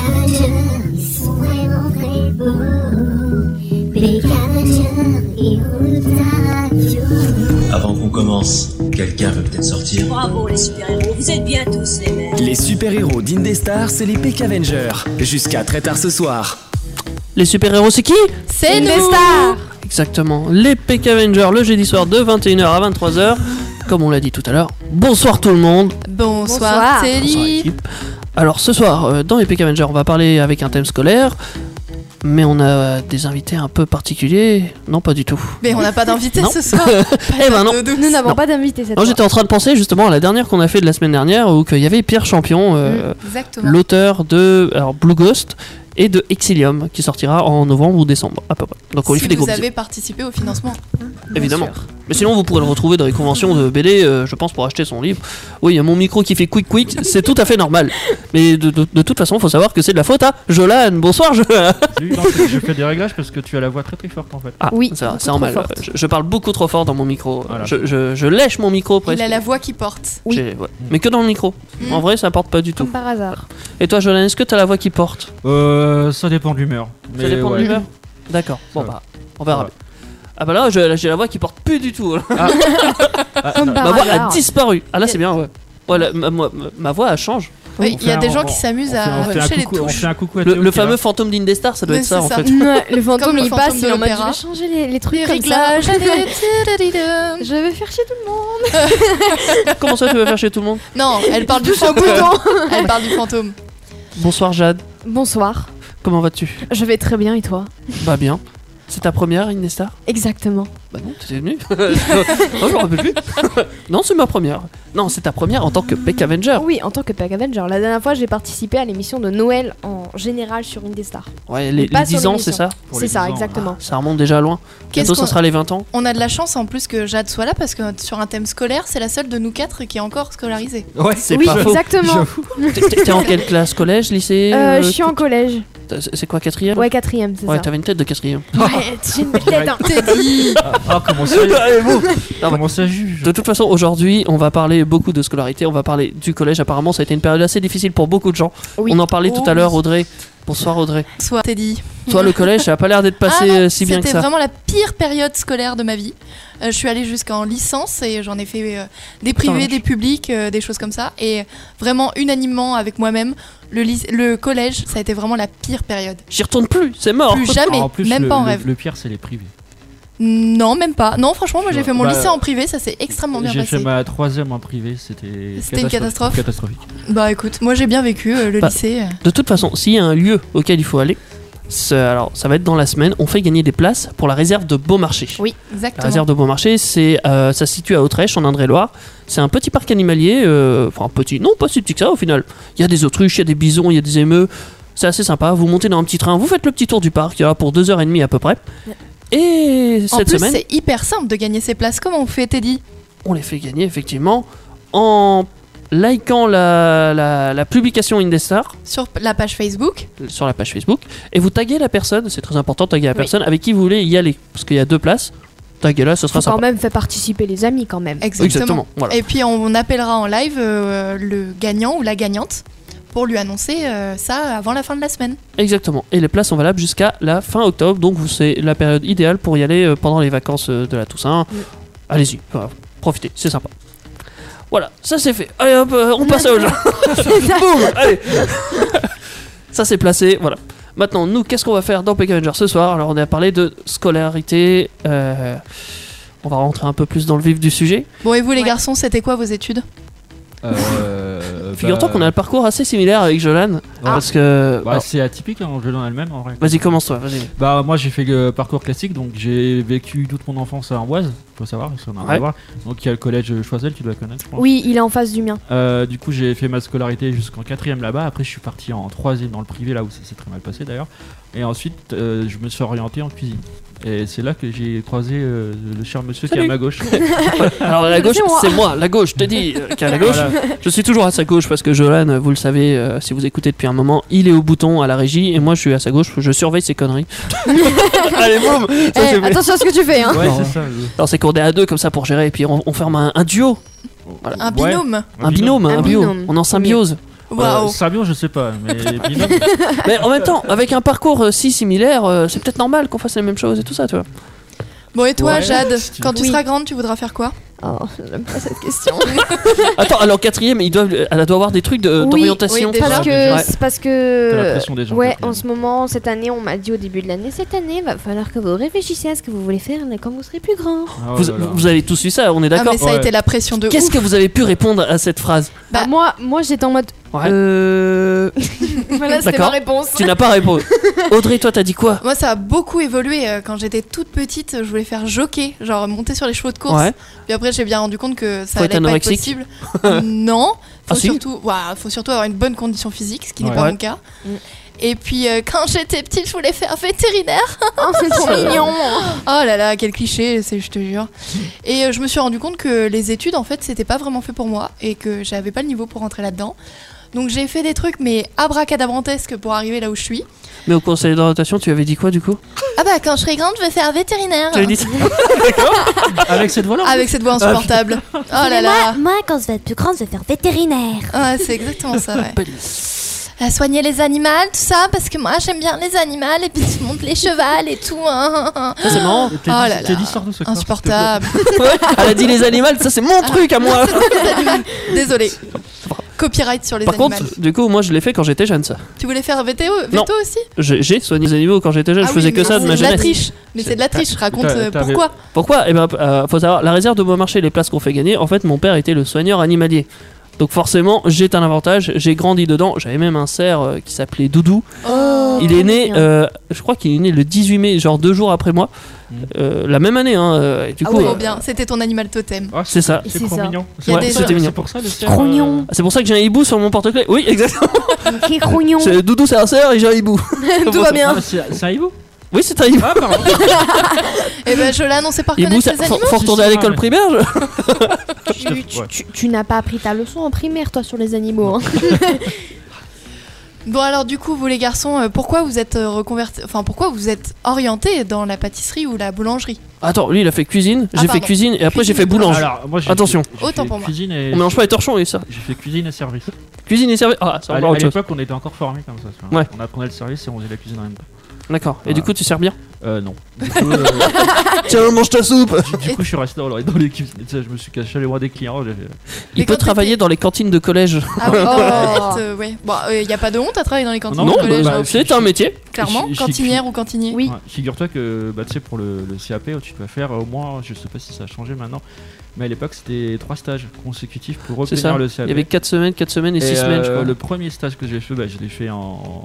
Pégageurs, ils sont vraiment très beaux. Pégageurs, ils roulent à Dieu. Avant qu'on commence, quelqu'un veut peut-être sortir. Bravo les super-héros, vous êtes bien tous les mêmes. Les super-héros d'Indestar, c'est les PK Avengers. Jusqu'à très tard ce soir. Les super-héros, c'est qui C'est une stars Exactement, les PK Avengers le jeudi soir de 21h à 23h. Comme on l'a dit tout à l'heure, bonsoir tout le monde. Bonsoir, Bonsoir, Célie. équipe. Alors ce soir, euh, dans les PK Avengers, on va parler avec un thème scolaire. Mais on a euh, des invités un peu particuliers. Non, pas du tout. Mais on n'a pas d'invité Non. ce soir. Eh ben non. Doudou. Nous n'avons Non. pas d'invité cette Non, fois. j'étais en train de penser justement à la dernière qu'on a fait de la semaine dernière où il y avait Pierre Champion, Mm. Mmh, euh, Exactement. l'auteur de alors, Blue Ghost et de Exilium qui sortira en novembre ou décembre à peu près. Donc on lui si fait des gros vous bisous. avez participé au financement. Évidemment. Mais sinon, vous pourrez le retrouver dans les conventions de BD, euh, je pense, pour acheter son livre. Oui, il y a mon micro qui fait quick quick, c'est tout à fait normal. Mais de, de- de toute façon, faut savoir que c'est de la faute à Jolan. Bonsoir, Jolan. Salut, non, c'est- je fais des réglages parce que tu as la voix très très forte en fait. Ah, Oui, ça va, beaucoup c'est normal. trop forte. Je, je parle beaucoup trop fort dans mon micro. Voilà. Je, je- je lèche mon micro presque. Il a la voix qui porte. Oui. J'ai- ouais. Mais que dans le micro. Mm. En vrai, ça porte pas du tout. Comme par hasard. Et toi, Jolan, est-ce que t'as la voix qui porte Euh, ça dépend de l'humeur. Ça Mais dépend ouais. de l'humeur D'accord, bon Ça va. bah, on verra. Ça va. Ah bah là, je- j'ai la voix qui porte plus du tout. Ah, Comme non, par ma voix a hasard. disparu. Ah là, c'est bien, ouais. Ouais, la- ma, ma- ma voix, elle change. Oui, on il y a des fait un- gens on- qui s'amusent on à fait un toucher les coucou- on touches. fait un coucou à Le, Théo le qui est là. fameux fantôme d'Indestar, ça doit Mais être ça, c'est en ça. fait. Ouais, le fantôme, Comme le il fantôme passe, de il est en mode je l'opéra. vais changer les, les trucs Les comme ça. réglages. Je vais, je vais faire chier tout le monde. Comment ça, tu veux faire chez tout le monde Non, elle parle du fantôme. Elle parle du fantôme. Bonsoir Jade, Bonsoir. comment vas-tu Je vais très bien et toi Bah bien. C'est ta première Indestar Exactement. Bah non, t'étais venue Non, je me rappelle plus. non, c'est ma première. Non, c'est ta première en tant que Peck Avenger. Ah. Oui, en tant que Pack Avenger, la dernière fois j'ai participé à l'émission de Noël en général sur une des stars. Ouais, les, Pas les 10 sur ans, Ah, c'est ça Pour les hein. C'est ça, 10 ans, exactement. Ça remonte déjà loin. Qu'est-ce Bientôt, ça qu'on- sera les 20 ans. On a de la chance en plus que Jade soit là parce que sur un thème scolaire, c'est la seule de nous quatre qui est encore scolarisée. Ouais, C'est oui, pas faux. exactement. J'avoue. T'es- T'es t'es en quelle classe Collège, lycée Euh, euh, je suis en collège. t'as- C'est quoi, quatrième Ouais, quatrième, c'est Ouais, ça. t'avais une tête de quatrième. Ouais, j'ai une belle tête. hein. Ah, ah, comment ça bah. Comment ça juge De toute façon, aujourd'hui, on va parler beaucoup de scolarité, on va parler du collège. Apparemment, ça a été une période assez difficile pour beaucoup de gens. Oui. On en parlait tout Oh, à l'heure, Audrey. Bonsoir, Audrey. Soit Teddy. Toi, le collège, ça a pas l'air d'être passé Ah non, euh, si bien que C'était ça. vraiment la pire période scolaire de ma vie. Euh, je suis allée jusqu'en licence et j'en ai fait euh, des privés, vache. des publics, euh, des choses comme ça. Et vraiment unanimement avec moi-même, le, lyc- le collège, ça a été vraiment la pire période. J'y retourne plus, c'est mort. Plus Ah, jamais, en plus, même le, pas en le- rêve. Le pire, c'est les privés. Non, même pas. Non, franchement, moi j'ai Bah, fait mon bah, lycée en privé, ça s'est extrêmement bien J'ai fait passé. ma troisième en privé, c'était. C'était une catastrophe. Catastrophique. Bah écoute, moi j'ai bien vécu euh, le Bah, lycée. euh. De toute façon, s'il y a un lieu auquel il faut aller, c'est- alors ça va être dans la semaine, on fait gagner des places pour la réserve de Beaumarchais. Oui, La exactement. réserve de Beaumarchais, c'est, euh, ça se situe à Autrèche, en Indre-et-Loire. C'est un petit parc animalier, euh, enfin petit, non pas si petit que ça au final. Il y a des autruches, il y a des bisons, il y a des émeux. C'est assez sympa. Vous montez dans un petit train, vous faites le petit tour du parc, il y en a pour 2h30 à peu près. Et en cette plus, semaine, c'est hyper simple de gagner ses places. Comment on fait, Teddy on les fait gagner effectivement en likant la, la, la publication Indestar Sur la page Facebook, sur la page Facebook et vous taguez la personne, c'est très important de taguer la Oui. personne avec qui vous voulez y aller parce qu'il y a deux places. Taguez-la, ce Faut sera quand sympa. même fait participer les amis quand même. exactement. voilà. Et puis on appellera en live euh, le gagnant ou la gagnante pour lui annoncer euh, ça avant la fin de la semaine. Exactement. Et les places sont valables jusqu'à la fin octobre, donc vous- c'est la période idéale pour y aller euh, pendant les vacances euh, de la Toussaint. Oui. Allez-y, enfin, profitez, c'est sympa. Voilà, ça c'est fait. Allez hop, euh, on passe à autre chose. Boum, allez. ça c'est placé, voilà. Maintenant, nous, qu'est-ce qu'on va faire dans Peck Avenger ce soir Alors, on a parlé de scolarité. euh, on va rentrer un peu plus dans le vif du sujet. Bon, et vous les Ouais. garçons, c'était quoi vos études Euh, Figure-toi bah, qu'on a le parcours assez similaire avec Jolan. Parce que. bah, alors, c'est atypique hein, en jeu dans elle-même en vrai. vas-y, commence-toi, vas-y. Bah moi j'ai fait le parcours classique donc j'ai vécu toute mon enfance à Amboise, faut savoir, ça n'a rien Ouais. à voir. Donc il y a le collège Choiseul, tu dois connaître je pense. Oui, il est en face du mien. Euh, du coup j'ai fait ma scolarité jusqu'en quatrième là-bas, après je suis parti en troisième dans le privé là où ça s'est très mal passé d'ailleurs. Et ensuite euh, je me suis orienté en cuisine. Et c'est là que j'ai croisé euh, le cher monsieur qui est Salut. à ma gauche. Alors la gauche, C'est moi. c'est moi, la gauche, je te dis, euh, qu'à la gauche. Voilà. Je suis toujours à sa gauche parce que Jolan, euh, vous le savez, euh, si vous écoutez depuis un moment, il est au bouton à la régie et moi je suis à sa gauche, je surveille ses conneries. Allez, boum Eh, ça, c'est fait. attention à ce que tu fais. Hein. Ouais, Non. c'est ça. Non, c'est qu'on est à deux comme ça pour gérer et puis on, on ferme un, un duo, Un Ouais, binôme un binôme, hein. un, Un bio. binôme. On est en symbiose. Waouh. Sabian, Euh, je sais pas, mais Binôme, Mais en même temps, avec un parcours euh, si similaire, euh, c'est peut-être normal qu'on fasse les mêmes choses et tout ça, tu vois. Bon, et toi, Ouais. Jade, Si. quand tu Oui. seras grande, tu voudras faire quoi Ah, Oh, j'aime pas cette question. Attends, alors quatrième, ils doivent, elle doit avoir des trucs de- Oui, d'orientation. oui, tout parce ça. déjà. que, Ouais. c'est parce t'as Euh, la que, pression des gens. ouais, en quand même. ce moment, cette année, on m'a dit au début de l'année, cette année, va falloir que vous réfléchissiez à ce que vous voulez faire quand vous serez plus grand. Ah, Vous, oh là là. vous avez tous eu ça, on est Ah, d'accord mais ça a Ouais. été la pression de Qu'est-ce ouf. que vous avez pu répondre à cette phrase Bah- Bah, moi, moi, j'étais en mode, Ouais. euh, voilà, c'était ma D'accord. réponse. Tu n'as pas répondu. Audrey, toi, t'as dit quoi Moi, ça a beaucoup évolué. euh, Quand j'étais toute petite, je voulais faire jockey, genre monter sur les chevaux de course. Ouais. Puis après, j'ai bien rendu compte que ça Faut être allait pas être anorexique. possible. non, faut Ah, si. surtout, ouah, faut surtout avoir une bonne condition physique, ce qui n'est Ouais. pas Ouais. mon cas. Mm. Et puis euh, quand j'étais petite, je voulais faire vétérinaire. Oh, c'est trop mignon. Oh là là, quel cliché, c'est je te jure. Et euh, je me suis rendu compte que les études, en fait, c'était pas vraiment fait pour moi et que j'avais pas le niveau pour rentrer là-dedans. Donc j'ai fait des trucs mais abracadabrantesques pour arriver là où je suis. Mais au conseil d'orientation, tu avais dit quoi du coup Ah bah quand je serai grande, je vais faire vétérinaire. Tu avais dit ça Avec cette voix-là Avec cette voix insupportable. Oh là là. Moi, quand je vais être plus grande, je vais faire vétérinaire. Ouais, c'est exactement ça, ouais. Euh, soigner les animaux, tout ça, parce que moi j'aime bien les animaux et puis je monte les chevaux et tout. hein, hein, hein. C'est marrant. T'es Oh là t'es là. dit, sors de ce corps, s'il te plaît. Insupportable. Ouais, Elle a dit les animaux, ça c'est mon truc à moi. Désolé. Copyright sur les Par animaux. contre, du coup, moi je l'ai fait quand j'étais jeune, ça. tu voulais faire VTO, Non. veto aussi J'ai j'ai soigné les animaux quand j'étais jeune, Ah je oui, faisais que mais ça de c'est ma la jeunesse. triche. Mais c'est de la triche, raconte T'as- euh, t'avais- pourquoi. Pourquoi Eh ben, euh, faut savoir, la réserve de Beaumarchais, les places qu'on fait gagner, en fait, mon père était le soigneur animalier. Donc forcément, j'ai un avantage, j'ai grandi dedans, j'avais même un cerf euh, qui s'appelait Doudou. Oh, il est né, euh, je crois qu'il est né le 18 mai, genre deux jours après moi, Mm. Euh, la même année. Hein, euh, et du Ah coup, oui, euh, trop bien, c'était ton animal totem. Ah, c'est ça. Et C'est c'est trop ça. mignon. Il y a des- c'était mignon. C'est pour ça le euh, cerf. Grognon. C'est pour ça que j'ai un hibou sur mon porte-clés. Oui, exactement. Qui est grognon. C'est- Doudou, c'est un cerf et j'ai un hibou. Tout va bien. Ah, c'est c'est un hibou Oui, c'est un hibou. Ah, pardon. Et ben je l'annonçais par Hibou, connaître ça- les faut, animaux. faut retourner à Si, si, l'école ouais. primaire. je- Tu, tu- tu- tu n'as pas appris ta leçon en primaire, toi, sur les animaux. hein. Bon alors du coup, vous les garçons, euh, pourquoi vous êtes euh, reconvertis, enfin pourquoi vous êtes orientés dans la pâtisserie ou la boulangerie Attends, lui, il a fait cuisine, j'ai fait Ah, pardon. cuisine et après j'ai fait Cuisine. boulange. Alors, moi, j'ai Attention. fait- j'ai Autant fait pour moi. Cuisine et On mélange pas les torchons et ça. J'ai fait cuisine et service. Cuisine et service. Ah, c'est À encore à autre chose. l'époque, on était encore formés comme ça. tu vois. Ouais. On apprenait le service et on faisait la cuisine en même temps. D'accord. Et du Voilà. coup, tu sers bien Euh, non. Du coup, euh, Tiens, mange ta soupe du- du coup, je suis resté dans les, dans les cuisines. Tu sais, Je me suis caché les rois des clients. j'ai- Il Mais peut quand travailler dans les cantines de collège. Ah oui, Oh. arrête, euh, ouais. Bon, il n'y a pas de honte à travailler dans les cantines Non, de bah, collège, bah, hein, c'est un métier. clairement, je- je- cantinière ou cantinier. Oui. Ouais, Figure-toi que bah, tu sais, pour le, le CAP, tu dois faire au moins, je sais pas si ça a changé maintenant, mais à l'époque, c'était trois stages consécutifs pour C'est obtenir ça. le CAP. Il y avait 4 semaines, 4 semaines et 6 Et, euh, semaines, je crois. Le premier stage que j'ai fait, bah, je l'ai fait en.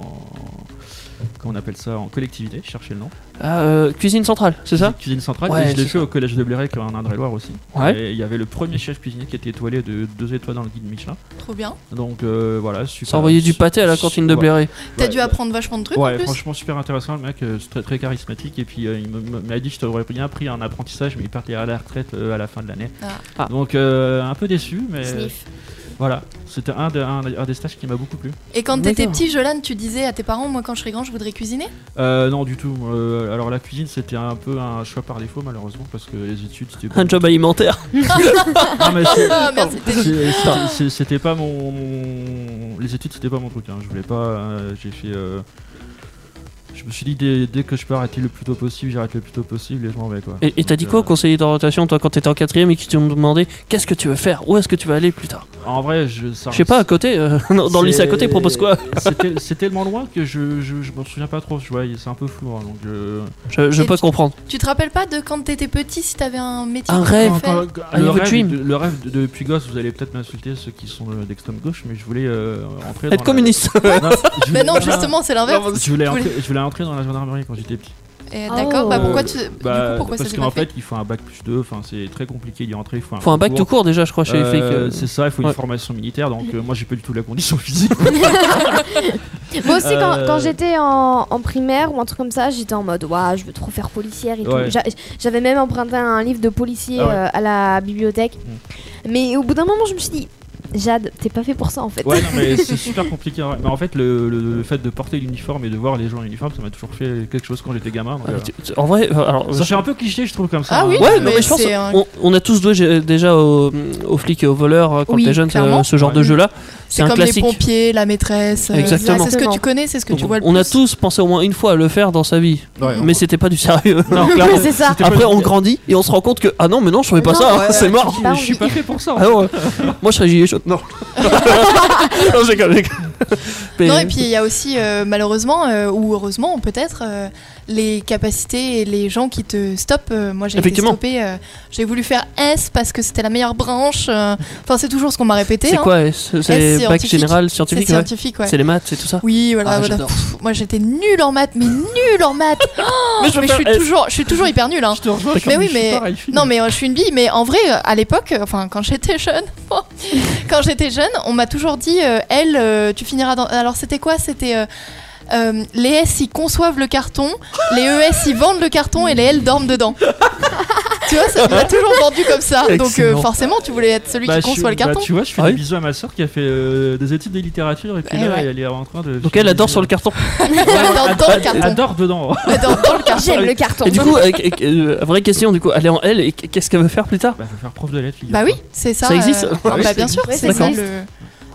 Comment on appelle ça En collectivité, je cherchais le nom. Ah, euh, cuisine centrale, c'est ça Cuisine centrale. Ouais, et je l'ai c'est fait au collège de Blérec en Indre-et-Loire aussi. Ouais. Et il y avait le premier chef cuisinier qui était étoilé de deux étoiles dans le guide Michelin. Trop bien. Donc euh, voilà, super. Ça envoyait du pâté à la cantine de Bléric Bléré. T'as Ouais, dû bah- apprendre vachement de trucs en Ouais, plus. franchement super intéressant le mec, euh, c'est très très charismatique et puis euh, il me- me- m'a dit je t'aurais bien pris un apprentissage mais il partait à la retraite euh, à la fin de l'année. Ah. Ah. Donc euh, un peu déçu mais Sniff. voilà, c'était un, de- un- un des stages qui m'a beaucoup plu. Et quand t'étais D'accord. petit, Jolane, tu disais à tes parents, moi quand je serai grand, je voudrais cuisiner. Euh, non du tout, euh, alors la cuisine c'était un peu un choix par défaut malheureusement parce que les études c'était pas... Un job alimentaire. Ah, mais c'est- Ah, merci. c'est- c'était- c'est- C'était pas mon, mon- Les études c'était pas mon truc, hein. je voulais pas... euh, J'ai fait... euh, Je me suis dit dès, dès que je peux arrêter le plus tôt possible, j'arrête le plus tôt possible et je m'en vais quoi. Et et t'as Donc, dit quoi au euh, conseiller d'orientation, toi, quand t'étais en quatrième et qu'ils t'ont demandé qu'est-ce que tu veux faire Où est-ce que tu veux aller plus tard En vrai, je ça- Je sais pas, à côté, euh, dans dans le lycée à côté, ils proposent quoi C'est tel- c'est tellement loin que je, je, je m'en souviens pas trop. Je vois, c'est un peu flou. hein, donc, euh, Je je peux comprendre. Tu te rappelles pas de quand t'étais petit si t'avais un métier Un que tu rêve. voulais faire I le, have Ah, a dream. rêve, de- le rêve de- depuis gosse, vous allez peut-être m'insulter ceux qui sont euh, d'extrême gauche, mais je voulais euh, entrer. dans Être la- communiste Non, je voulais- Mais Bah non, justement, c'est l'inverse. Je voulais, Tu voulais- entrer, je voulais entrer dans la gendarmerie quand j'étais petit. Eh, D'accord, Oh. bah Euh, pourquoi tu. du Bah, coup, pourquoi ça parce s'est pas qu'en fait, fait, il faut un bac plus 2, enfin, c'est très compliqué d'y entrer. Il faut un, Faut un bac tout concours. court déjà, je crois, chez les flics. Euh, euh. c'est ça, il faut ouais. une formation militaire. Donc, euh, moi, j'ai pas du tout la condition physique. Moi aussi, quand, Euh. quand j'étais en, en primaire ou un truc comme ça, j'étais en mode, waouh, je veux trop faire policière et tout. Ouais. J'a- J'avais même emprunté un livre de policier Ah ouais. euh, à la bibliothèque. Mais au bout d'un moment, je me suis dit, Jade, t'es pas fait pour ça en fait. Ouais, non, mais c'est super compliqué. en vrai. Mais en fait, le, le- le fait de porter l'uniforme et de voir les gens en uniforme, ça m'a toujours fait quelque chose quand j'étais gamin. donc, euh, Tu- Ah, tu- En vrai, euh, alors. Ça fait un peu cliché, je trouve, comme ça. hein. Ah oui, Ouais, non, mais je pense c'est un- on, on a tous joué j'ai- déjà aux, aux flics et aux voleurs euh, quand Oui, t'es jeune clairement. euh, ce genre de Ouais. jeu-là. C'est un comme classique. les pompiers, la maîtresse. euh, Exactement. C'est ce que tu connais, c'est ce que tu vois le on a plus. tous pensé au moins une fois à le faire dans sa vie, mais c'était pas du sérieux. Non, Ouais, clairement. c'est ça. C'était pas- Après, on grandit et on se rend compte que ah non, mais non, je savais pas Non, ça, ouais, hein, c'est mort. Pas Je suis envie. pas fait pour hein. ça. en Ah non, euh, moi je serais gilet jaune. Non. non, j'ai connu. Non, et puis il y a aussi, euh, malheureusement, euh, ou heureusement peut-être, euh, les capacités et les gens qui te stoppent. Euh, moi, j'ai été Effectivement. stoppée. euh, j'ai voulu faire S parce que c'était la meilleure branche. euh, Enfin, c'est toujours ce qu'on m'a répété. c'est hein. quoi C'est c'est bac scientifique. général C'est scientifique. ouais. scientifique, ouais. C'est les maths, c'est tout ça. Oui, voilà, Ah, voilà. j'adore. Pff, moi, j'étais nulle en maths, mais nulle en maths. Oh, Mais je veux mais je suis faire S. toujours, je suis toujours hyper nulle. Hein. Je te rejoins, je suis Mais oui, je suis mais- pareil, je suis Non mais euh, je suis une bille, mais en vrai, euh, à l'époque, euh, enfin quand j'étais jeune, oh, quand j'étais jeune, on m'a toujours dit, euh, elle, euh, tu finiras dans. Alors c'était quoi C'était euh, euh, les S ils conçoivent le carton, les ES ils vendent le carton et les L dorment dedans. tu vois, ça on m'a toujours vendu comme ça. Donc euh, Excellent. forcément, tu voulais être celui Bah, qui je suis- conçoit le bah, carton. tu vois, je fais Ah des oui. bisous à ma soeur qui a fait euh, des études de littérature et puis Eh là, ouais. elle est en train de. Donc elle adore sur le carton. dans, dans le Elle carton. adore dedans. Dans, dans le carton. J'aime le carton. Et du coup, euh, euh, euh, vraie question, du coup, elle est en L et qu'est-ce qu'elle veut faire plus tard Bah, faut faire prof de lettres, fille. Bah oui, c'est ça. Ça existe euh, Ah oui, bah, c'est- bien sûr, ouais, c'est ça ça existe. le.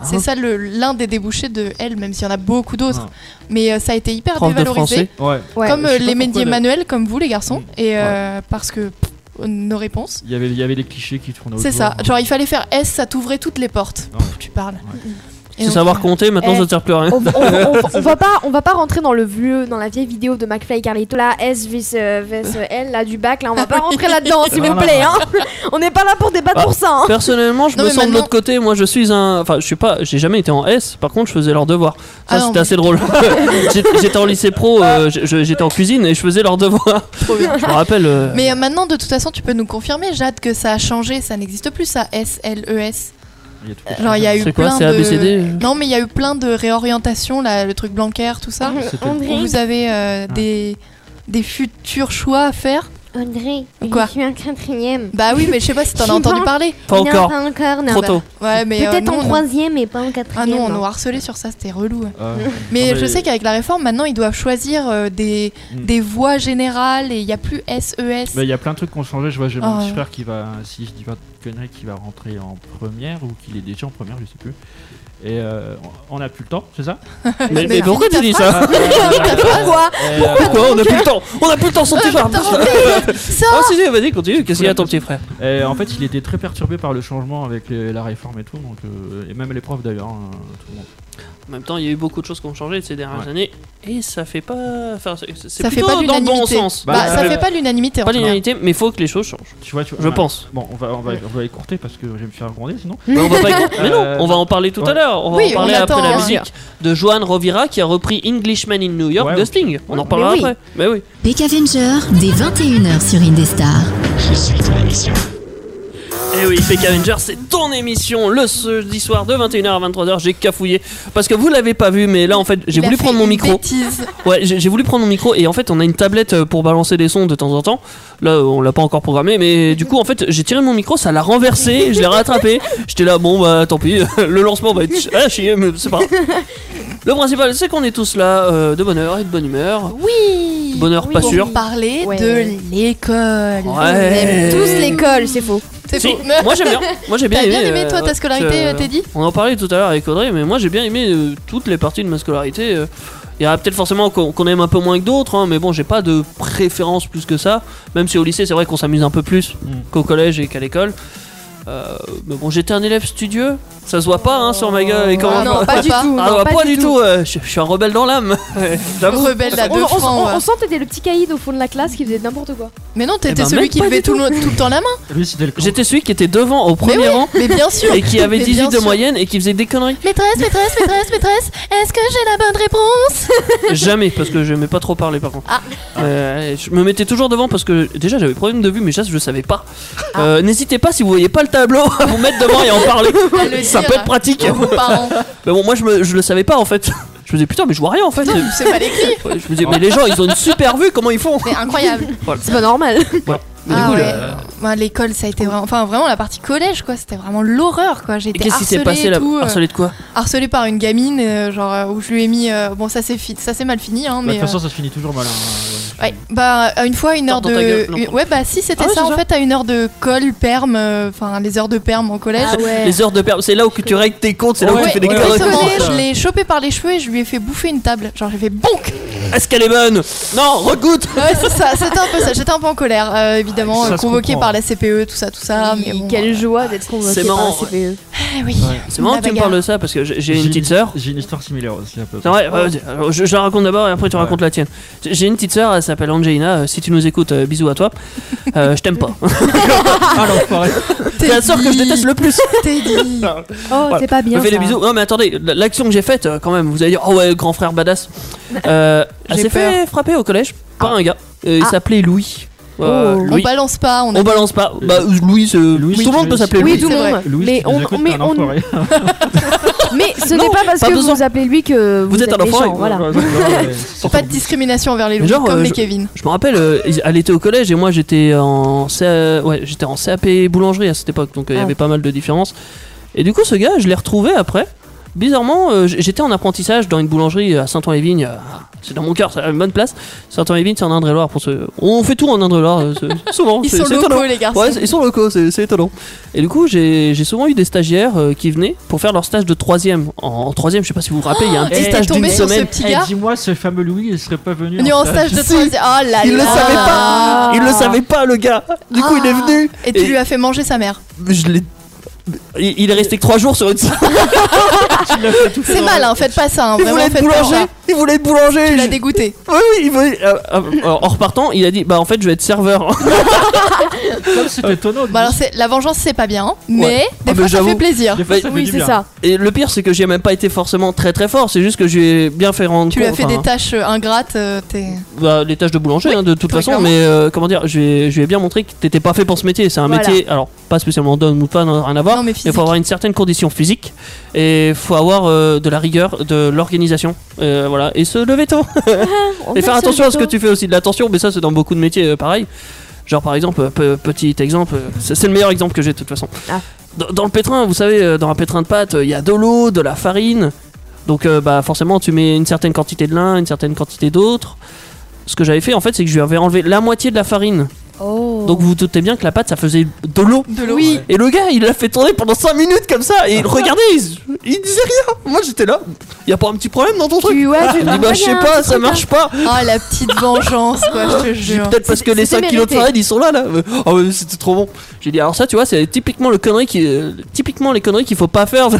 C'est ça le- l'un des débouchés de L, même s'il y en a beaucoup d'autres. Ah. Mais euh, ça a été hyper Prof de dévalorisé. français. Ouais. Ouais. comme je euh, sais pas les pourquoi, métiers d'ailleurs. manuels, comme vous, les garçons. Mm. Et euh, parce que pff, nos réponses. Il y avait, il y avait des clichés qui tournaient autour. C'est ça. hein. Genre, il fallait faire S, ça t'ouvrait toutes les portes. Ouais. Pff, tu parles. Ouais. Et C'est donc, savoir compter, maintenant Eh. ça ne sert plus à rien. Oh. on, on- on- on va pas, on va pas rentrer dans le vieux, dans la vieille vidéo de McFly et Carlito, là, S vs euh, vs, euh, L, là, du bac, là, on va pas rentrer là-dedans, s'il vous Voilà. plaît, hein. On n'est pas là pour débattre Ah. pour ça, hein. Personnellement, je Non, me mais sens de maintenant- l'autre côté. Moi, je suis un. Enfin, je suis pas. J'ai jamais été en S. Par contre, je faisais leurs devoirs. Ça, Ah non, c'était mais- Ah. assez drôle. J'étais- J'étais en lycée pro. euh, je- je- J'étais en cuisine et je faisais leurs devoirs. Trop bien. Je me rappelle. euh, Mais euh, maintenant, de toute façon, tu peux nous confirmer, Jade, que ça a changé, ça n'existe plus, ça, S, L, E, S. Il y a tout le Genre, il y a eu C'est quoi, plein c'est de... ABCD, euh Non, mais il y a eu plein de réorientations, là, le truc Blanquer, tout ça. c'était- On Où vous avez Ah. euh, des, des futurs choix à faire. André, Quoi je suis un quatrième. Bah oui, mais je sais pas si t'en as entendu parler. Pas Non, encore. Pas encore, non. Trop tôt. Ouais, mais euh, Peut-être nous, en on- troisième, mais pas en quatrième. Ah non, on hein. nous harcelait sur ça, c'était relou. hein. Euh, Mais, Ah, non, je sais qu'avec la réforme, maintenant, ils doivent choisir euh, des, Mm. des voies générales et il n'y a plus E SES. Bah, il y a plein de trucs qui ont changé. Je vois, j'ai mon Ah, petit ouais. frère qui va, si je dis pas de conneries, qui va rentrer en première ou qu'il est déjà en première, je sais plus. Et euh, on on a plus le temps, c'est ça Mais, mais Mais pourquoi tu dis ça Ah, Pourquoi Et, euh, Pourquoi On a plus le temps. On a plus le temps, Ah, son petit frère. Ça Oh, si, si, vas-y, continue. Qu'est-ce qu'il y a à ton petit frère Et en fait, il était très perturbé par le changement avec les- la réforme et tout, donc, euh, et même les profs d'ailleurs, hein, tout le monde. En même temps, il y a eu beaucoup de choses qui ont changé ces dernières Ouais. années et ça fait pas. Enfin, c'est- c'est Ça fait plutôt pas dans le bon l'unanimité. sens. Bah, Bah, ça euh, fait pas l'unanimité. en Pas tout cas. l'unanimité, mais il faut que les choses changent. Tu vois, tu vois, Je on a- pense. Bon, on va, on va, on va écourter parce que je vais me faire gronder sinon. Mais on va pas écouter- mais non, on va en parler tout à Euh, Ouais. l'heure. On va Oui, en parler on après la attend, hein. musique de Joan Rovira qui a repris Englishman in New York Ouais, de ok. Sting. On en Ouais. reparlera Mais oui. après. Mais oui. Peck Avenger, dès 21h sur Indestar. Je suis ton émission. Et Eh oui, Peck Avenger, c'est ton émission le jeudi soir de 21h à 23h. J'ai cafouillé parce que vous l'avez pas vu, mais là en fait, j'ai Il a voulu fait prendre mon une micro. bêtise. Ouais, j'ai j'ai voulu prendre mon micro et en fait, on a une tablette euh, pour balancer des sons de temps en temps. Là, euh, on l'a pas encore programmé, mais du coup, en fait, j'ai tiré mon micro, ça l'a renversé, je l'ai rattrapé. J'étais là, bon, bah tant pis, le lancement va être ch- ah, chier, mais c'est pas. grave. Le principal, c'est qu'on est tous là euh, de bonne heure et de bonne humeur. Oui Bonheur, Oui. pas Pour Bah, sûr. parler Ouais. de l'école. On Euh, aime tous l'école, c'est faux. C'est Si, faux. Mais- moi j'aime bien. Moi j'ai bien T'as aimé. bien aimé, euh, toi, ta ouais, scolarité, euh, euh, Teddy On en parlait tout à l'heure avec Audrey, mais moi j'ai bien aimé euh, toutes les parties de ma scolarité. euh. Il y a peut-être forcément qu'on qu'on aime un peu moins que d'autres, hein, mais bon, j'ai pas de préférence plus que ça. Même si au lycée, c'est vrai qu'on s'amuse un peu plus Mm. qu'au collège et qu'à l'école. Euh, mais bon, j'étais un élève studieux, ça se voit pas hein, sur ma gueule. Et comment Ah, je- non, pas du tout, Ah, bah, non, pas, du tout, euh, je, je suis un rebelle dans l'âme. J'avoue. Rebelle à On, deux on- on- francs. on euh. ouais. sent que t'étais le petit caïd au fond de la classe qui faisait n'importe quoi. Mais non, Eh t'étais ben, celui même qui pas levait du tout tout. le tout le temps la main. Lui, c'était le con. J'étais celui qui était devant au premier rang Mais bien sûr. et qui avait Mais 18 bien de sûr. moyenne et qui faisait des conneries. Maîtresse, maîtresse, maîtresse, maîtresse, est-ce que j'ai la bonne réponse Jamais, parce que j'aimais pas trop parler par contre. Ah. Euh, je me mettais toujours devant parce que déjà j'avais problème de vue, mais ça je le savais pas. Ah. Euh, N'hésitez pas si vous voyez pas le tableau à vous mettre devant et en parler. À le ça dire peut être pratique. à vos parents. mais bon, moi je, me, je le savais pas en fait. Je me disais putain, mais je vois rien en fait. Non, c'est mal écrit. Ouais, je me disais, mais les gens ils ont une super vue, comment ils font C'est incroyable. C'est pas normal. Mais du Ah coup, ouais. là, Bah, l'école, ça a été vraiment. Enfin, vraiment, la partie collège, quoi. C'était vraiment l'horreur, quoi. Et J'étais qu'est-ce qui s'est harcelée passé et là tout, euh, Harcelé de quoi harcelée par une gamine, euh, genre, euh, où je lui ai mis. euh, bon, ça c'est fi- ça c'est mal fini, Bah, hein, Bah, De mais. toute façon, euh, ça se finit toujours mal. hein, ouais. Ouais, bah à une fois une heure Tarte dans ta gueule, de non, une- pardon. ouais bah si c'était Ah ouais, ça c'est en ça. fait à une heure de colle perme euh, enfin les heures de perme en collège Ah ouais. Les heures de perme, c'est là où que tu règles tes comptes, c'est là où Ouais, tu fais des ouais, conneries. Exactement, ouais. je l'ai chopé par les cheveux et je lui ai fait bouffer une table. Genre j'ai fait bonk Est-ce qu'elle est bonne Non, regoute Ouais, c'est ça, c'était un peu ça. J'étais un peu en colère, euh, évidemment, Ça euh, se convoqué comprend. par la CPE, tout ça, tout ça. Oui, mais bon, Ah, Quelle euh, joie d'être convoqué C'est par marrant, la E. CPE. eh oui. Ouais. C'est marrant La que tu me bagarre. parles de ça parce que j'ai j'ai une J'ai petite sœur. J'ai une histoire similaire aussi un peu. C'est vrai, ouais, vas-y. Alors, je, je la raconte d'abord et après tu Ouais. racontes la tienne. J'ai j'ai une petite sœur, elle s'appelle Angelina. euh, si tu nous écoutes, euh, bisous à toi. Euh, je t'aime pas. Ah l'enfoiré. C'est la sœur que je déteste le plus. T'es dit. Oh, c'est pas Je bien. me fais des ça. bisous. Non, mais attendez, l- l'action que j'ai faite euh, quand même, vous allez dire, oh ouais, grand frère badass. Euh, elle J'ai s'est fait frapper au collège par un gars. Euh, il Ah. s'appelait Louis. Euh, Oh. On Louis. balance pas, on On a. balance pas. Bah, Louis, c'est- Louis, tout le monde tu peut es- s'appeler Oui, Louis. tout le C'est monde. Louis, mais, tu on, nous écoutes, mais, t'es un on- enfoiré. mais ce Non, n'est pas parce pas que besoin. vous appelez lui que vous, Vous êtes un enfant, méchant, et- voilà. Pas de discrimination envers les loups, Genre, comme euh, les je- Kevin. Je me rappelle, euh, ils- elle était au collège et moi j'étais en, CA ouais, j'étais en CAP boulangerie à cette époque, donc euh, il y Ah. avait pas mal de différences. Et du coup, ce gars, je l'ai retrouvé après. Bizarrement, euh, j- j'étais en apprentissage dans une boulangerie à Saint-Ouen-les-Vignes. euh, c'est dans mon cœur, c'est une bonne place. Saint-Ouen-les-Vignes, c'est en Indre-et-Loire. Pour ce... On fait tout en Indre-et-Loire, euh, c'est- souvent. Ils c'est- sont c'est étonnant. locaux, les garçons. Ouais, c'est- ils sont locaux, c'est c'est étonnant. Et du coup, j'ai j'ai souvent eu des stagiaires euh, qui venaient pour faire leur stage de troisième. En, en troisième, je sais pas si vous vous rappelez, il y a un petit Et t'es stage d'une tombé sur ce semaine. petit gars Eh, Dis-moi, ce fameux Louis, il serait pas venu. venu en stage de Si. troisième. Oh là Il le là. savait pas. Il le savait pas, le gars. Du coup, il est Ah. venu. Et tu lui as fait manger sa mère. Je l'ai. Il il est resté que 3 jours sur une salle. C'est mal, hein, faites pas ça. hein, Il Vraiment, voulait être faites pas boulanger. ça. Il voulait être boulanger. Tu l'as Je- dégoûté. Oui, oui, il voulait- euh, euh, en repartant, il a dit Bah, en fait, je vais être serveur. C'est étonnant. Bon, Bah, alors, c'est- la vengeance, c'est pas bien, mais Ouais. des Ah, mais fois, ça j'avoue. fait plaisir. Des fois, ça fait Oui, du c'est bien. ça. Et le pire, c'est que j'y ai même pas été forcément très très fort. C'est juste que j'ai bien fait rendre Tu lui compte. as fait enfin, des tâches euh, ingrates. euh, t'es- bah, les tâches de boulanger, hein, de toute très façon. clairement. Mais euh, comment dire, je lui ai- je lui ai bien montré que t'étais pas fait pour ce métier. C'est un Voilà. métier, alors pas spécialement d'homme ou pas, non, rien à voir. Non, mais Il physique. faut avoir une certaine condition physique et faut avoir euh, de la rigueur, de l'organisation, Euh, voilà, et se lever tôt. On Et faire a attention à ce que gâteau. tu fais aussi de l'attention, mais ça c'est dans beaucoup de métiers euh, pareil. Genre par exemple, euh, pe- petit exemple, euh, c'est c'est le meilleur exemple que j'ai de toute façon. Ah. Dans, dans le pétrin, vous savez, euh, dans un pétrin de pâte, euh, il y a de l'eau, de la farine. Donc euh, bah forcément, tu mets une certaine quantité de l'un, une certaine quantité d'autre. Ce que j'avais fait en fait, c'est que je lui avais enlevé la moitié de la farine. Oh. Donc vous vous doutez bien que la pâte, ça faisait de l'eau. De l'eau. Oui. Et le gars, il l'a fait tourner pendant 5 minutes comme ça, Ah. et il regardait, il, il disait rien. Moi j'étais là, y a pas un petit problème dans ton truc Tu, ouais, tu Il dit bah je sais pas, ça marche pas. Ah, la petite vengeance, quoi, je te jure. Peut-être parce que les c'était 5 kilos de mérité. farine ils sont là là. Oh mais c'était trop bon. J'ai dit alors ça tu vois c'est typiquement le connerie qui euh, typiquement les conneries qu'il faut pas faire.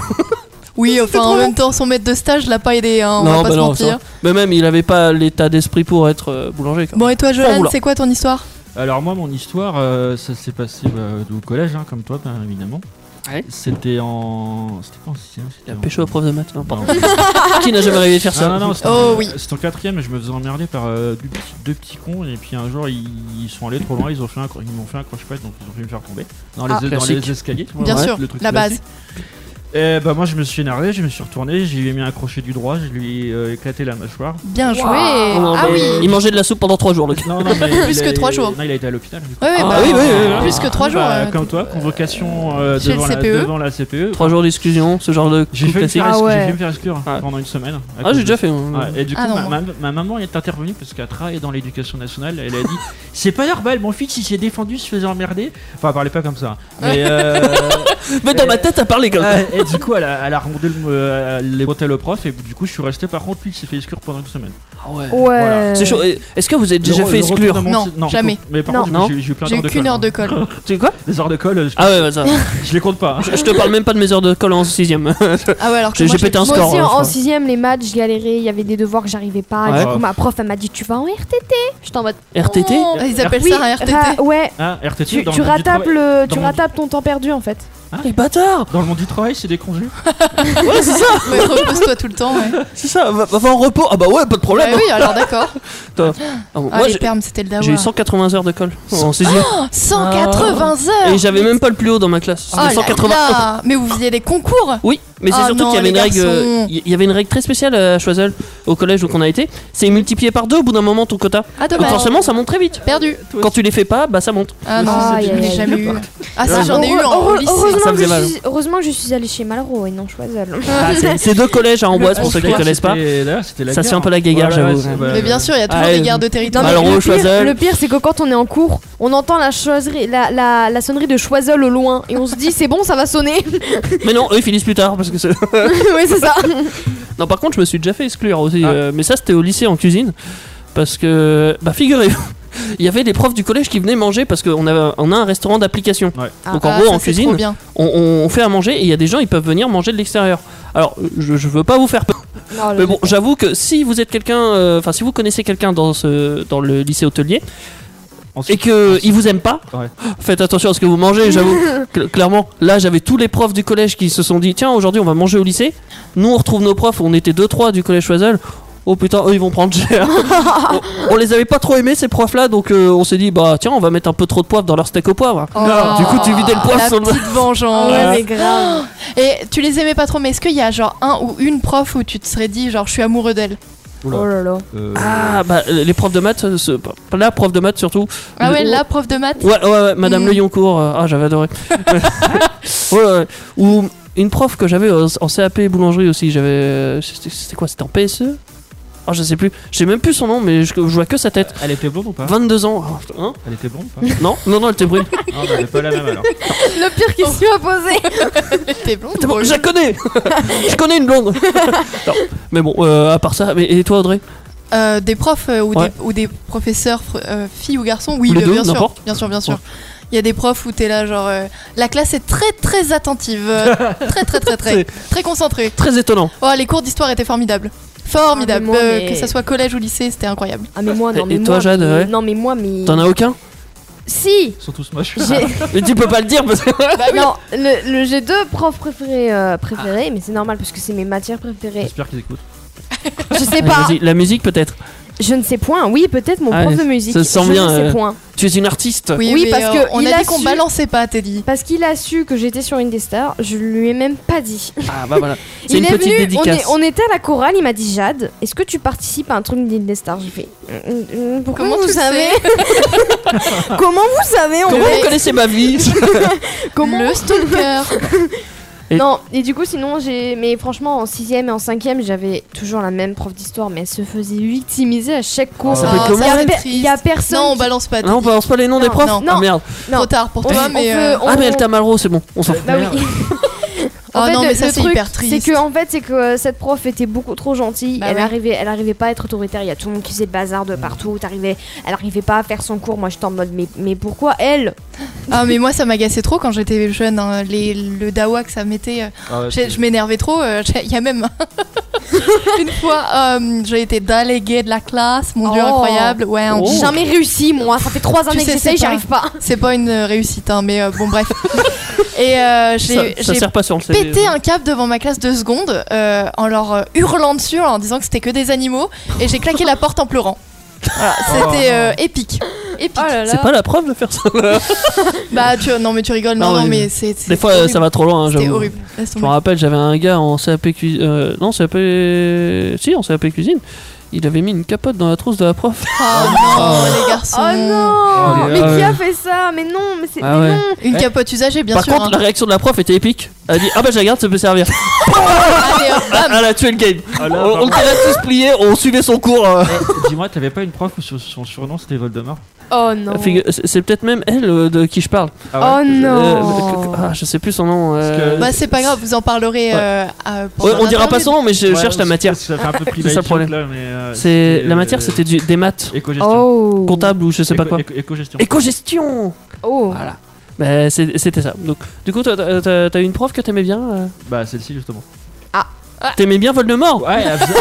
Oui, enfin, en même temps, son maître de stage l'a pas aidé, hein, on va pas se bah ça va. mentir. Mais même il avait pas l'état d'esprit pour être euh, boulanger. quoi. Bon, et toi, Oh, Jolan, oula. c'est quoi ton histoire Alors moi, mon histoire, euh, ça s'est passé bah, au collège, hein, comme toi, bien évidemment. Ah Ouais. C'était en, c'était pas en sixième. c'était Il a en- pécho à prof de maths, non, pardon. Non. Qui n'a jamais rêvé de faire ça Ah, non, non, c'était Oh en- oui. c'était en quatrième et je me faisais emmerder par euh, deux, petits, deux petits cons et puis un jour ils, ils sont allés trop loin, ils ont fait un cro- ils m'ont fait un croche-patte donc ils ont fait me faire tomber dans les, Ah, dans classique. les escaliers. Bien Ouais, sûr, le truc la base. classique. Et bah moi je me suis énervé, je me suis retourné, j'ai lui ai mis un crochet du droit, je lui ai euh, éclaté la mâchoire. Bien joué Oh, non, Ah mais oui Il mangeait de la soupe pendant 3 jours le gars. Non, non, mais Plus il que a- trois jours. Non, il a été à l'hôpital. du coup. Ouais, ouais, Ah bah, oui, oui, oui, oui. Plus que 3 jours. Bah, euh, comme toi, convocation euh, Chez le E. devant, la, CPE. devant la CPE. 3 jours d'exclusion, ce genre de J'ai truc fait, me classique. faire Ah exc- j'ai ouais. fait me faire exclure Ah. pendant une semaine. à Ah cause j'ai de déjà fait. Ouais, et du coup, Ah non, ma, moi. ma- ma maman est intervenue parce qu'elle travaille dans l'éducation nationale. Elle a dit C'est pas normal, mon fils il s'est défendu, se faisait emmerder. Enfin, elle parlait pas comme ça. Mais, euh, Mais dans ma tête t'as parlé comme ça. euh, et du coup, elle a, elle a remonté le, euh, les bretelles au prof. Et du coup, je suis resté par contre, lui il s'est fait exclure pendant une semaine. Voilà. hein. Ouais. Ah C'est chaud. Et Est-ce que vous êtes déjà Le re- fait le retour exclure de mon- Non, jamais. Mais par Non. contre, j'ai- j'ai eu plein euh, J'ai d'heures eu de qu'une colle. heure de colle. C'est quoi Les heures de colle, je, Ah ouais, bah, ça. je les compte pas. hein. Je te parle même pas de mes heures de colle en 6 Ah ouais, alors que J'ai- moi, j'ai pété un Moi score, aussi hein, je en crois. 6 les maths, je galérais, il y avait des devoirs que j'arrivais pas. Ouais. Du coup, ma prof, elle m'a dit Tu vas en RTT J'étais en mode RTT Oh, Ils appellent Oui, ça un RTT. ra- ouais. Ah, RTT, Tu, dans tu le monde du rattrapes, travail- euh, le, dans tu mon- rattrapes ton temps perdu en fait. Les bâtards Dans le monde du travail, c'est des congés. Ouais, Repose-toi tout le temps. ouais. C'est ça, va, va en repos. Ah bah ouais, pas de problème. Ah oui, alors d'accord. Ah bon, Ah, moi, les j'ai- permes, c'était le dawa. Ah, j'ai eu 180 heures de colle en sixième. 180 heures et Ah. j'avais même pas le plus haut dans ma classe. Ah, Oh là C'était 180. là Mais vous faisiez des concours Oui, Mais c'est Ah surtout non, qu'il y avait une les règle, euh, garçons. il y avait une règle très spéciale euh, à Choiseul au collège où on a été. C'est multiplié par deux au bout d'un moment ton quota. Ah, Donc dommage. forcément ça monte très vite. Perdu. Quand tu les fais pas, bah ça monte. Ah Moi non, aussi, je j'ai n'ai jamais jamais eu. Ah J'en si, j'en ai eu Heure- en- au heure- lycée. Ça Heureusement, me que faisait je mal. suis- heureusement que je suis allée chez Malraux et non Choiseul. Ah, c'est c'est deux collèges à Amboise pour ceux qui connaissent pas. Ça se fait un peu la guéguerre, j'avoue. Mais bien sûr, il y a toujours Ah, des euh, guerres de Non, territoire. mais Alors, au le, Choiseul. pire, le pire, c'est que quand on est en cours, on entend la, choiserie- la, la, la sonnerie de Choiseul au loin et on se dit c'est bon, ça va sonner. Mais non, eux ils finissent plus tard parce que c'est. oui, c'est ça. Non, par contre, je me suis déjà fait exclure aussi. Ah. euh, mais ça, c'était au lycée en cuisine. Parce que, bah, figurez-vous, il y avait des profs du collège qui venaient manger parce qu'on a, on a un restaurant d'application. Donc, en Ah, gros, ça, en c'est trop cuisine, bien. on, on fait à manger et il y a des gens, ils peuvent venir manger de l'extérieur. Alors, je, je veux pas vous faire peur. Mais bon, j'avoue que si vous êtes quelqu'un, euh, enfin, si vous connaissez quelqu'un dans, ce, dans le lycée hôtelier et qu'il vous aime pas, Ouais. faites attention à ce que vous mangez, j'avoue. Cl- clairement, là, j'avais tous les profs du collège qui se sont dit tiens, aujourd'hui, on va manger au lycée. Nous, on retrouve nos profs, on était 2-3 du collège Choiseul. Oh putain, eux ils vont prendre cher. on, on les avait pas trop aimés ces profs là, donc euh, on s'est dit bah tiens, on va mettre un peu trop de poivre dans leur steak au poivre. Oh, Ah, Du coup, tu vidais le poivre la sur le- Ah, petite vengeance. grave. Et tu les aimais pas trop, mais est-ce qu'il y a genre un ou une prof où tu te serais dit genre je suis amoureux d'elle Oh là là. Ah bah euh, les profs de maths, euh, ce- la prof de maths surtout. Ah ouais, Le- la prof de maths. Ouais, ouais, ouais, Madame Mm. Le Yoncourt, euh, ah j'avais adoré. Ouais, ouais. Ou une prof que j'avais en, en CAP boulangerie aussi, j'avais. euh, C'était c'était quoi C'était en PSE Ah je sais plus, je sais même plus son nom, mais je, je vois que sa tête. Elle était blonde ou pas 22 ans, Ah, hein Elle était blonde ou pas Non, non, non, elle était brune. Non, elle est pas la même alors. Le pire qui s'y opposait. T'es blonde Putain, bon, je la connais Je connais une blonde Non, Mais bon, euh, à part ça, mais, et toi Audrey Euh, Des profs euh, ou, Ouais. des, ou des professeurs, fr- euh, filles ou garçons Oui, Ou les bien, deux, bien sûr. n'importe. Bien sûr, bien sûr. Ouais. Il y a des profs où t'es là genre euh, la classe est très très attentive, euh, très très très très C'est- très concentrée. Très étonnant. Oh, les cours d'histoire étaient formidables. Formidables. Ah, mais moi, Euh, mais- Que ça soit collège ou lycée, c'était incroyable. Ah, mais moi, non, Et- mais et toi, moi, Jade, mais- ouais. Non, mais moi, mais. T'en as aucun Si Ils sont tous moches. J'ai- Mais tu peux pas le dire parce Bah, que. Ah Non, le, le- j'ai deux profs préférés, euh, préférés mais c'est normal parce que c'est mes matières préférées. J'espère qu'ils écoutent. Je sais pas, Vas-y, la musique peut-être. je ne sais point. Oui, peut-être mon Ah, prof de musique. ça sent je bien, ne sais euh. point. Tu es une artiste Oui, mais, parce euh, que on il a a dit qu'on su- balançait pas, Teddy. Parce qu'il a su que j'étais sur Indestar, je lui ai même pas dit. Ah bah voilà. C'est Il une est petite venu, on, dédicace. est- on était à la chorale, il m'a dit Jade, est-ce que tu participes à un truc d'Indestar J'ai fait Hum, hum, Pourquoi Comment vous tu le savez sais Comment vous savez on Comment est- vous connaissez ma vie Comment Le stalker. Et- Non, et du coup, sinon, j'ai. Mais franchement, en 6 et en 5 j'avais toujours la même prof d'histoire, mais elle se faisait victimiser à chaque cours. Ça peut être Ah, comment Il y a c'est pe- triste. Il y a personne. Non, on qui- balance pas. Ah, Non, on Teddy. balance pas les noms des Non, profs non. Ah merde. non. Trop tard pour On toi, fait- mais. on euh, fait- on- Ah mais elle t'a Malraux, c'est bon, on s'en fout. Bah oui. Ah non, le- mais ça, le c'est truc, hyper triste. C'est que en fait, c'est que euh, cette prof était beaucoup trop gentille. Bah elle ouais. arrivait, elle arrivait pas à être autoritaire. Il y a tout le monde qui faisait le bazar de partout. T'arrivais, elle arrivait pas à faire son cours. Moi, j'étais en mode, mais, mais pourquoi elle Ah mais moi ça m'agaçait trop quand j'étais jeune, hein, les, le dawa que ça mettait, euh, Ah j'ai- je m'énervais trop, euh, j'ai- il y a même une fois euh, j'ai été déléguée de la classe, mon dieu Oh. incroyable, ouais on- J'ai jamais réussi, moi. Ça fait trois années sais, que c'est j'essaye, j'y pas- arrive pas. c'est pas une réussite hein, mais euh, bon bref. Et euh, j'ai Ça, ça j'ai sert pas sur le CV. pété un câble devant ma classe deux secondes euh, en leur euh, hurlant dessus, en leur disant que c'était que des animaux et j'ai claqué la porte en pleurant. Voilà, Oh. c'était euh, épique. Épique. Oh C'est pas la preuve de faire ça. Bah tu non mais tu rigoles non Non, non, mais- mais c'est c'est Des fois, euh, horrible. ça va trop loin, hein, C'était j'avoue. horrible. Laisse Je tomber. me rappelle, j'avais un gars en CAP cuisine. euh, non, CAP. Si, en CAP cuisine. Il avait mis une capote dans la trousse de la prof. Oh non, les garçons. Oh non Oh, Mais les- qui ah a ouais. fait ça Mais non, mais c'est Ah mais ouais. non. Une Eh. capote usagée, bien Par sûr. contre, la hein. réaction de la prof était épique. Elle a dit Ah bah je la garde, ça peut servir. Allez, hop, Ah, bam. elle a tué le game. Ah là, on on était là tous pliés, on suivait son cours. euh. Dis-moi, t'avais pas une prof où son- son surnom c'était Voldemort Oh non. Figu- c'est- C'est peut-être même elle euh, de qui je parle. Oh Euh, non. ah, je sais plus son nom. euh. Parce que- Bah, c'est pas grave, vous en parlerez. euh, à- pendant Ouais, on dira pas l'interlude. son nom, mais je Ouais, cherche c'est- la matière. Ça fait un peu C'est ça le problème. C'est la matière, c'était du- des maths, euh, Éco-gestion. Oh. comptable ou je sais pas quoi. Éco-gestion. Éco-gestion. Oh. Voilà. Bah, c'est- c'était ça. Donc, du coup, toi, t'as- t'as t'as eu une prof que t'aimais bien euh, Bah, celle-ci justement. T'aimais bien Voldemort Ouais, elle faisait-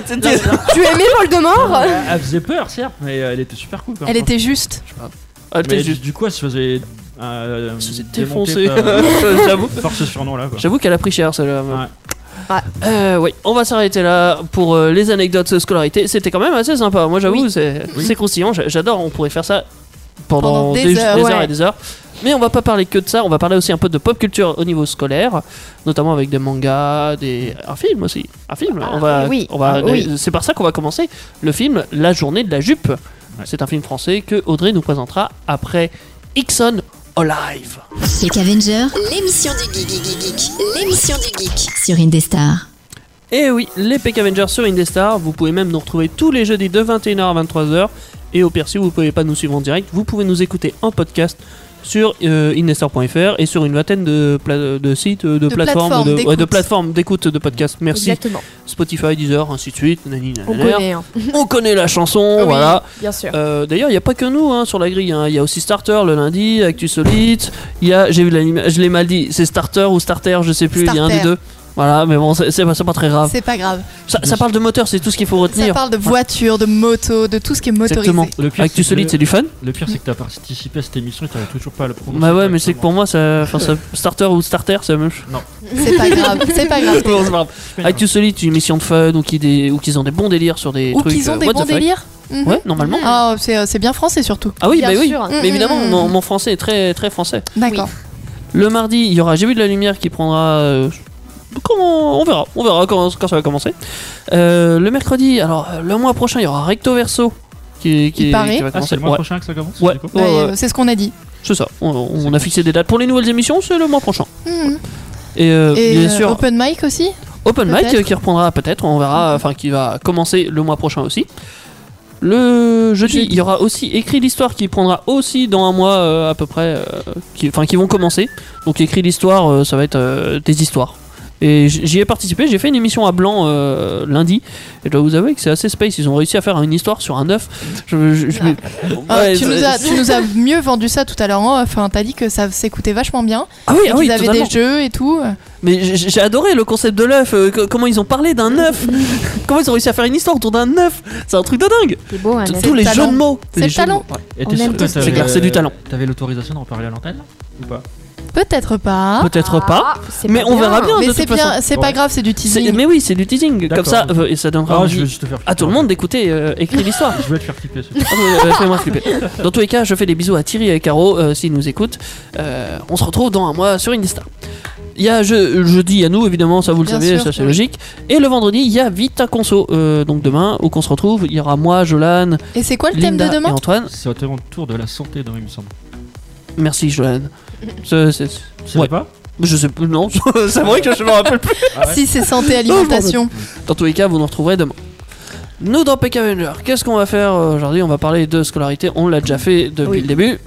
T'es- Non, t'es- non, Tu aimais Voldemort Elle faisait peur, certes, mais euh, elle était super cool. quand Elle même. était juste. Ah, Mais t'es du, juste. du coup, elle se faisait. Euh, Elle se faisait démonter défoncer. par- euh, Par ce surnom là. Quoi. J'avoue qu'elle a pris cher celle-là. Ouais. Ouais. Euh, oui, on va s'arrêter là pour euh, les anecdotes scolarité. C'était quand même assez sympa. Moi, j'avoue, c'est c'est croustillant. J'a- J'adore. On pourrait faire ça pendant, Pendant des heures, ouais. et des heures. Mais on va pas parler que de ça, on va parler aussi un peu de pop culture au niveau scolaire, notamment avec des mangas, des un film aussi, un film. Ah, on va, oui. on va, euh, Ah, oui. c'est par ça qu'on va commencer le film La journée de la jupe. C'est un film français que Audrey nous présentera après Ixon Alive. Peck Avenger L'émission du geek, geek, geek. L'émission du geek. sur Indestar. Et Eh oui, les Peck Avengers sur Indestar, vous pouvez même nous retrouver tous les jeudis de 21h à 23h. Et au pire, si vous ne pouvez pas nous suivre en direct, vous pouvez nous écouter en podcast sur euh, indestar.fr et sur une vingtaine de, pla- de sites, euh, de, De plateformes, plateformes de, ouais, de d'écoute. plateformes d'écoute de podcasts. Merci. Exactement. Spotify, Deezer, ainsi de suite. nani, nana. On connaît, hein. On connaît la chanson, Oui. voilà. bien sûr. Euh, D'ailleurs, il n'y a pas que nous hein, sur la grille. hein. Il y a aussi Starter le lundi, Actu Solide. Il y a, j'ai vu l'anima- je l'ai mal dit, c'est Starter ou Starter, je sais plus. Il y a un des Starter. deux. Voilà, mais bon, c'est c'est pas, c'est pas très grave. C'est pas grave. Ça, ça parle de moteur, c'est tout ce qu'il faut Ça retenir. parle de voiture, de moto, de tout ce qui est motorisé. Exactement. Le pire, Actu c'est que solide, c'est du fun. le pire, c'est que t'as participé à cette émission et t'avais toujours pas à la prononcer. Bah ouais, mais c'est que correctement. pour moi, ça, enfin, ça- starter ou starter, c'est la même chose. C'est pas grave, c'est pas grave. Bon, c'est pas grave. Actu solide, c'est une émission de fun ou qui des- ou qu'ils ont des bons délires sur des Ou trucs. qu'ils euh, ont des what the bons fuck. délires Mhm. Ouais, normalement. Ah, c'est c'est bien français surtout. Ah oui, Bien bah oui. sûr. Mais évidemment, Mhm. mon, mon français est très très français. D'accord. Le mardi, il y aura J'ai vu de la lumière qui prendra. euh, comment on verra, on verra quand, quand ça va commencer. Euh, le mercredi, alors euh, le mois prochain, il y aura Recto Verso qui, qui, Il paraît. qui va Ah, commencer. c'est le mois Ouais. prochain que ça commence Ouais. du coup Ouais, Bah, ouais, euh, C'est ce qu'on a dit. c'est ça. On, on a fixé des dates pour les nouvelles émissions, c'est le mois prochain. Mhm. Et, euh, Et bien euh, sûr, open mic aussi Open Mic Peut-être. euh, qui reprendra peut-être, on verra, enfin qui va commencer le mois prochain aussi. Le jeudi, Jeudi. il y aura aussi Écrit l'histoire qui prendra aussi dans un mois euh, à peu près, euh, qui- enfin qui, vont commencer. Donc Écrit l'histoire, euh, ça va être euh, des histoires. Et j- j'y ai participé, j'ai fait une émission à Blanc euh, lundi, et je dois vous avouer que c'est assez space, ils ont réussi à faire une histoire sur un œuf. Je, je- je- Ah, Ouais, tu, ça- nous as, tu nous as mieux vendu ça tout à l'heure. hein. Enfin, t'as dit que ça s'écoutait vachement bien. Ah oui, et ah qu'ils oui, avaient totalement. des jeux et tout. Mais j- j'ai adoré le concept de l'œuf, euh, co- comment ils ont parlé d'un œuf, comment ils ont réussi à faire une histoire autour d'un œuf, c'est un truc de dingue. C'est beau, hein, T- la- Tous les talent. jeux de mots. Ah, C'est Les le jeux de talent. mots, ouais. Et On t'es sûr aime que tous. t'avais- C'est clair, c'est du talent. T'avais l'autorisation d'en parler à l'antenne Ou pas Peut-être pas. Peut-être pas. Ah, c'est Mais pas on bien. verra bien Mais de c'est toute bien, façon. c'est pas Ouais. grave, c'est du C'est- teasing. Mais oui, c'est du teasing. Comme D'accord. ça, euh, et ça donnera Ah, envie je veux juste te faire flipper. à tout le monde d'écouter euh, écrire l'histoire. Je veux te faire flipper. c'est- Ah, euh, Fais-moi flipper. Dans tous les cas, je fais des bisous à Thierry et Caro euh, s'ils nous écoutent. Euh, on se retrouve dans un mois sur Indestar. Il y a je, jeudi à nous, évidemment, ça vous le Bien savez, sûr, ça c'est oui. logique. Et le vendredi, il y a Vita Conso. euh, donc demain, où qu'on se retrouve, il y aura moi, Jolan, Et c'est quoi le thème Linda de et demain Antoine. C'est autour tour de la santé, demain, il me semble. Merci, Jolan. C'est- c'est- C'est Ouais. pas Je sais plus, non, c'est vrai que je me rappelle Ah ouais. Si c'est Oh, santé alimentation. Dans tous les cas, vous nous retrouverez demain. Nous, dans PK Avenger, qu'est-ce qu'on va faire euh, aujourd'hui On va parler de scolarité, on l'a déjà fait depuis Oui. le début.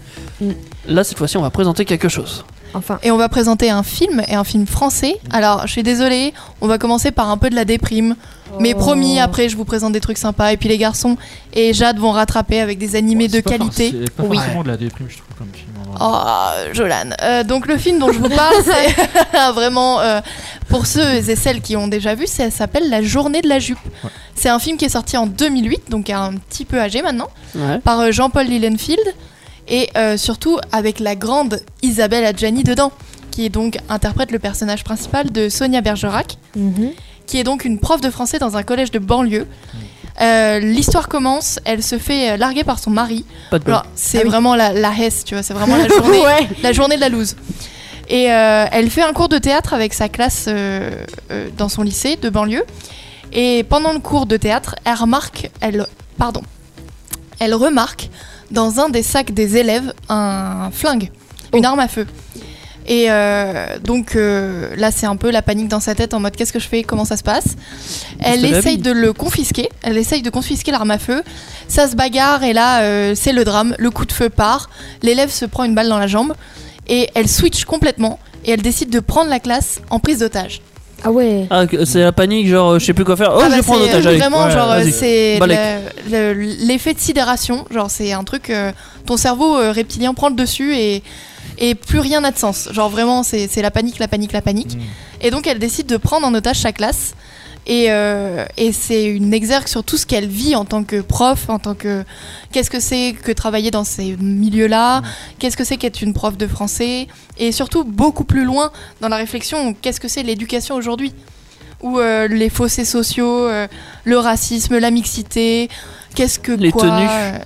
Mm. Là, cette fois-ci, on va présenter quelque chose. Enfin, Et on va présenter un film et un film français. Alors, je suis désolée, on va commencer par un peu de la déprime. Mais Oh. promis, après, je vous présente des trucs sympas. Et puis les garçons et Jade vont rattraper avec des animés Oh, C'est de pas qualité. forc- C'est pas Oui. forcément de la déprime, je trouve, comme film. en vrai. Oh, Jolan. Euh, donc le film dont je vous parle, c'est vraiment euh, pour ceux et celles qui ont déjà vu, ça s'appelle La Journée de la Jupe. Ouais. C'est un film qui est sorti en 2008, donc un petit peu âgé maintenant, Ouais. par euh, Jean-Paul Lillenfield et euh, surtout avec la grande Isabelle Adjani dedans, qui est donc interprète le personnage principal de Sonia Bergerac mhm. qui est donc une prof de français dans un collège de banlieue. Euh, L'histoire commence, elle se fait euh, larguer par son mari. Pas de bol. Alors, c'est vraiment la, la hesse, tu vois, c'est vraiment la journée, ouais. la journée de la loose. Et euh, elle fait un cours de théâtre avec sa classe euh, euh, dans son lycée de banlieue. Et pendant le cours de théâtre, elle remarque, elle, pardon, elle remarque dans un des sacs des élèves un flingue, une arme à feu. Et euh, donc euh, là, c'est un peu la panique dans sa tête en mode qu'est-ce que je fais, comment ça se passe. Elle se l'habille. essaye de le confisquer, elle essaye de confisquer l'arme à feu. Ça se bagarre et là, euh, c'est le drame. Le coup de feu part, l'élève se prend une balle dans la jambe et elle switch complètement et elle décide de prendre la classe en prise d'otage. Ah ouais. Ah, que- c'est la panique, genre, euh, je sais plus quoi faire. Oh, Ah je bah, vais prendre c'est otage. allez. Vraiment, Ouais, genre, vas-y. Bah, c'est Balek. le- le- l'effet de sidération. Genre, c'est un truc. euh, ton cerveau euh, reptilien prend le dessus et, et plus rien n'a de sens. Genre, vraiment, c'est c'est la panique, la panique, la panique. Mm. Et donc, elle décide de prendre en otage sa classe. Et, euh, et c'est une exergue sur tout ce qu'elle vit en tant que prof, en tant que. Qu'est-ce que c'est que travailler dans ces milieux-là Qu'est-ce que c'est qu'être une prof de français Et surtout, beaucoup plus loin dans la réflexion, qu'est-ce que c'est l'éducation aujourd'hui Ou euh, les fossés sociaux, euh, le racisme, la mixité, Qu'est-ce que Les quoi,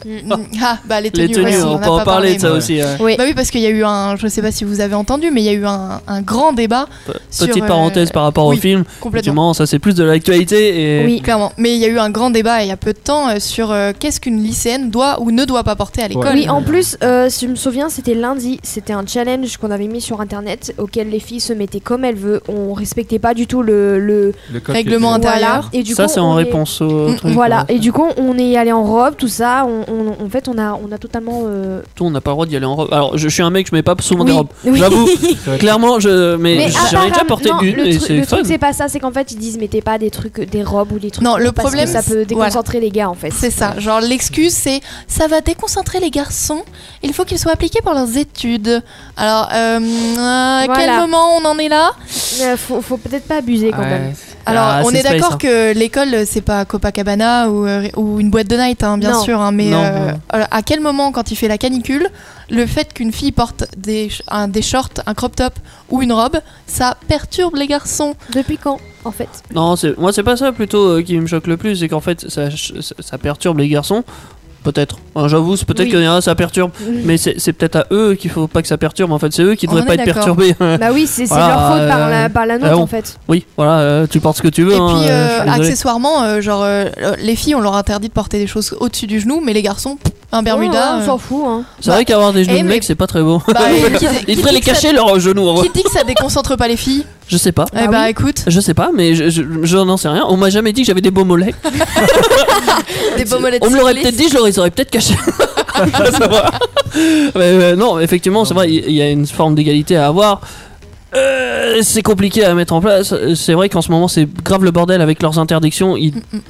tenues. euh, Ah, bah les Les tenues, tenues, ouais, on en a peut en parler pas parlé, de ça mais- aussi. ouais. Oui. Bah oui, parce qu'il y a eu un, je sais pas si vous avez entendu, mais il y a eu un, un grand débat Sur, Petite euh, parenthèse par rapport oui, au film. complètement. Effectivement, ça c'est plus de l'actualité et Oui. Clairement. Mais il y a eu un grand débat il y a peu de temps euh, sur euh, qu'est-ce qu'une lycéenne doit ou ne doit pas porter à l'école. Ouais. Oui, en plus, euh, si je me souviens, c'était lundi. C'était un challenge qu'on avait mis sur internet auquel les filles se mettaient comme elles veulent. On respectait pas du tout le, le Le code Règlement qui était- intérieur. voilà. Et du ça coup, c'est en on est- réponse au Mm, truc. Voilà. ouais. Et du coup, on est allé en robe, tout ça. On, on- en fait, on a, on a totalement. euh, Tout, on n'a pas le droit d'y aller en robe. Alors, je, je suis un mec, je mets pas souvent oui, des robes. oui. J'avoue, Ouais. clairement, je, mais, Mais j'en ai déjà apparemment- porté non, une le et truc- c'est le fun. truc, c'est pas ça. C'est qu'en fait, ils disent mettez pas des trucs, des robes ou des trucs. Non, le parce que problème, ça peut c'est- déconcentrer les gars, en fait. C'est ça. Genre l'excuse c'est ça va déconcentrer les garçons. Il faut qu'ils soient appliqués pour leurs études. Alors euh, euh, à quel Voilà. moment on en est là Euh, faut, faut peut-être pas abuser quand même. Alors Ah, on c'est est space, d'accord hein. que l'école euh, c'est pas Copacabana ou, euh, ou une boîte de night hein, bien Non. sûr. hein, mais Non, euh, non. alors, à quel moment quand il fait la canicule, le fait qu'une fille porte des ch- un- des shorts, un crop top ou une robe, ça perturbe les garçons. Depuis quand, en fait Non, c'est, moi c'est pas ça plutôt euh, qui me choque le plus, c'est qu'en fait ça, ch- ça, ça perturbe les garçons. Peut-être. Enfin, j'avoue, c'est peut-être Oui. qu'il y en a, ça perturbe. Mais c'est, c'est peut-être à eux qu'il faut pas que ça perturbe. En fait, c'est eux qui On devraient est pas être d'accord. perturbés. Bah oui, c'est c'est Voilà, leur faute par, euh, la, par la nôtre ah bon. en fait. oui, voilà, euh, tu portes ce que tu veux. Et hein, puis, euh, je euh, suis désolé. accessoirement, euh, genre, euh, les filles, on leur interdit de porter des choses au-dessus du genou, mais les garçons, pff, un Ouais, Bermuda. ouais, euh, on s'en fout. Hein. C'est vrai qu'avoir des genoux eh, de mais- mec, c'est pas très beau. bah, et qui- qui Ils dit devraient les que ça- cacher leurs genoux. en vrai. Qui dit que ça déconcentre pas les filles Je sais pas. Eh Bah bah oui. écoute, Je sais pas, mais je, je, je n'en sais rien. On m'a jamais dit que j'avais des beaux mollets. des pommettes. On me l'aurait peut-être dit, je l'aurais, ils auraient peut-être caché. Je sais pas. Mais, euh, non, effectivement, c'est vrai, il il y a une forme d'égalité à avoir. Euh, c'est compliqué à mettre en place. C'est vrai qu'en ce moment, c'est grave le bordel avec leurs interdictions. Ils... Mm,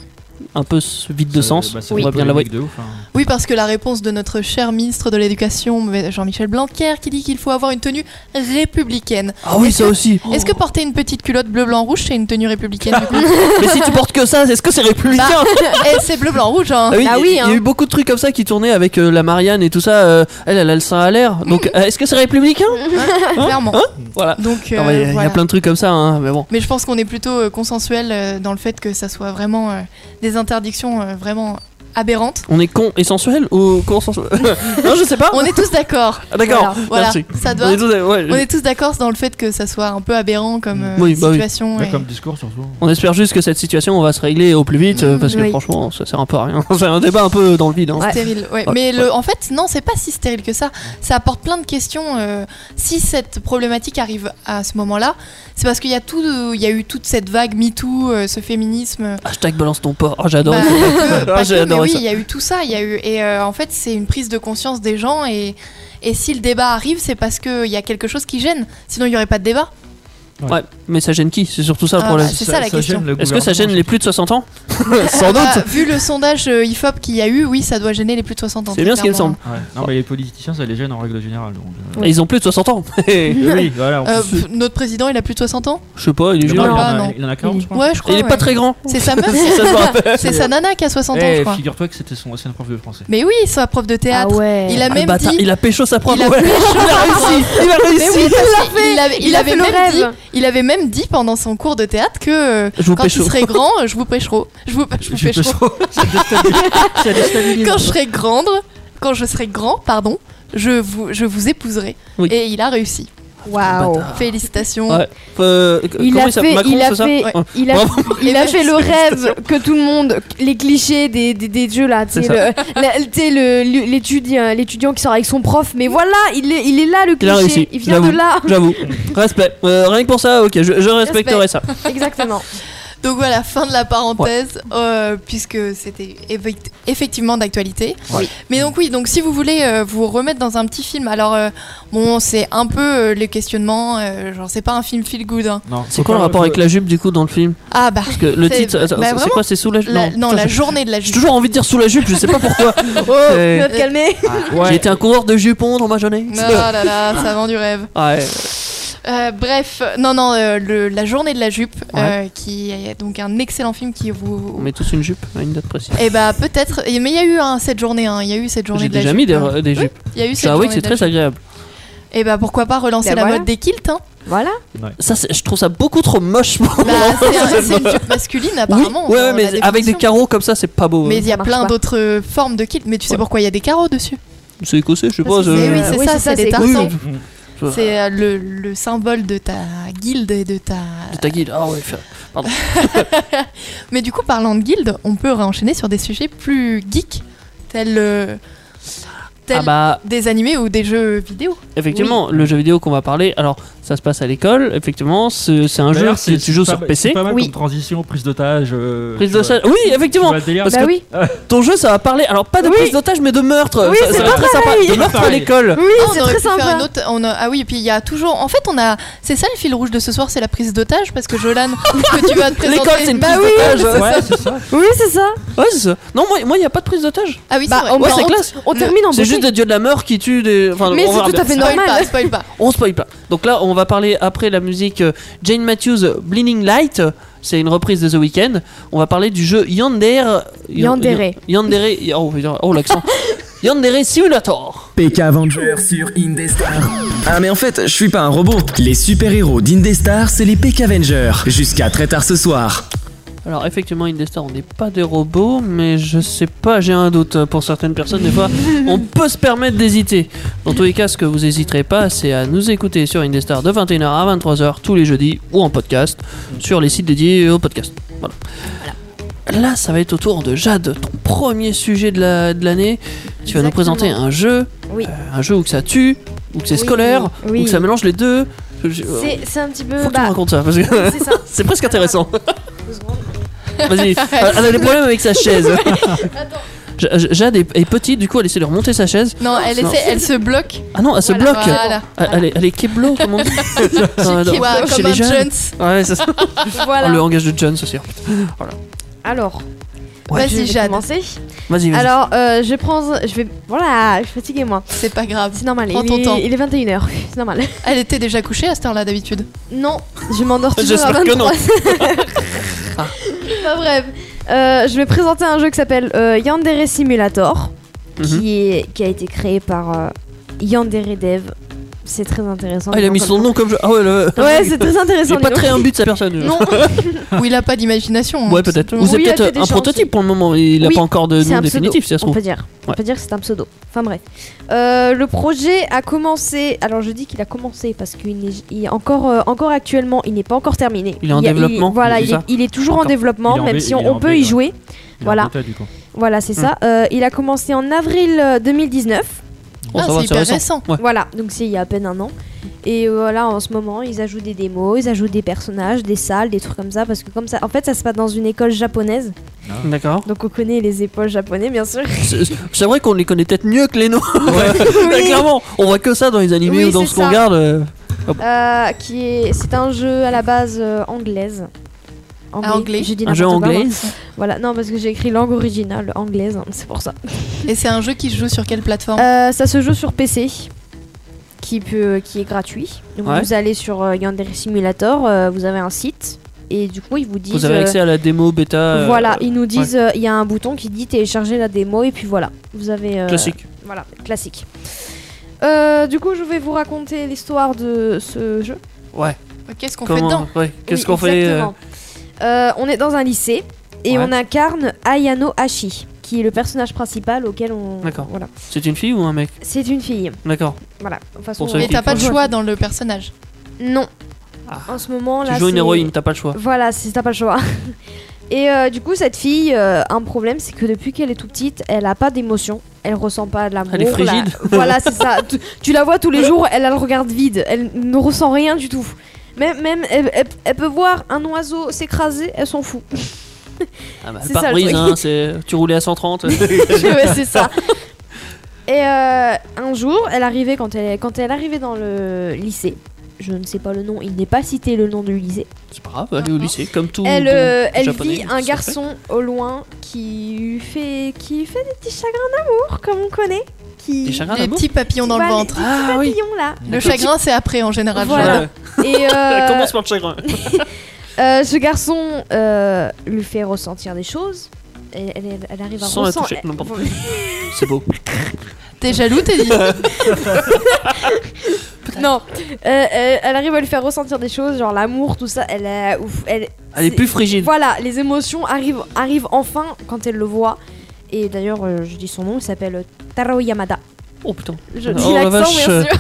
Un peu s- vide de Ça- sens. bah, ça on fait va bien l'avouer. polémique de ouf, hein. Oui, parce que la réponse de notre cher ministre de l'Éducation, Jean-Michel Blanquer, qui dit qu'il faut avoir une tenue républicaine. Ah oui, ça aussi. Est-ce que porter une petite culotte bleu, blanc, rouge, c'est une tenue républicaine du coup Mais si tu portes que ça, est-ce que c'est républicain Eh, c'est bleu, blanc, rouge, hein Ah oui, Ah oui, il y a hein. eu beaucoup de trucs comme ça qui tournaient avec euh, la Marianne et tout ça. euh, elle, elle a le sein à l'air. Donc, euh, est-ce que c'est républicain Clairement. Hein Voilà. Donc, Non, mais Il y a- il euh, y, voilà. a plein de trucs comme ça, hein, mais bon. Mais je pense qu'on est plutôt euh, consensuel euh, dans le fait que ça soit vraiment euh, des interdictions euh, vraiment aberrantes. On est con et sensuel ou con sensuel Non, je sais pas. On est tous d'accord. Ah, D'accord, Voilà, merci. ça On doit. est tous- ouais, On est tous d'accord dans le fait que ça soit un peu aberrant comme euh, Oui, bah oui. situation. Ouais, et- Comme discours surtout. On espère juste que cette situation on va se régler au plus vite euh, parce que Oui. franchement ça sert un peu à rien. C'est un débat un peu dans le vide. hein. Stérile, ouais. Ouais, Mais le, en fait, non, c'est pas si stérile que ça. Ça apporte plein de questions. euh, si cette problématique arrive à ce moment-là, c'est parce qu'il y a tout, il y a eu toute cette vague MeToo, euh, ce féminisme. Hashtag balance ton porc. Oh, j'adore. Bah, que- Ah, pas j'ai que, mais adoré oui, ça. il y a eu tout ça. Il y a eu et euh, en fait, c'est une prise de conscience des gens et et si le débat arrive, c'est parce que il y a quelque chose qui gêne. Sinon, il y aurait pas de débat. Ouais, mais ça gêne qui C'est surtout ça le Ah, problème. c'est ça, la question. gêne le Est-ce que ça gêne gouvernement, les plus de 60 ans Sans doute. Bah, vu le sondage euh, IFOP qu'il y a eu, oui, ça doit gêner les plus de 60 ans. C'est bien ce qu'il me clairement. semble. Ouais. Non, mais les politiciens, ça les gêne en règle générale. donc, euh, Ils ont plus de 60 ans. je Oui, voilà. en Euh, plus. pff, notre président, il a plus de 60 ans sais pas, il est Il vieux. en pas, a- non. il en a 40, je crois. Ouais, je crois. Il est ouais. pas très grand. Ah, C'est sa meuf, Si ça se rappelle. c'est sa nana qui a 60 ans, je Eh, crois. figure-toi que c'était son ancien prof de français. Mais oui, soit prof de Ah théâtre. ouais. Il a Ah, le même bâtard, dit. il a pécho sa propre. Il a ouais. Il a réussi. Il a Mais réussi. oui, parce qu'il- il, avait, Il il a avait fait le même rêve. dit, il avait même dit pendant son cours de théâtre que euh, Je vous quand pécho. je serai grand, euh, je vous pêcherai. Je vous, je vous Je pêcherai. Ça déstabilise. Quand je serai grande, quand je serai grand, pardon, je vous, je vous épouserai. Oui. Et il a réussi. Waouh. Félicitations. Ouais. Euh, Il comment a s'appelle fait, Macron, il a c'est ça fait, Ouais. il a, Bravo. il Et a moi, fait je- le rêve que tout le monde, les clichés des, des, des jeux là, tu C'est sais, le- la- tu sais, le- l'étudiant l'étudiant qui sort avec son prof, mais voilà, il est, il est là le Il a réussi, cliché, il vient de j'avoue. là. J'avoue. Respect. Euh, rien que pour ça, ok, je, je respecterai ça. Exactement. Donc voilà, fin de la parenthèse, euh, puisque c'était éve- effectivement d'actualité. Ouais. Mais donc oui, donc si vous voulez euh, vous remettre dans un petit film, alors euh, bon, c'est un peu euh, les questionnements, euh, genre c'est pas un film feel good. hein. Non, C'est quoi le rapport avec la jupe du coup dans le film Ah bah, Parce que le C'est- titre, attends, bah, c'est vraiment, quoi C'est sous la jupe la- non, putain, la j'ai- journée de la J'ai jupe. Oh, toujours envie de dire sous la jupe, je sais pas pourquoi. Tu C'est- vas te calmer. Ah, J'ai été un coureur de jupons dans ma jeunesse. Ah là là, ça vend du rêve. Ouais. Euh, bref, non, non, euh, le- la journée de la jupe, euh, qui est donc un excellent film qui vous... On met tous une jupe à une date précise. Eh bah peut-être, Et- mais il y a eu hein, cette journée, hein, il y a eu cette journée J'ai de la déjà jupe. mis des, hein. des jupes. Il y a eu cette Ça, oui, journée c'est de la très agréable. Et bah pourquoi pas relancer Bah la voilà. mode des kilts hein Voilà. Ça, c'est- je trouve ça beaucoup trop moche. pour moi. Bah, c'est un- c'est une jupe masculine Oui, apparemment. ouais, dans la mais avec des définition. carreaux comme ça, c'est pas beau. Mais il y a Ça marche plein pas. d'autres euh, formes de kits. Mais tu sais Ouais. pourquoi il y a des carreaux dessus C'est écossais, je sais pas. Parce que c'est- Mais oui, Euh, c'est oui, ça, c'est ça, c'est des c'est- tarsans. oui. Mm. C'est euh, le, le symbole de ta guilde et de ta. de ta guilde. Ah ouais, fait- Mais du coup, parlant de guilde, on peut réenchaîner sur des sujets plus geeks, tels, euh, tels Ah bah, des animés ou des jeux vidéo. effectivement, le jeu vidéo qu'on va parler, alors ça se passe à l'école, effectivement, c'est c'est un jeu D'ailleurs, que c'est- tu joues c'est sur pas- PC. C'est pas mal Oui. comme transition, prise d'otage. euh, Prise tu vois- d'otage. Oui, tu effectivement. vois le délire Parce bah que- Ah. oui. Ton jeu, ça va parler. Alors pas de Oui. prise d'otage, mais de meurtre. Oui, Ça- c'est ça va pas être très sympa. De pareil. meurtre à Pareil. l'école. Oui, Ah, on c'est aurait très pu faire une sympa. autre. on a- Ah oui, et puis il y a toujours. En fait, on a. C'est ça le fil rouge de ce soir, c'est la prise d'otage parce que Jolan, que tu vas te présenter. L'école, c'est une Bah prise oui. d'otage. Ouais, c'est ça. Oui, c'est ça. Ouais, c'est ça. Non, moi, moi, il y a pas de prise d'otage. Ah oui, Bah, c'est au Ouais, vrai. moins, c'est on- classe. On termine en Euh, C'est juste beauté. des dieux de la mort qui tuent des. Enfin, Mais on verra c'est tout bien. à fait Spoil pas, normal. spoil pas. On spoil pas. Donc là, on va parler après la musique euh, Jane Matthews euh, Blinding Light. euh, C'est une reprise de The Weeknd. On va parler du jeu Yandere. Yan- Yandere. Yandere. Oh, putain, oh, l'accent. Yandere Simulator. PK Avenger sur Indestar. Ah mais en fait, je suis pas un robot. Les super-héros d'Indestar, c'est les PK Avengers. Jusqu'à très tard ce soir. Alors effectivement, Indestar, on n'est pas des robots, mais je sais pas, j'ai un doute euh, pour certaines personnes. Des fois, on peut se permettre d'hésiter. Dans tous les cas, ce que vous hésiterez pas, c'est à nous écouter sur Indestar de 21h à 23h tous les jeudis ou en podcast sur les sites dédiés au podcast. Voilà. Là, ça va être au tour de Jade, ton premier sujet de la- de l'année. tu vas nous Exactement. présenter un jeu, Oui. euh, un jeu où que ça tue, ou que c'est Oui, scolaire, oui. ou que ça mélange les deux. Je- je- C'est c'est un petit peu. Euh, Faut que tu me bah, racontes ça, parce que C'est ça. c'est presque intéressant. Ah, Vas-y, elle a des problèmes avec sa chaise. Ja- Ja- Jade est, est petite, du coup elle essaie de remonter sa chaise. Non, elle Non. essaie, elle se bloque. Ah non, elle se Voilà, bloque. Voilà. Elle- Elle, est, elle est keblo, comment on dit Non, non, Qui voit chez les comme un jeunes. Jones. Ouais, c'est ça. Voilà. Oh, le langage de John, ça c'est. Alors. Ouais, je c'est vais Jade. commencer. Vas-y, vas-y. Alors, euh, je prends. Je vais. Voilà, je suis fatiguée moi. C'est pas grave. C'est normal. Prends il, ton est, temps. il est 21h. C'est normal. Elle était déjà couchée à cette heure-là d'habitude. Non, je m'endors toujours à J'espère que non. 23 Enfin, bref, Euh, je vais présenter un jeu qui s'appelle euh, Yandere Simulator, Mhm. qui, est, qui a été créé par euh, Yandere Dev. C'est très intéressant. Ah, il a mis son nom comme je. Ah ouais, le... Ouais, c'est très Il intéressant. est pas dis donc. très imbu de sa personne. Non, Ou il a pas d'imagination. hein, Ah. Ouais, tout peut-être. simplement. Ou c'est Oui, il a fait peut-être des un chances. prototype pour le moment. Il a Oui, pas encore de c'est nom un pseudo, définitif, si ça se on trouve. peut dire. On Ouais. peut dire que c'est un pseudo. Enfin bref. Euh, le projet a commencé. Alors je dis qu'il a commencé parce qu'il n'est il est encore, euh, encore actuellement, il n'est pas encore terminé. Il est en y a- développement, voilà, c'est il est, ça il est toujours en Encore. développement, Il est en même B- si il est on, en hein. peut B, y ouais. jouer. Il est en Voilà. bêta, du coup. Bah, Voilà, c'est ça. Euh, il a commencé en avril euh, 2019. Bon, Ah, ça va, c'est hyper récent. récent. Ouais. Voilà, donc c'est il y a à peine un an. Et euh, voilà, en ce moment, ils ajoutent des démos, ils ajoutent des personnages, des salles, des trucs comme ça. Parce que comme ça, en fait, ça se passe dans une école japonaise. D'accord. Donc on connaît les épaules japonais, bien sûr. C'est c'est vrai qu'on les connaît peut-être mieux que les noms. Ouais, Clairement, on voit que ça dans les animés Oui, ou dans c'est ce qu'on ça. regarde. euh, Euh, qui est, c'est un jeu à la base euh, anglaise. Anglais. Ah, anglais. Je dis Un jeu n'importe quoi, anglais. moi. Voilà, non parce que j'ai écrit langue originale anglaise, hein, c'est pour ça. Et c'est un jeu qui se joue sur quelle plateforme Ah. Euh, ça se joue sur PC, qui, peut, qui est gratuit. Donc, Ouais. Vous allez sur euh, Yandere Simulator, euh, vous avez un site, et du coup, ils vous disent. Vous avez euh, accès à la démo bêta. euh, voilà, ils nous disent, euh, il y a un bouton qui dit télécharger la démo, et puis voilà, vous avez. euh, Classique. Voilà, classique. Euh, du coup, je vais vous raconter l'histoire de ce jeu. Ouais. Qu'est-ce qu'on fait dedans Comment ouais. Qu'est-ce Oui, qu'on fait euh, exactement. Euh, On est dans un lycée et Ouais. on incarne Ayano Hashi, qui est le personnage principal auquel on. D'accord. Voilà. C'est une fille ou un mec C'est une fille. D'accord. Voilà. De toute façon, Pour on- ceux Mais qui t'as pas le font- choix dans le personnage. Non. Ah. En ce moment, là. tu joues une c'est- héroïne, t'as pas le choix. Voilà, c'est t'as pas le choix. Et euh, du coup, cette fille, euh, un problème, c'est que depuis qu'elle est toute petite, elle a pas d'émotion. Elle ressent pas de l'amour. Elle est la- frigide. Voilà, c'est ça. Tu, tu la vois tous les jours, elle a le regard vide. Elle ne ressent rien du tout. Même, même elle, elle- elle peut voir un oiseau s'écraser, elle s'en fout. Ah bah, C'est euh, ça, le Pare-brise, truc. hein, c'est- tu roulais à 130. Ouais, c'est ça. Et euh, un jour, elle arrivait quand elle, quand elle arrivait dans le lycée. Je ne sais pas le nom, il n'est pas cité le nom du lycée. c'est pas grave, allez au lycée, comme tout. elle bon euh, elle japonais, vit ça un se garçon au loin qui lui fait qui lui fait des petits chagrins d'amour comme on connaît fait. qui Des chagrins Les d'amour petits papillons dans Ouais, le les ventre. petits Ah oui. papillons, là Le chagrin, c'est après en général. Voilà. Jordan. Ouais. et euh, Commence par le chagrin. euh, ce garçon euh, lui fait ressentir des choses elle, elle- elle arrive à Sans la ressentir toucher, non, pardon. C'est beau. Bah, T'es jaloux, t'es dit. Non, Euh, euh, elle arrive à lui faire ressentir des choses, genre l'amour, tout ça. Elle, a- ouf, elle, Elle est c'est- plus frigide. Voilà, les émotions arrivent, arrivent enfin quand elle le voit. Et d'ailleurs, euh, je dis son nom, il s'appelle Taro Yamada. Oh putain. Je Oh, dis la l'accent, vache. bien sûr.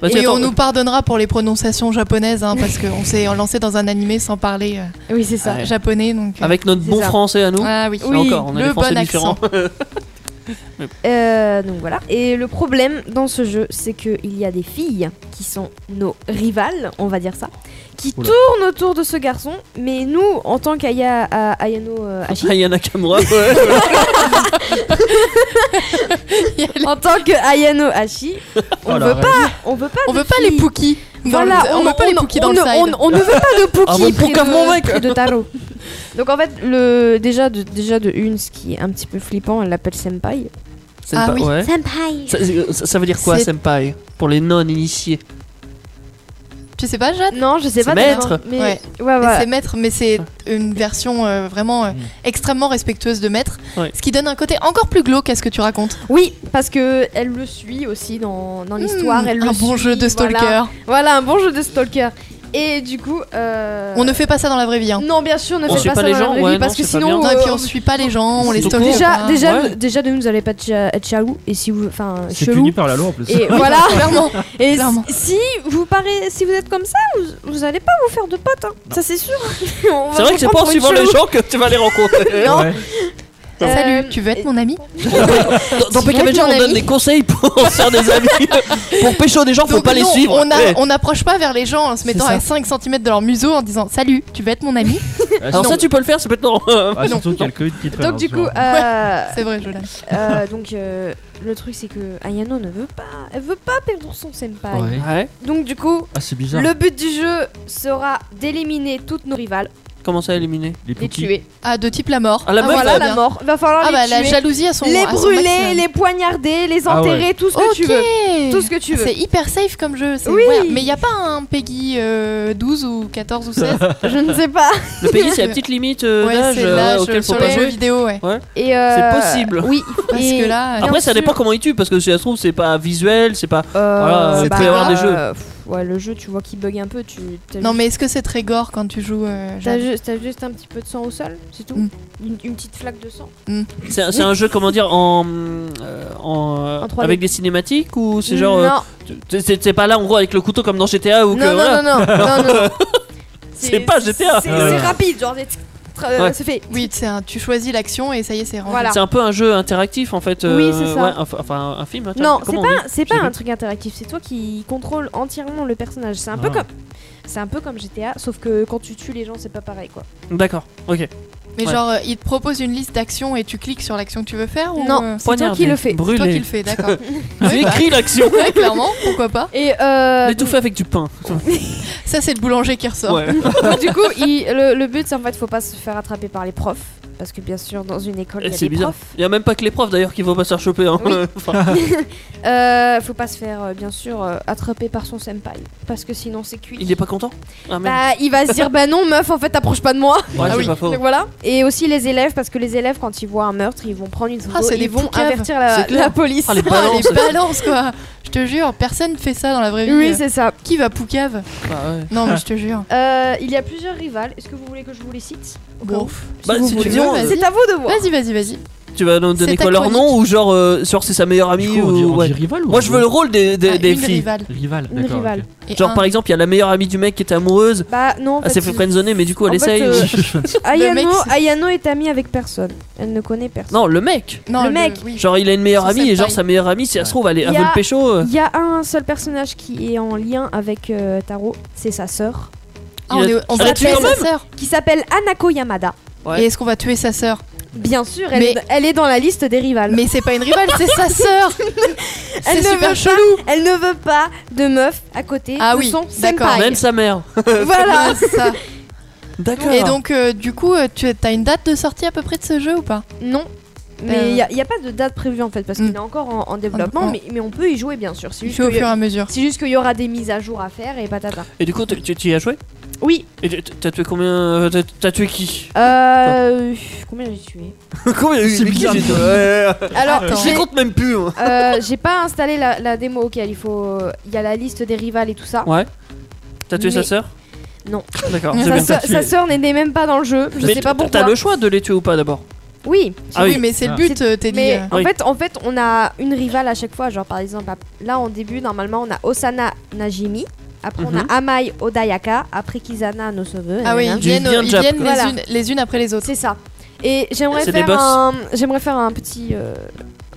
Vas-y, Et attends. on nous pardonnera pour les prononciations japonaises, hein, parce qu'on s'est lancé dans un animé sans parler euh, Oui, c'est ça. Ah Ouais. japonais. Donc, euh, Avec notre C'est bon ça. français à nous. Ah oui, Là encore, on a le des français bon différents. accent. Euh, donc voilà. Et le problème dans ce jeu, c'est qu'il y a des filles qui sont nos rivales, on va dire ça, qui Oula. tournent autour de ce garçon. Mais nous, en tant qu'Aya à- Ayano euh, Hashi, Ah, il y en a Kamura. ouais. en tant que Ayano Hashi, Oh, on Voilà, veut ouais. pas, on veut pas, On de veut pas filles. les Pookies. dans Voilà, le- on, veut pas les Pookies on dans le ne- side. on- on ne veut pas de Ah Pookie bon, près, Pouka, de, mon mec près de Taro. Donc en fait, le, déjà, de, déjà de une, ce qui est un petit peu flippant, elle l'appelle Senpai. Senpai, Ah oui. ouais. Senpai. Ça, euh, ça- ça veut dire quoi, C'est- senpai Pour les non-initiés. Tu sais pas, Jade Non, je sais C'est pas. maître. Mais, Ouais. ouais, Ah, voilà. Ah. Mm. C'est maître, mais c'est une version euh, vraiment euh, extrêmement respectueuse de maître, Ouais. ce qui donne un côté encore plus glauque à ce que tu racontes. Oui, parce que elle le suit aussi dans, dans l'histoire. Hmm, elle le un bon suit, jeu de stalker. voilà. Voilà. un bon jeu de stalker. Et du coup, euh, On ne fait pas ça dans la vraie vie. hein. non, bien sûr, ne On fait suit pas, pas ça les dans la gens, vraie ouais, vie, parce non, que c'est pas sinon, bien. Non, et puis euh, on suit pas les gens, on les hein. Tout stalke. court. déjà, pas. déjà, Ouais. déjà, de nous, vous allez pas être cha- être chalou. Et si vous, enfin, C'est chelou. puni par la loi en plus. Et voilà, Clairement. Et Clairement. si vous parez, si vous êtes comme ça, vous, vous allez pas vous faire de potes, hein. ça c'est sûr. On va C'est vrai vous que c'est prendre pas en pour une suivant les chelou. gens que tu vas les rencontrer. Non. Ouais. Euh, Salut, tu veux être mon ami Dans- Dans Tu veux PK être Manager, mon on donne ami des conseils pour se faire des amis. Pour pécho des gens, faut Donc pas les non, suivre. On a- Ouais. on n'approche pas vers les gens en se mettant ça. à 5 cm de leur museau en disant Salut, tu veux être mon ami Ah, Alors surtout- ça, tu peux le faire, c'est maintenant. ah, non. surtout qu'il y a le Covid qui traîne. Donc en du ce coup, moment. euh, C'est vrai, je l'aime. euh, donc euh, le truc c'est que Ayano ne veut pas, elle veut pas perdre son senpai. Ouais. Ouais. Donc du coup, Ah, c'est bizarre. le but du jeu sera d'éliminer toutes nos rivales, Comment ça, éliminer les Les petits. tuer. Ah, de type la mort. Ah, la meuf, voilà elle la mort. Va falloir Ah bah les la tuer, jalousie à son les à son brûler, maximum. les poignarder, les Ah ouais. enterrer, tout ce que Ok. tu veux, tout ce que tu veux. C'est hyper safe comme jeu. c'est- Oui. ouais, mais il n'y a pas un Peggy euh, 12 ou 14 ou 16 Je ne sais pas. Le pays, c'est la petite limite euh, Ouais, d'âge c'est euh, l'âge auquel faut sur pas les jeux jouer. vidéo. Ouais. Et euh, possible. Oui, Parce et- que là, euh, Après, ça sûr. dépend comment ils tuent, parce que si ça se trouve, c'est pas visuel, c'est pas. Voilà, Euh, il peut y avoir des jeux. euh, pff, ouais, le jeu, tu vois qu'il bug un peu. Tu, t'as non juste- mais est-ce que c'est très gore quand tu joues euh, T'as Jade juste, t'as juste un petit peu de sang au sol, c'est tout Mm. une, une petite flaque de sang. C'est un- c'est un jeu, comment dire, en. euh, en, euh, En 3D. avec des cinématiques ou c'est genre. euh, Non, tu- c'est c'est pas là, en gros, avec le couteau comme dans GTA ou que. non, voilà. non, non, non, non, non. C'est pas GTA. C'est Ouais. c'est rapide, genre, c'est- tra- Ouais. c'est fait. Oui, c'est un, tu choisis l'action et ça y est, c'est rangé. Voilà. C'est un peu un jeu interactif en fait. euh, Oui, c'est ça. ouais, un- enfin, un film. interactif, Non, c'est comment on pas, dit c'est Je sais pas un plus. truc interactif, c'est toi qui contrôle entièrement le personnage. C'est un peu Ah. comme. C'est un peu comme GTA, sauf que quand tu tues les gens, c'est pas pareil quoi. D'accord, ok. Mais Ouais. genre, euh, il te propose une liste d'actions et tu cliques sur l'action que tu veux faire ou Non, euh, c'est toi qui le fais. c'est toi qui Brûler. le fais, d'accord. bah, J'ai écrit l'action. Ouais, clairement, pourquoi pas Et euh, Mais tout fait avec du pain. Ça, c'est le boulanger qui ressort. Ouais. Donc, du coup, il- le, le but, c'est en fait, faut pas se faire attraper par les profs. Parce que bien sûr, dans une école, il y a C'est des bizarre. profs. Il y a même pas que les profs d'ailleurs qui vont pas se faire choper. hein. Oui. Enfin, Euh, faut pas se faire, euh, bien sûr, euh, attraper par son senpai. Parce que sinon, c'est cuit. il est pas content. Ah merde. Bah, il va se dire, bah non, meuf, en fait, t'approches pas de moi. Ouais, c'est Ah oui. pas faux. Donc voilà. Et aussi les élèves, parce que les élèves, quand ils voient un meurtre, ils vont prendre une photo. Ah, c'est ils des vont poucaves. avertir la, C'est clair. la police. Ah, les Ah, balances. les balances, quoi Je te jure, personne fait ça dans la vraie vie. Euh, Oui, c'est ça. Qui va poucave Ah, ouais. Non, mais je te jure. Euh, il y a plusieurs rivales. Est-ce que vous voulez que je vous les cite Au cas Bon. où. Si Bah, vous si tu voulez. veux, C'est vas-y. à vous de voir. Vas-y, vas-y, vas-y. Tu vas nous donner C'est ta quoi leur chronique. nom ou genre, euh, genre c'est sa meilleure Du amie coup, on dit, ou. on ouais. dit rival ou Moi je veux le rôle des, des, Ah, des une filles. rivale. Rival, Une d'accord. rivale. ok. Et Genre un- par exemple, il y a la meilleure amie du mec qui était amoureuse. Bah non. en Elle fait, s'est Ah, fait il- friendzoner, mais du coup elle En fait, essaye. euh, Le Ayano, mec, c'est- Ayano est amie avec personne. Elle ne connaît personne. Non, le mec. non, le mec. oui. Genre il a une meilleure Son amie et genre senpai. sa meilleure amie, si elle se trouve, elle est- elle Il y veut a- le pécho. euh, Il y a un seul personnage qui est en lien avec euh, Taro, c'est sa sœur, il Ah, a- on est- on Elle va a tué tuer quand sa sœur. qui s'appelle Anako Yamada. Ouais. Et est-ce qu'on va tuer sa sœur Bien sûr, elle, Mais- est, elle est dans la liste des rivales. Mais c'est pas une rivale, c'est sa sœur elle C'est ne veut super chelou pas, elle ne veut pas de meuf à côté Ah de oui, son d'accord. senpai. Même sa mère. Voilà. Ça. D'accord. Et donc, euh, du coup, euh, tu as une date de sortie à peu près de ce jeu ou pas Non. Euh. Mais il n'y a, pas de date prévue en fait parce qu'il Mm. est encore en, en développement, En- en- Mais, mais on peut y jouer bien sûr. C'est Il juste fait au que- fur et à mesure. c'est juste qu'il y aura des mises à jour à faire et patata. Et du coup, tu, tu- tu y as joué Oui, Et t- t'as tué combien euh, t'as- T'as tué qui euh. Combien j'ai tué Combien C'est mais qui bizarre. j'ai tué Ouais. Alors, Je j'ai- les compte même plus. moi. euh, j'ai pas installé la, la démo auquel il faut. Il y a la liste des rivales et tout ça. Ouais. T'as tué sa Mais- sœur Non. D'accord. Mais c'est Sa bien. sœur- Sa sœur n'est même pas dans le jeu. Je Mais sais pas t'as- pourquoi. T'as le choix de les tuer ou pas d'abord. Oui, Ah oui, oui. mais c'est le Ah. but, euh, Teddy. Mais euh. Oui. en, fait, en fait, on a une rivale à chaque fois. Genre, par exemple, à- là, en début, normalement, on a Osana Najimi. Après, Mhm. on a Amai Odayaka. Après, Kizana Nosobe. Ah oui, ils nanana. Du viennent, bien ils Jap. viennent les, Voilà. unes, les unes après les autres. C'est ça. Et j'aimerais C'est des faire, boss. un... j'aimerais faire un petit. euh,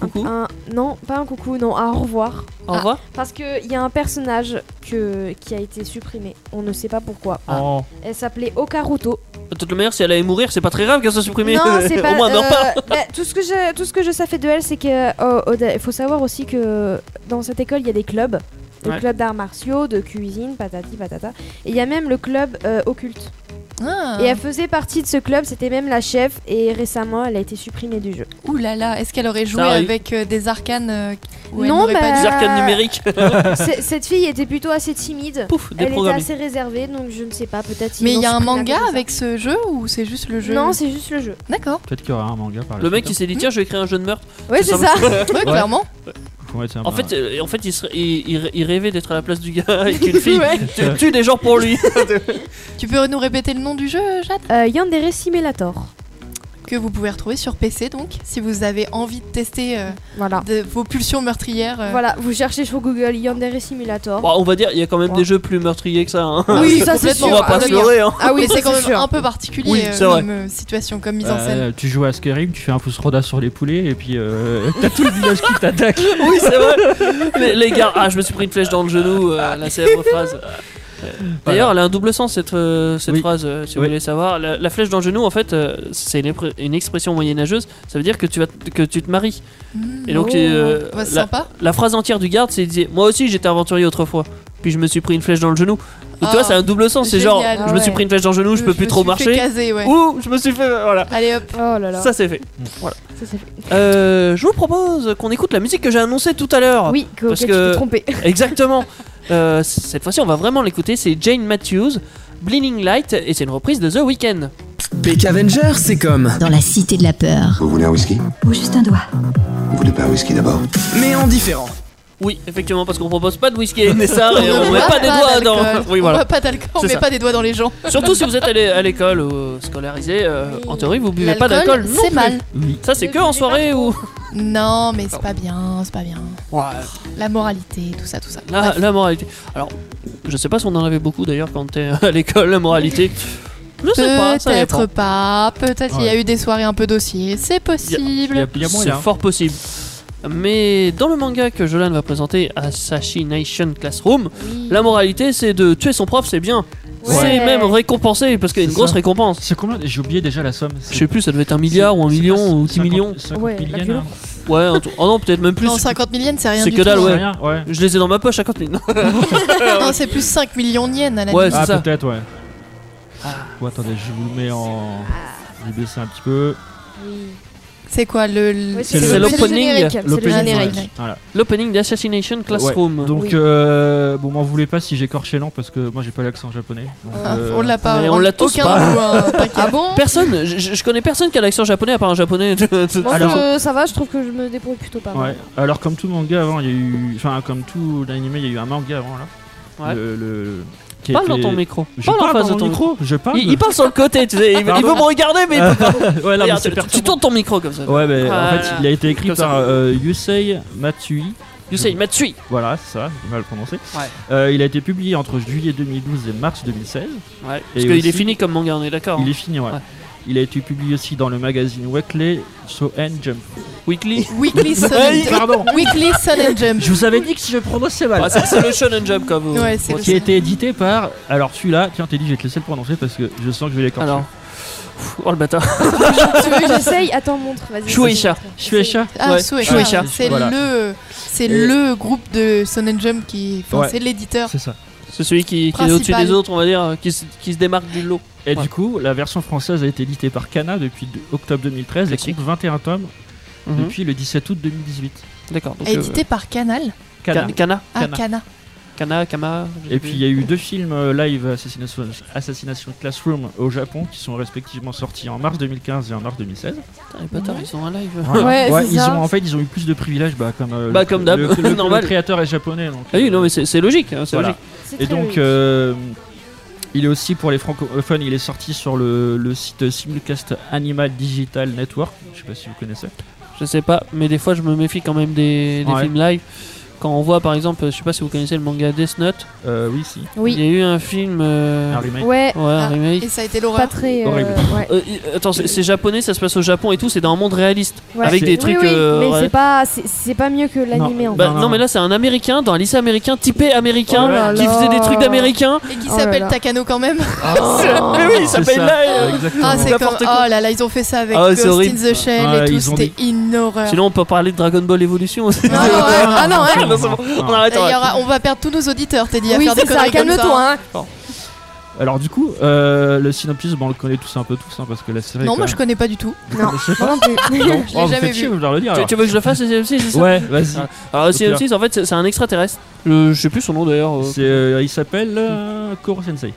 un- Coucou. un- Non, pas un coucou, non, un au revoir. Au revoir. Parce qu'il y a un personnage que... qui a été supprimé. On ne sait pas pourquoi. Ah. Oh. Elle s'appelait Okaruto. Peut-être le meilleur, si elle allait mourir, c'est pas très grave qu'elle soit supprimée. Non, c'est pas. Au moins, elle meurt pas. euh, bah, tout ce que je, tout ce que je savais de elle, c'est que euh, Oda- il faut savoir aussi que dans cette école, il y a des clubs, le Ouais. club d'arts martiaux, de cuisine, patati patata. Et il y a même le club euh, occulte. Ah. Et elle faisait partie de ce club. C'était même la chef. Et récemment, elle a été supprimée du jeu. Ouh là là, est-ce qu'elle aurait joué arrive. avec euh, des arcanes euh, où elle Non, n'aurait pas bah, Des dû- arcanes numériques. C'est- cette fille était plutôt assez timide. Pouf, Elle était déprogrammée. assez réservée, donc je ne sais pas. Peut-être. ils Mais il y l'ont a un supprimée à manga cause de ça. avec ce jeu ou c'est juste le jeu Non, c'est juste le jeu. D'accord. Peut-être qu'il y aura un manga par la Le mec, il suite, s'est dit tiens, je vais créer un jeu de meurtre. Ouais, c'est ça. simple. Ouais, clairement. hein. Ouais, c'est un En manga. fait, euh, en fait, il, serait- il- il- il rêvait d'être à la place du gars et qu'une fille Ouais. tue- tue des gens pour lui. Tu peux nous répéter le nom du jeu, Jade Euh, Yandere Simulator. Que vous pouvez retrouver sur PC, donc, si vous avez envie de tester euh, Voilà. de- vos pulsions meurtrières. euh. Ah. Voilà, vous cherchez sur Google Yandere Simulator. Bon, on va dire, il y a quand même Ouais. des jeux plus meurtriers que ça. hein. Oui, ça c'est complètement, sûr. on va pas Ah se oui. leurrer. Hein. Ah oui, mais c'est quand même sûr. un peu particulier Oui, euh, c'est vrai. comme euh, situation, comme mise en Euh, scène. tu joues à Skyrim, tu fais un fausse roda sur les poulets et puis euh, t'as tout le village qui t'attaque. Oui, c'est vrai. les, les gars, ah, je me suis pris une flèche dans le genou, Ah. euh, la célèbre phrase. Euh, D'ailleurs, elle a un double sens cette, euh, cette Oui. phrase, euh, si vous Oui. voulez savoir. La, la flèche dans le genou, en fait, euh, c'est une, épre- une expression moyenâgeuse. Ça veut dire que tu, vas t- que tu te maries. Mmh. Et donc, euh, Bah, c'est la, sympa. la phrase entière du garde, c'est il disait, Moi aussi, j'étais aventurier autrefois. Puis je me suis pris une flèche dans le genou. Donc, tu Ah, vois, c'est un double sens. C'est genre, génial. je me suis Ouais. pris une flèche dans le genou, je, peux me plus trop suis Fait marcher. caser, ouais. Ou je me suis fait. Voilà. Allez hop. Oh là là. Ça, c'est fait. Ça, ça fait- Euh, je vous propose qu'on écoute la musique que j'ai annoncée tout à l'heure. Oui, que, oh, parce que tu que- t'es trompé. Exactement. Euh, cette fois-ci, on va vraiment l'écouter. C'est Jane Matthews, Blinding Light, et c'est une reprise de The Weeknd. Peck Avenger, c'est comme. dans la cité de la peur. Vous voulez un whisky Ou juste un doigt. Vous voulez pas un whisky d'abord Mais en différent. Oui, effectivement, parce qu'on propose pas de whisky à Nessar et On on ne met boit pas des doigts d'alcool. dans. Oui, On voilà. boit pas d'alcool, on C'est met ça. pas des doigts dans les gens. Surtout si vous êtes allé à l'école ou scolarisé, euh, en théorie, vous buvez pas d'alcool non c'est plus. mal. Oui. Ça, c'est Ne que en buvez pas soirée ou. Non, mais c'est pas bien, c'est pas bien. Ouais, La moralité, tout ça, tout ça. la, Bref. la moralité. Alors, je sais pas si on en avait beaucoup d'ailleurs quand t'es à l'école, la moralité. Je sais pas, ça Peut-être dépend. pas, peut-être il y a Ouais. eu des soirées un peu dossiers, c'est Il y a, possible. il y a C'est moyen. fort possible. Mais dans le manga que Jolan va présenter, Asashi Nation Classroom, La moralité, c'est de tuer son prof, c'est bien. Ouais. C'est même récompensé parce qu'il y a une C'est grosse ça. récompense. C'est combien J'ai oublié déjà la somme. Je sais plus, ça devait être un milliard ou un million ou 10 millions. Ouais, Ouais, la violence. Ouais, un tout- oh non, peut-être même plus. Non, 50 millions, c'est rien C'est du que tout. hein. dalle, ouais. Rien, Ah, ouais. Je les ai dans ma poche à 40 000. Non, c'est plus 5 millions de yens à la Ouais, limite. c'est Ah, ça. peut-être, ouais. Bon, attendez, je vous le mets en. Je vais baisser un petit peu. C'est quoi le. Ouais, c'est le- le- c'est l'opening. générique, C'est le L'opening, générique. ouais. Voilà. L'opening d'Assassination Classroom. Ouais. Donc, Oui. euh, bon, m'en voulez pas si j'écorche les noms parce que moi j'ai pas l'accent japonais. donc, Ah, euh, On l'a pas. mais on l'a tous aucun pas. mot, hein, t'inquiète. Ah bon Personne, je, je- je connais personne qui a l'accent japonais à part un japonais. Moi, Alors- je- ça va, je trouve que je me débrouille plutôt pas mal. Ouais. Alors comme tout manga avant, il y a eu, enfin comme tout l'anime, il y a eu un manga avant là. Ouais. Le, le- qui a parle été- dans ton micro. Je Parle en parle face Oh, dans de mon ton micro. micro. Je parle. Il, il parle sur le côté, tu sais. Il, il veut Pardon. me regarder, mais il peut pas. ouais, là, mais Regarde, c'est tu perturbant. tournes ton micro comme ça. Ouais, mais en fait, Voilà. il a été écrit Comme ça. par euh, Yusei Matsui. Yusei Matsui. Voilà, c'est ça, j'ai mal prononcé. Ouais. Euh, il a été publié entre juillet 2012 et mars 2016. Ouais. Et Parce qu'il est aussi- fini comme manga, on est d'accord. Il est fini, ouais. Ouais. Il a été publié aussi dans le magazine Weekly Shonen Jump. Weekly. Weekly Sun and Pardon. Weekly Sun and Jump. Je vous avais dit que si je prononçais mal. Ah, ça, c'est le Shonen Jump comme vous. Ouais, c'est qui a été édité par. Alors celui-là, tiens, t'es dit, je vais te laisser le prononcer parce que je sens que je vais l'écorcher. Alors. Pff, Oh le bâtard. Tu veux que j'essaye Attends, montre, vas-y. Shueisha. Shueisha. Ah, Ouais, Shueisha, Shueisha. c'est Voilà. le, c'est Et- le groupe de Sun and Jump qui, enfin, Ouais. c'est l'éditeur. C'est ça. C'est celui qui, qui est Principal. au-dessus des autres, on va dire, euh, qui se, qui se démarque du lot. Et Ouais. du coup, la version française a été éditée par Kana depuis de- octobre 2013 et Classique. compte 21 tomes Mhm. depuis le 17 août 2018. Mhm. D'accord. donc, euh, Édité par Canal. Kana. Can- Cana. Ah, Kana. Cana. Kana, Kama. Et puis il y a Mhm. eu deux films euh, live Assassination, Assassination Classroom au Japon qui sont respectivement sortis en mars 2015 et en mars 2016. Harry Potter, ils sont en live. Voilà. Ouais, c'est ils ça. ont en fait ils ont eu plus de privilèges bah, comme euh, Bah, le- comme d'hab, le, le- normal. le créateur est japonais donc. Ah oui, non, euh, mais c'est c'est logique. hein, c'est voilà. logique. C'est Et très donc, logique. euh, il est aussi pour les francophones, il est sorti sur le, le site Simulcast Animal Digital Network. Je sais pas si vous connaissez. Je sais pas, mais des fois je me méfie quand même des, des Ouais. films live. Quand on voit par exemple, je sais pas si vous connaissez le manga Death Note, Euh, oui, si. il y Oui. a eu un film. euh, Un remake. Ouais. Ouais, un Ah, remake. Et ça a été Pas l'horreur. très. euh, Horrible. ouais. Euh, y- attends, c'est c'est japonais, ça se passe au Japon et tout, c'est dans un monde réaliste. Ouais. Avec des trucs. Oui, oui, euh, mais ouais. c'est pas, c'est- c'est pas mieux que l'animé en Bah, Non, non, non, mais non. là c'est un américain dans un lycée américain typé américain Oh là qui là. faisait des trucs d'américain. Et qui Oh là s'appelle là. Takano quand même. mais oui, il C'est s'appelle ça. là. euh. Exactement. Ah, c'est comme. N'importe quoi. Oh là là, ils ont fait ça avec Ah ouais, c'est Ghost in horrible. the Shell Ouais, et tout. ils ont C'était une horreur. Sinon on peut parler de Dragon Ball Evolution aussi. Non, non, ouais. Ah non, hein. Ah, non, c'est bon. Non. On arrête. Et on il y arrête. aura- on va perdre tous nos auditeurs, Teddy, à Oui, faire des c'est ça, conneries comme ça. calme-toi. hein. Alors, du coup, euh, le synopsis, bon, on le connaît tous un peu tous, hein, parce que la série. Non, quand moi je même- connais pas du tout. Non, connaissez moi non plus. Non. je l'ai Oh, vous jamais faites vu. chier, vous leur le dire. Tu, alors. tu veux que je le fasse, le CMC, c'est ça Ouais, vas-y. Ah. Alors, le CMC, en fait, c'est c'est un extraterrestre. Je, je sais plus son nom d'ailleurs. euh. C'est, euh, il s'appelle euh, Koro Sensei.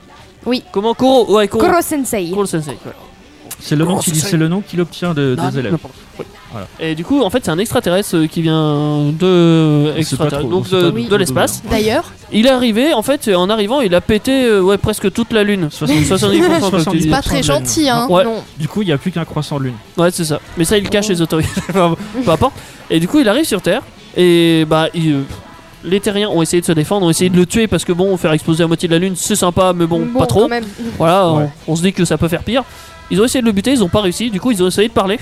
Comment Koro Ouais, Koro. Koro Sensei. Koro Sensei. ouais. C'est le nom Koro qu'il Sensei. c'est le nom qu'il obtient de- Ah, des élèves. n'importe quoi. Oui. Voilà. Et du coup, en fait, c'est un extraterrestre euh, qui vient de, On sait pas extraterrestre, trop, on donc sait pas de, trop de d'où l'espace. D'ailleurs, Il est arrivé, en fait, en arrivant, il a pété euh, ouais, presque toute la Lune. 70%, comme tu dis. pas très gentil, hein. Ouais, Non. Du coup, il n'y a plus qu'un croissant de lune. ouais c'est ça. Mais ça, il cache les autorités. Enfin, bon, Peu importe. Et du coup, il arrive sur Terre. Et bah, il, euh, les terriens ont essayé de se défendre, ont essayé de le tuer parce que bon, faire exploser la moitié de la Lune, c'est sympa, mais bon, pas trop. quand même. Voilà, Ouais. on, on se dit que ça peut faire pire. Ils ont essayé de le buter, ils ont pas réussi. Du coup, ils ont essayé de parler.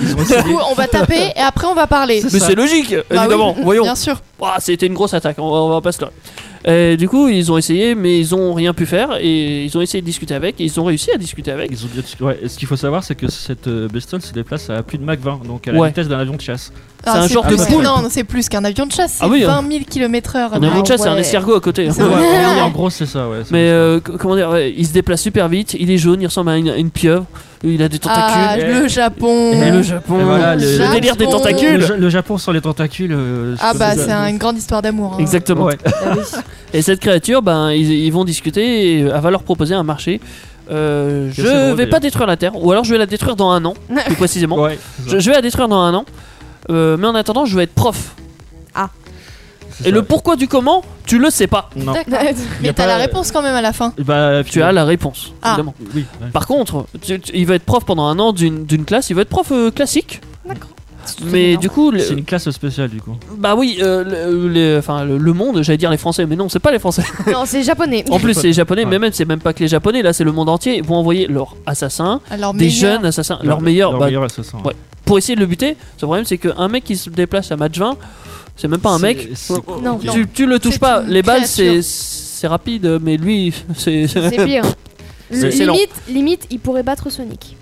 Ils ont du coup, on va taper et après on va parler. C'est Mais ça. c'est logique, Bah oui, évidemment. Voyons. Bien sûr. Ouah, c'était une grosse attaque, on va, on va pas se leurrer. Et du coup, ils ont essayé, mais ils ont rien pu faire. Et ils ont essayé de discuter avec, et ils ont réussi à discuter avec. Ils ont bien- ouais, et ce qu'il faut savoir, c'est que cette euh, bestiole se déplace à plus de Mach 20, donc à la Ouais. vitesse d'un avion de chasse. C'est un genre de Ah, plus- poule. Non, non, c'est plus qu'un avion de chasse, c'est Ah oui, hein. 20 000 km/h. On a Ah un chat, c'est un ouais. escargot à côté. hein. bah C'est vrai. Ouais, en gros, c'est ça, ouais. c'est Mais ça. euh, c- comment dire, ouais, il se déplace super vite. Il est jaune, il ressemble à une, à une pieuvre. Il a des Ah, tentacules. le Japon. Et le Japon, Et voilà, le, le- délire des Japon. le, tentacules. Ja- le Japon sans les tentacules. euh, Ah bah ça- c'est un- une grande histoire d'amour. hein. Exactement. Ouais. Et cette créature, ben, ils, ils vont discuter et euh, elle va leur proposer un marché. Euh, C'est assez je drôle, vais pas d'ailleurs. détruire la Terre, ou alors je vais la détruire dans un an, plus précisément. Ouais, c'est Je, ça. je vais la détruire dans un an. Euh, mais en attendant, je vais être prof. Ah. C'est Et ça. le pourquoi du comment, tu le sais pas. Non. Y Mais t'as a pas- la réponse quand même à la fin. Bah, Tu as la réponse, Ah. évidemment. Oui. ouais. Par contre, tu- tu- il va être prof pendant un an d'une d'une classe, il va être prof euh, classique. Mais du coup, le- C'est une classe spéciale, du coup. bah oui, euh, le, les- enfin, le, le monde, j'allais dire les Français, mais non, c'est pas les Français. Non, c'est japonais. En plus, c'est les Japonais, Ouais. mais même, c'est même pas que les Japonais, là, c'est le monde entier, ils vont envoyer leurs assassins, Alors des meilleur- jeunes assassins, leurs meilleurs, Leur bah, meilleur assassin. ouais. pour essayer de le buter. Le problème, c'est qu'un mec qui se déplace à match 20, c'est même pas un C'est- mec. c'est- Non. c'est- Tu, tu le touches C'est pas, une les balles, c'est créature. c'est rapide, mais lui, c'est. C'est pire. C'est- c'est Limite, limite, il pourrait battre Sonic.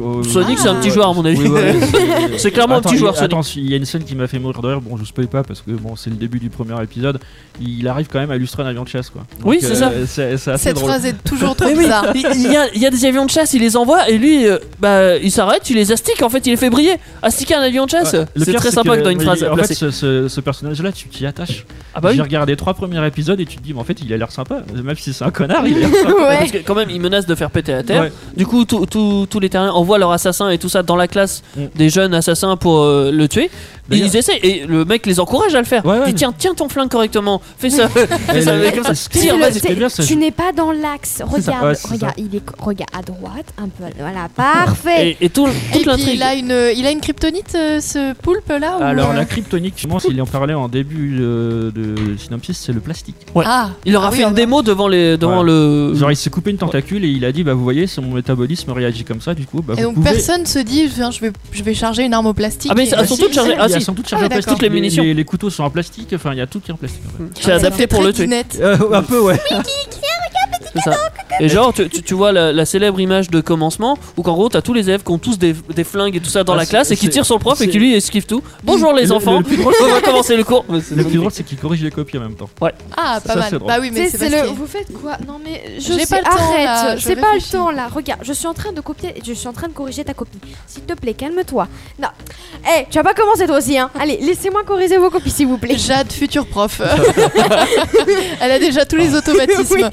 Oh, oui. Sonic, c'est un petit joueur, à mon avis. Oui, ouais, C'est clairement un Attends, petit joueur, il- Sonic. Attends, il y a une scène qui m'a fait mourir de rire. Bon, je spoil pas parce que bon, c'est le début du premier épisode. Il arrive quand même à illustrer un avion de chasse, quoi. Donc, euh, Oui, c'est ça. C'est c'est assez Cette drôle. phrase est toujours trop Mais oui, Ah. bizarre. il il y, a, il y a des avions de chasse, il les envoie et lui, euh, bah, il s'arrête, il les astique en fait, il les fait briller. Astiquer un avion de chasse, Ouais, le c'est pire, très sympa que- que dans une mais phrase En fait, placée. ce, ce- ce personnage-là, tu t'y attaches. ah bah oui, J'ai regardé les trois premiers épisodes et tu te dis, mais en fait, il a l'air sympa. Même si c'est un connard, il a l'air sympa. Ouais. parce que quand même, il menace de faire péter la terre. Ouais. Du coup, tout- tout- tous les terriens envoient leurs assassins et tout ça dans la classe Mm. des jeunes assassins pour euh, le tuer. Et D'ailleurs- ils essaient et le mec les encourage à le faire. Ouais, ouais, il dit mais- tiens, tiens ton flingue correctement, fais ça, fais Et ça, le- mais comme ça. c'est- Tire, le- vas-y. c'est- c'est bien, ça, je- tu n'es pas dans l'axe. Regarde, ouais, c'est ça. regarde, il est regarde à droite, un peu. à- Voilà, parfait. Et, et tout, Et toute puis l'intrigue. il a une, il a une kryptonite euh, ce poulpe là. ou- euh Alors, la kryptonique, je pense qu'il en parlait en début euh, de, synopsis, c'est le plastique. Ah, Il leur a Ah oui, fait on une a- démo devant les, devant Ouais. le. Genre, il s'est coupé une tentacule et il a dit, bah, vous voyez, c'est mon métabolisme réagit comme ça, du coup, bah, Et vous donc pouvez- personne se dit viens, je vais, je vais charger une arme au plastique. Ah, mais et- ça- Ah, surtout si, de charger- si, ah, il y a si. sans doute chargé Ah, en plastique. d'accord. Les munitions. Les, les couteaux sont en plastique, Ah, enfin, il y a tout qui est en plastique. en fait. C'est adapté C'est pour très le tuer. dinette. Euh, un peu, ouais. C'est ça. Et genre, tu, tu- tu vois la, la célèbre image de commencement où qu'en gros, t'as tous les élèves qui ont tous des, des flingues et tout ça dans Ah, la c'est- classe et qui c'est- tirent sur le prof et c'est- qui lui esquive tout. Bonjour les Le- enfants, le plus drôle, on va commencer le cours. Le plus drôle, c'est qu'il corrige les copies en même temps. Ah, pas Ça, c'est mal. drôle. Bah oui, mais Tu sais, c'est c'est parce le. que- Vous faites quoi Non mais je J'ai sais- pas le temps, arrête. là, je c'est pas le réfléchis. temps là. Regarde, je suis en train de copier. Je suis en train de corriger ta copie. S'il te plaît, calme-toi. Non. Eh, tu vas pas commencer toi aussi hein. Allez, laissez-moi corriger vos copies s'il vous plaît. Jade, future prof. Elle a déjà tous Ah. les automatismes.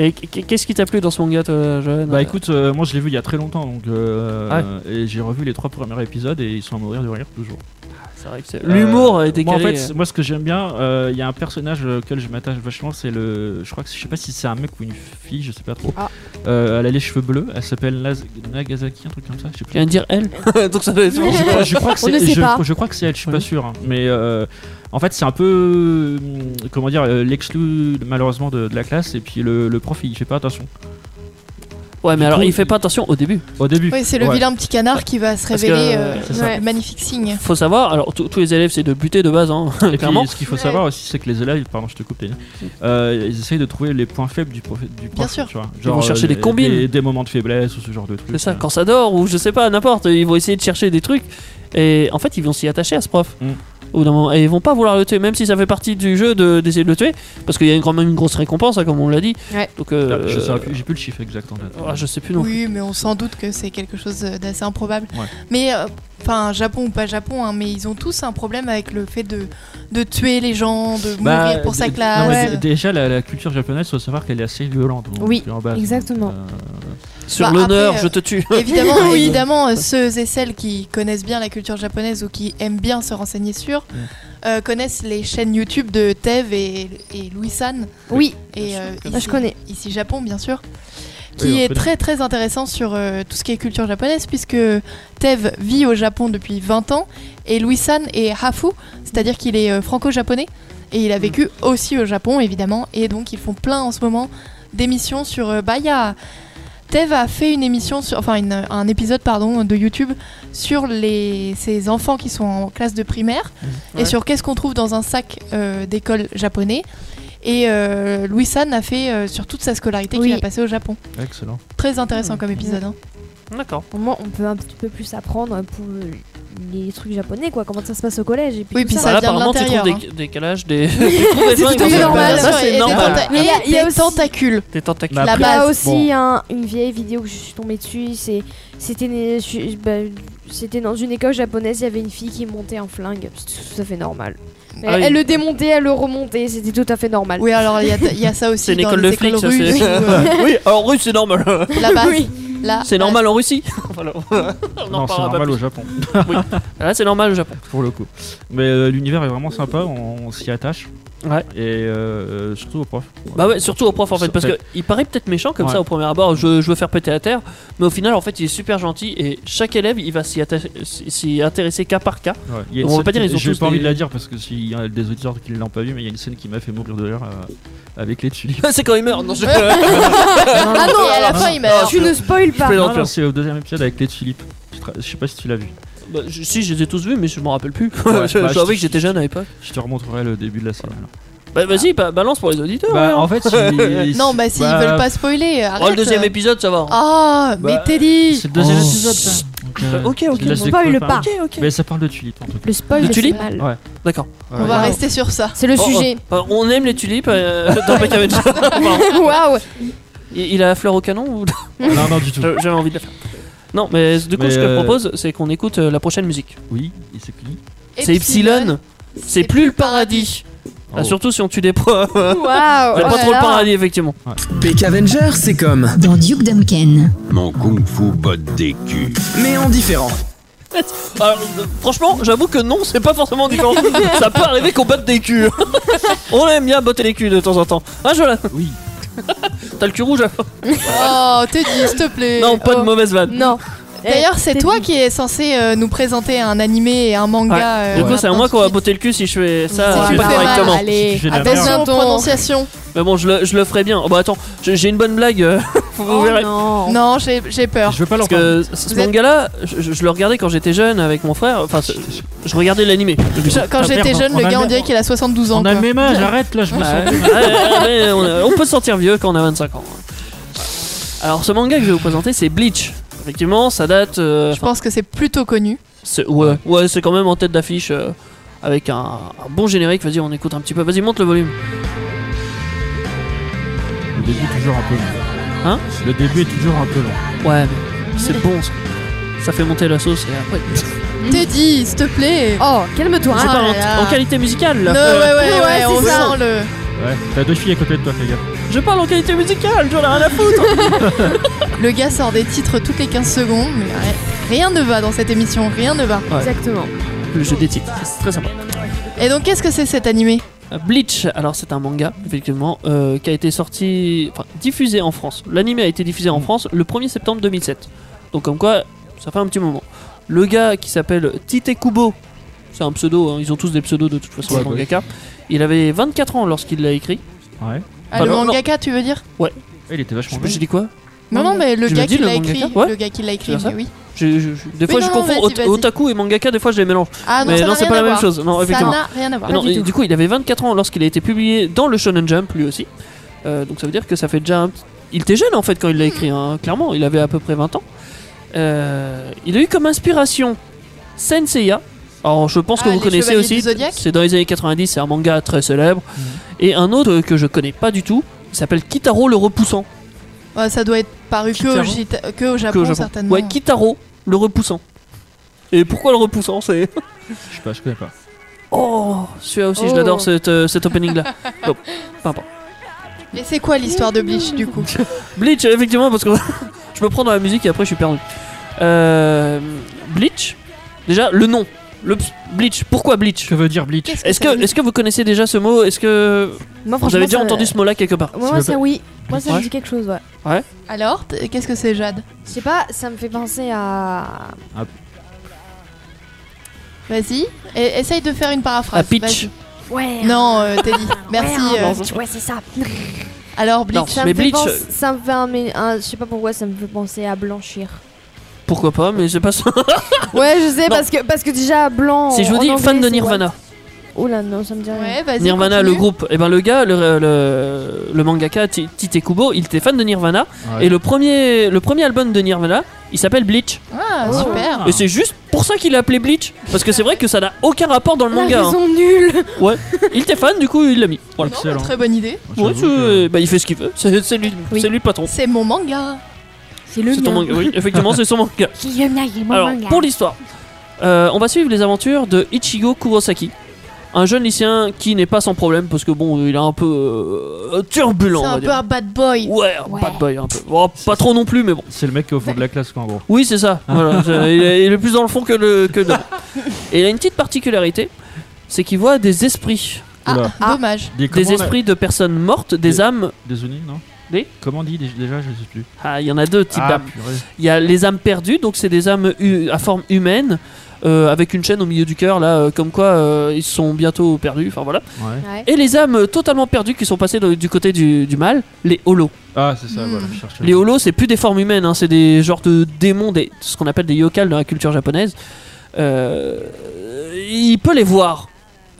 Et qu- qu'est-ce qui t'a plu dans ce manga, toi, Johan Bah écoute, euh, moi je l'ai vu il y a très longtemps, donc euh, Ah et j'ai revu les trois premiers épisodes et ils sont à mourir de rire toujours. C'est vrai que c'est- l'humour Euh, est décalé. Moi, en fait, moi, ce que j'aime bien, euh, il y a un personnage auquel je m'attache vachement, c'est le. Je crois que je sais pas si c'est un mec ou une fille, je sais pas trop. Ah. Euh, elle a les cheveux bleus, elle s'appelle Naz- Nagasaki, un truc comme ça, je sais Tu plus. viens de dire elle Donc ça doit être- Je crois- je crois que On c'est ne sait je, pas. je crois que c'est elle, je suis Oui. pas sûr. hein. Mais euh, en fait, c'est un peu euh, comment dire euh, l'exclu malheureusement de, de la classe et puis le, le prof il fait pas attention Ouais, mais alors coup, il fait il- pas attention au début. au début. Oui, c'est le Ouais. vilain petit canard qui va se Parce que, révéler. euh, euh, c'est ça. le Magnifique signe. Faut savoir, alors tous tous les élèves c'est de buter de base, hein, Et puis, clairement. ce qu'il faut savoir aussi, c'est que les élèves, pardon, je te coupe, Tania, euh, ils essayent de trouver les points faibles du, prof, du prof, sûr. tu vois. Ils vont chercher euh, des combines. Des, des moments de faiblesse ou ce genre de trucs. C'est ça, euh. quand ça dort ou je sais pas, n'importe, ils vont essayer de chercher des trucs et en fait ils vont s'y attacher à ce prof. Mm. Au bout d'un moment, et ils vont pas vouloir le tuer, même si ça fait partie du jeu de- d'essayer de le tuer, parce qu'il y a quand même une grosse récompense, hein, comme on l'a dit. Ouais. Donc, euh, Ah, Je sais plus, j'ai plus le chiffre exact en tête. ah, je sais plus non. Oui, mais on s'en doute que c'est quelque chose d'assez improbable. Ouais. Mais, euh, enfin, Japon ou pas Japon, hein, mais ils ont tous un problème avec le fait de, de tuer les gens, de Bah, mourir pour sa d- non, mais classe. d- déjà, la, la culture japonaise, faut savoir qu'elle est assez violente. donc, Oui, puis en bas, exactement. euh, Sur Bah, l'honneur, après, je te tue. Évidemment, évidemment, euh, ceux et celles qui connaissent bien la culture japonaise ou qui aiment bien se renseigner sur euh, connaissent les chaînes YouTube de Tev et, et Louis-San. Oui, Et euh, Ah, ici- je connais. Ici Japon, bien sûr. Oui, Qui on est connaît. très très intéressant sur euh, tout ce qui est culture japonaise, puisque Tev vit au Japon depuis 20 ans et Louis-San est Hafu, c'est-à-dire qu'il est euh, franco-japonais et il a vécu aussi au Japon évidemment. Et donc ils font plein en ce moment d'émissions sur. euh, bah, il y a- Tev a fait une émission, sur, enfin une- un épisode pardon, de YouTube sur les, ces enfants qui sont en classe de primaire Mmh. et Ouais. sur qu'est-ce qu'on trouve dans un sac euh, d'école japonais. Et euh, Louis San a fait euh, sur toute sa scolarité Oui. qu'il a passée au Japon. Euh, Excellent. Très Mmh. intéressant comme épisode. hein. D'accord. Pour moi, on peut un petit peu plus apprendre pour euh, les trucs japonais quoi. Comment ça se passe au collège et puis Oui, tout puis ça. Voilà, ça- vient de Bah, apparemment, tu trouves l'intérieur, des hein. des décalages, des. tu trouves des flingues, C'est tout en à fait fait. normal. Ça, c'est Et normal. des tenta- Mais il y a- il y a des aussi- tentacules. Tes tentacules. Bah, La Il y a base. Ah aussi un- une vieille vidéo que je suis tombée dessus. c'est- C'était né- je suis- bah, c'était dans une école japonaise. Il y avait une fille qui montait un flingue. C'était tout à fait normal. Ah elle oui. elle le démontait, elle le remontait. C'était tout à fait normal. Oui, alors il y a- il y, a ça C'est aussi une dans école les de flics, écoles ça russes. c'est. où, euh, Oui, alors russe c'est normal. la base, Oui. la C'est base. normal en Russie. Voilà. On en Non, c'est parlera pas normal plus. au Japon, Là, c'est normal au Japon. pour le coup. Mais euh, l'univers est vraiment sympa, on, on s'y attache. Ouais. Et euh, surtout aux profs. Bah ouais, surtout au prof en fait, Sur- parce que il paraît peut-être méchant comme Ouais. ça au premier abord, je, je veux faire péter la terre, mais au final en fait il est super gentil et chaque élève il va s'y atta- s'y intéresser cas par cas. euh, Ouais, il y a On une va pas dire, ils ont J'ai tous pas envie des- de la dire parce que s'il y a des auditeurs qui l'ont pas vu, mais il y a une scène qui m'a fait mourir de rire euh, avec les tulipes. c'est quand il meurt, non je... Bah, Ah non, et à la fin, il m'a. Tu ne spoil pas. plaisante. Non, non, Ah, c'est au deuxième épisode avec les tulipes. Je te- Je sais pas si tu l'as vu. Bah, je- Si je les ai tous vus, mais je m'en rappelle plus. Ouais, je bah, je savais je- que j'étais jeune à l'époque. Je te remontrerai le début de la scène. alors. Bah vas-y, ba- balance pour les auditeurs. Bah, alors. en fait, il- Non, bah s'ils bah, veulent pas spoiler, arrête. euh. Oh, le deuxième épisode ça va. Ah, mais Bah, Teddy C'est le deuxième Oh. épisode, ça. Donc, euh, Ok, ok, je te laisse on spoil découvrir le par- pas. Mais ça parle de tulipes en tout cas. Le spoil, De c'est tulipes mal. Ouais. D'accord. On va Wow. rester sur ça. C'est le Oh, sujet. oh, bah, on aime les tulipes euh, dans Black Avenger. Pardon. Waouh. il, il a la fleur au canon ou... Non, non, du tout. Je- J'avais envie de la faire. Non, mais du coup, Mais, ce que je euh, propose, c'est qu'on écoute euh, la prochaine musique. Oui, et c'est qui C'est Epsilon, euh, c'est plus le paradis. Ah, Oh. surtout si on tue des poids. C'est Waouh. pas Oh là trop le là. paradis, effectivement. Peck Avenger, c'est comme, Dans Duke Duncan. Mon kung fu botte des culs. mais en différent. Alors, euh, franchement, j'avoue que non, c'est pas forcément différent. Ça peut arriver qu'on batte des culs. on aime bien botter les culs de temps en temps. Ah, je la- Oui. T'as le cul rouge là Oh, Teddy, s'il te plaît. Non, pas de Oh. mauvaise vanne. Non. Eh, D'ailleurs, c'est Teddy. toi qui es censé euh, nous présenter un animé et un manga. euh, Du coup, c'est à moi qu'on va Ah, tout de botter le cul si je fais suite. ça Si euh, tu pas fais mal, correctement. Si Allez, tu fais de la attention merde. prononciation. Mais bon, je le, je le ferai bien. Oh, bah attends, j'ai j'ai une bonne blague. euh, vous Oh verrez. non. Non, j'ai j'ai peur. Je veux pas leur Parce que ce Vous êtes- manga-là, je, je- je le regardais quand j'étais jeune avec mon frère. Enfin, ce- je regardais l'animé. Je- quand Ah, j'étais merde, jeune, on le a gars, le- on dirait qu'il a 72 ans. On a quoi. le même âge, arrête là, je me Ouais, sens. ouais, ouais, ouais, on, on peut se sentir vieux quand on a 25 ans. hein. Alors, ce manga que je vais vous présenter, c'est Bleach. Effectivement, ça date. euh, Je pense que c'est plutôt connu. c'est- ouais, ouais, c'est quand même en tête d'affiche euh, avec un, un bon générique. Vas-y, on écoute un petit peu. Vas-y, monte le volume. Le début est toujours un peu long. Hein Le début est toujours un peu long. Ouais, mais c'est bon. Ça. Ça fait monter la sauce et après. Teddy, s'il te plaît. Oh, Calme-toi. C'est hein. pas là en- là. en, qualité musicale là. Non, ouais, ouais, Ouais, ouais, c'est on ça. sent le. Ouais, t'as deux filles à côté de toi, fais gaffe. Je parle en qualité musicale, j'en ai rien à foutre. Le gars sort des titres toutes les 15 secondes, mais ri- rien ne va dans cette émission, rien ne va. Exactement. Le jeu des titres, c'est très sympa. Et donc, qu'est-ce que c'est cet animé Bleach, alors c'est un manga, effectivement, euh, qui a été sorti, enfin diffusé en France. L'anime a été diffusé Mm. en France le 1er septembre 2007. Donc comme quoi, ça fait un petit moment. Le gars qui s'appelle Tite Kubo, c'est un pseudo, hein, ils ont tous des pseudos de toute façon, Ouais, les bah oui. mangaka. Il avait 24 ans lorsqu'il l'a écrit. Ouais. Ah, Le non, mangaka, tu veux dire Eh, Il était Je sais vachement plus, bien. j'ai dit quoi Non, non, mais le Tu gars m'as dit qui le l'a écrit. mangaka Ouais. Le gars qui l'a écrit, C'est ça mais oui. Je- je- je- Des fois non, je non, confonds vas-y, vas-y. ot- otaku et mangaka, des fois je les mélange. Ah non, Mais ça non, n'a c'est rien pas la à même voir. chose. Non, Ça effectivement. n'a rien à voir. Non, du et tout. du coup, il avait 24 ans lorsqu'il a été publié dans le Shonen Jump, lui aussi. Euh, donc ça veut dire que ça fait déjà un petit- Il était jeune en fait quand il l'a Hmm. écrit, hein, clairement. Il avait à peu près 20 ans. Euh, il a eu comme inspiration Senseiya. Alors je pense que Ah, vous les connaissez Chevaliers aussi. du Hmm. Zodiaque C'est dans les années 90, c'est un manga très célèbre. Et un autre que je connais pas du tout, il s'appelle Kitaro le Repoussant. Ouais, ça doit être paru que Kitaro. au, Gita- que au Japon, que au Japon. Ah certainement. Ouais, Kitaro le Repoussant. Et pourquoi le repoussant C'est. Je sais pas, je connais pas. Oh, celui-là aussi, Oh. je l'adore cette, euh, cet opening là. Et c'est quoi l'histoire de Bleach du coup Bleach, effectivement, parce que je me prends dans la musique et après je suis perdu. Euh, Bleach, déjà le nom, le ps- Bleach. Pourquoi Bleach Que veut dire Bleach Qu'est-ce Est-ce ça que, veut est-ce que vous connaissez déjà ce mot Est-ce que Moi, vous avez déjà ça- entendu ce mot-là quelque part Moi, Tu veux c'est pas- oui. Moi, ça me Ouais. dit quelque chose, ouais. dire Alors, t- qu'est-ce que c'est Jade Je sais pas, ça me fait penser à. Vas-y, e- essaye de faire une paraphrase. À Peach. vas-y. Ouais. Non, euh, Teddy, merci. Ouais, euh, hein, ouais, c'est ça. Alors, Non, Bleach, Ça mais me fait Bleach, penser- euh, ça me fait un, mais un- je sais pas pourquoi, ça me fait penser à blanchir. pourquoi pas Mais c'est pas ça. Ouais, je sais Non. parce que parce que déjà blanc. si je vous en dis anglais, fan de c'est Nirvana, what Oh là non, ça me dit rien. ouais, vas-y. Nirvana le continue. groupe. Et ben le gars, le, le, le mangaka Ti- Tite Kubo, il était fan de Nirvana Ouais. et le premier le premier album de Nirvana, il s'appelle Bleach. Ah, Oh. super. Et c'est juste pour ça qu'il l'a appelé Bleach parce que c'est vrai que ça n'a aucun rapport dans le La manga. hein. raison nulle. Il était fan, du coup il l'a mis. Voilà. Non, Excellent. bah, très bonne idée. Ouais, J'avoue c'est- que- euh, bah, il fait ce qu'il veut. C'est c'est lui, Oui. c'est lui le patron. C'est mon manga. C'est le C'est ton mien. manga. Oui, effectivement, c'est son manga. C'est le mien, il est mon Alors, manga. pour l'histoire, euh, on va suivre les aventures de Ichigo Kurosaki, un jeune lycéen qui n'est pas sans problème parce que bon, il est un peu euh, turbulent. C'est on va un peu dire. un bad boy. Ouais, un Ouais. bad boy un peu. Oh, pas trop non plus, mais bon. C'est le mec qui est au fond de la classe, quoi, en gros. Oui, c'est Ah. ça. Voilà, c'est- il, est, il est plus dans le fond que le que dedans. Et il a une petite particularité, c'est qu'il voit des esprits, Ah, Oula. dommage. des Des, comment on a- esprits de personnes mortes, des Des- âmes. Des unis, non Des Comment on dit dé- déjà Je sais plus. Ah, il y en a deux types Ah, d'âmes. purée. Il y a les âmes perdues, donc c'est des âmes hu- à forme humaine, euh, avec une chaîne au milieu du cœur, là, euh, comme quoi euh, ils sont bientôt perdus, enfin voilà. Ouais. Ouais. Et les âmes euh, totalement perdues qui sont passées dans- du côté du, du mal, les holos. Ah, c'est ça, Hmm. voilà, je cherchais. Les holos, c'est plus des formes humaines, hein, c'est des genres de démons, des, ce qu'on appelle des yokals dans la culture japonaise. Euh, il peut les voir,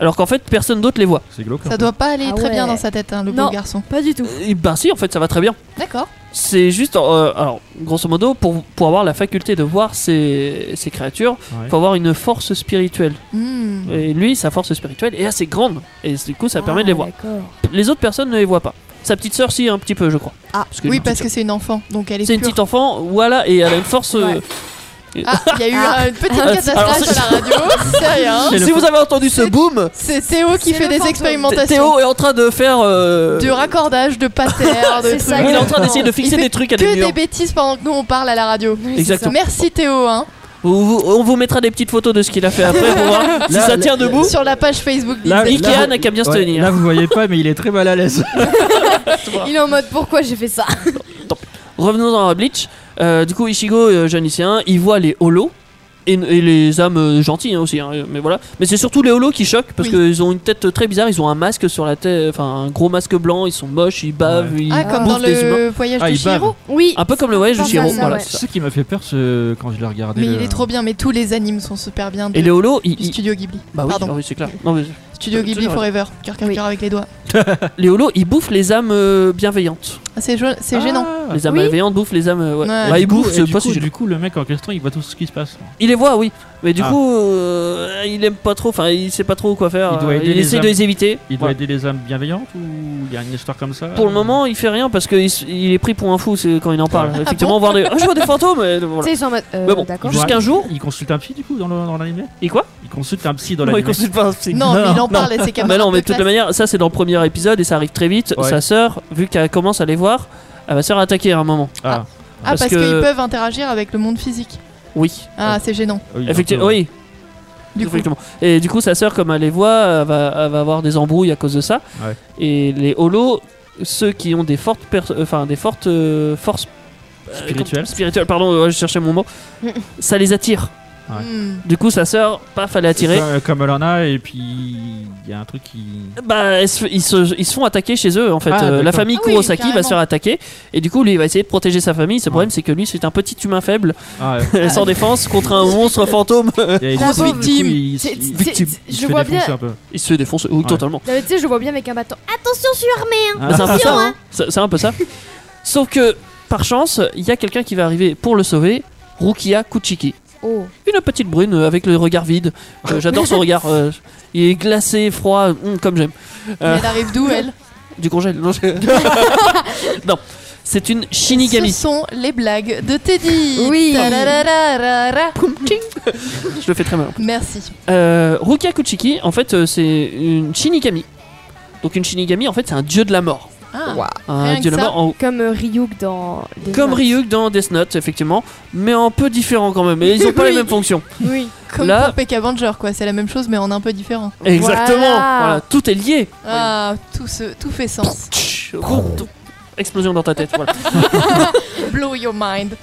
alors qu'en fait personne d'autre les voit. C'est glauque. un Ça peu. doit pas aller Ah très bien ouais. dans sa tête, hein, le Non. beau garçon. Pas du tout. Et ben si, en fait ça va très bien. D'accord. C'est juste, euh, alors grosso modo, pour, pour avoir la faculté de voir ces, ces créatures, Ouais. faut avoir une force spirituelle. Hmm. Et lui, sa force spirituelle est assez grande. Et du coup, Ah, ça permet de les voir. Ah, D'accord. Les autres personnes ne les voient pas. Sa petite sœur, si, un petit peu, je crois. Ah, Parce que oui, une parce petite- que c'est une enfant, donc elle est C'est une pure. petite enfant, voilà, et elle a une force. euh, Ouais. Ah, il y a eu euh, une petite Alors, catastrophe c'est- à la radio, c'est rien. Si vous avez entendu ce C'est- boom, C'est Théo qui C'est fait le des fantôme. expérimentations. Théo est en train de faire. euh, Du raccordage, de patères, de C'est trucs. ça, il est en train d'essayer de Il fixer fait des trucs à que des murs. des bêtises pendant que nous on parle à la radio. Exactement. Merci Théo, hein. Vous- vous- on vous mettra des petites photos de ce qu'il a fait après pour voir si Là, ça là, tient debout. Sur la page Facebook Là, d'Indeed. Ikea n'a qu'à bien se Ouais, tenir. Là, vous voyez pas, mais il est très mal à l'aise. Il est en mode pourquoi j'ai fait ça Revenons dans Bleach. Euh, du coup, Ichigo, euh, jeune lycéen, il voit les holos. Et, et les âmes euh, gentilles hein, aussi, hein, mais voilà. Mais c'est surtout les holos qui choquent parce Oui. qu'ils ont une tête très bizarre. Ils ont un masque sur la tête, enfin un gros masque blanc. Ils sont moches, ils bavent, ils Ah, comme bouffent dans des humains. le voyage Ah, de il bave. Chihiro. Oui. Un peu comme le voyage de Pas mal, Chihiro. ça, Voilà, ouais. c'est C'est ça. ce qui m'a fait peur ce... quand je l'ai regardé. Mais le- il est trop bien, mais tous les animes sont super bien. de- Et les holos, ils. du ils- studio Ghibli. Bah oui, Pardon. ah oui, c'est clair. Non, mais- Studio c'est Ghibli vrai. Forever. Cœur, cœur, Oui. cœur avec les doigts. les holos, ils bouffent les âmes euh, bienveillantes. Ah, C'est jo- c'est gênant. Les âmes Oui. bienveillantes bouffent les âmes. euh, ouais. Ouais. Bah, Et ils Du coup, bouffent, Ah. et c'est du pas coup- si je- du coup, le mec en question, il voit tout ce qui se passe. Il les voit, oui. Mais du Ah. coup, euh, il aime pas trop. Enfin, il sait pas trop quoi faire. Il doit euh, aider il les essaie âmes- de les éviter. Il doit Voilà. aider les âmes bienveillantes ou il y a une histoire comme ça Pour le moment, il fait rien parce qu'il il est pris pour un fou c'est quand il en parle. Ah Effectivement, bon voir des. Ah, je vois des fantômes et voilà. Tu sais, ils sont en mode. euh, Mais bon, d'accord. jusqu'un jour. Il consulte un psy du coup dans le- dans l'anime Et quoi Il consulte un psy dans Non, l'anime. il consulte pas un psy. Non, mais il en parle et ses Mais camarades Ah, non, mais de de toute classe. manière, ça c'est dans le premier épisode et ça arrive très vite. Ouais. Sa sœur, vu qu'elle commence à les voir, elle va se faire attaquer à un moment. Ah, Ah, parce, parce qu'ils que- peuvent interagir avec le monde physique. Oui. Ah, c'est gênant. oui, un Effectivement, peu, ouais. oui. Du coup, Effectivement. Et du coup, sa sœur, comme elle les voit, elle va, elle va avoir des embrouilles à cause de ça. Ouais. Et les holos, ceux qui ont des fortes, pers- euh, enfin des fortes euh, forces euh, Spirituelles. comme- spirituelles, pardon, ouais, je cherchais mon mot. ça les attire. Ouais. hmm, Du coup, sa sœur, paf, elle est attirée. Euh, Comme elle en a, et puis il y a un truc qui. Bah, elles se- ils se, ils se font attaquer chez eux en fait. Ah, Euh, la d'accord. famille Ah oui, Kurosaki va se carrément. faire attaquer et du coup, lui, il va essayer de protéger sa famille. Ce problème, Ouais. c'est que lui, c'est un petit humain faible, Ah, sans défense, contre un monstre fantôme. et La du coup, pauvre. du coup, il- il- C'est- il- c'est- victime. c'est- Il se je fait vois défoncer bien. un peu. Il se fait défoncer, oui, Ouais. Ah, totalement. Non, mais Tu sais, je vois bien avec un bâton. Attention, je suis armé. hein. Bah, c'est un peu ça, Attention, hein. C'est c'est un peu ça. Sauf que, par chance, il y a quelqu'un qui va arriver pour le sauver, Rukia Kuchiki. Oh. Une petite brune euh, avec le regard vide. Euh, J'adore son regard. euh, il est glacé, froid, hum, comme j'aime. Euh, Elle arrive d'où, elle Du congèle. Non, je- Non. c'est une Ce Shinigami. sont les blagues de Teddy. Oui. Tarararara. Je le fais très mal. Merci. Euh, Rukia Kuchiki, en fait, euh, c'est une Shinigami. Donc une Shinigami, en fait, c'est un dieu de la mort. Ah, Wow. Un Rien que dieu de la ça. mort en- Comme euh, Ryuk dans. Death Comme Note. Ryuk dans Death Note, effectivement, mais un peu différent quand même. Et ils ont pas Oui. les mêmes fonctions. Oui. Comme Là- pour Peck Avenger, quoi. C'est la même chose, mais en un peu différent. Exactement. Voilà. Voilà, tout est lié. Ah, tout, se, tout fait sens. Tch, gros, tout- Explosion dans ta tête. voilà. Blow your mind.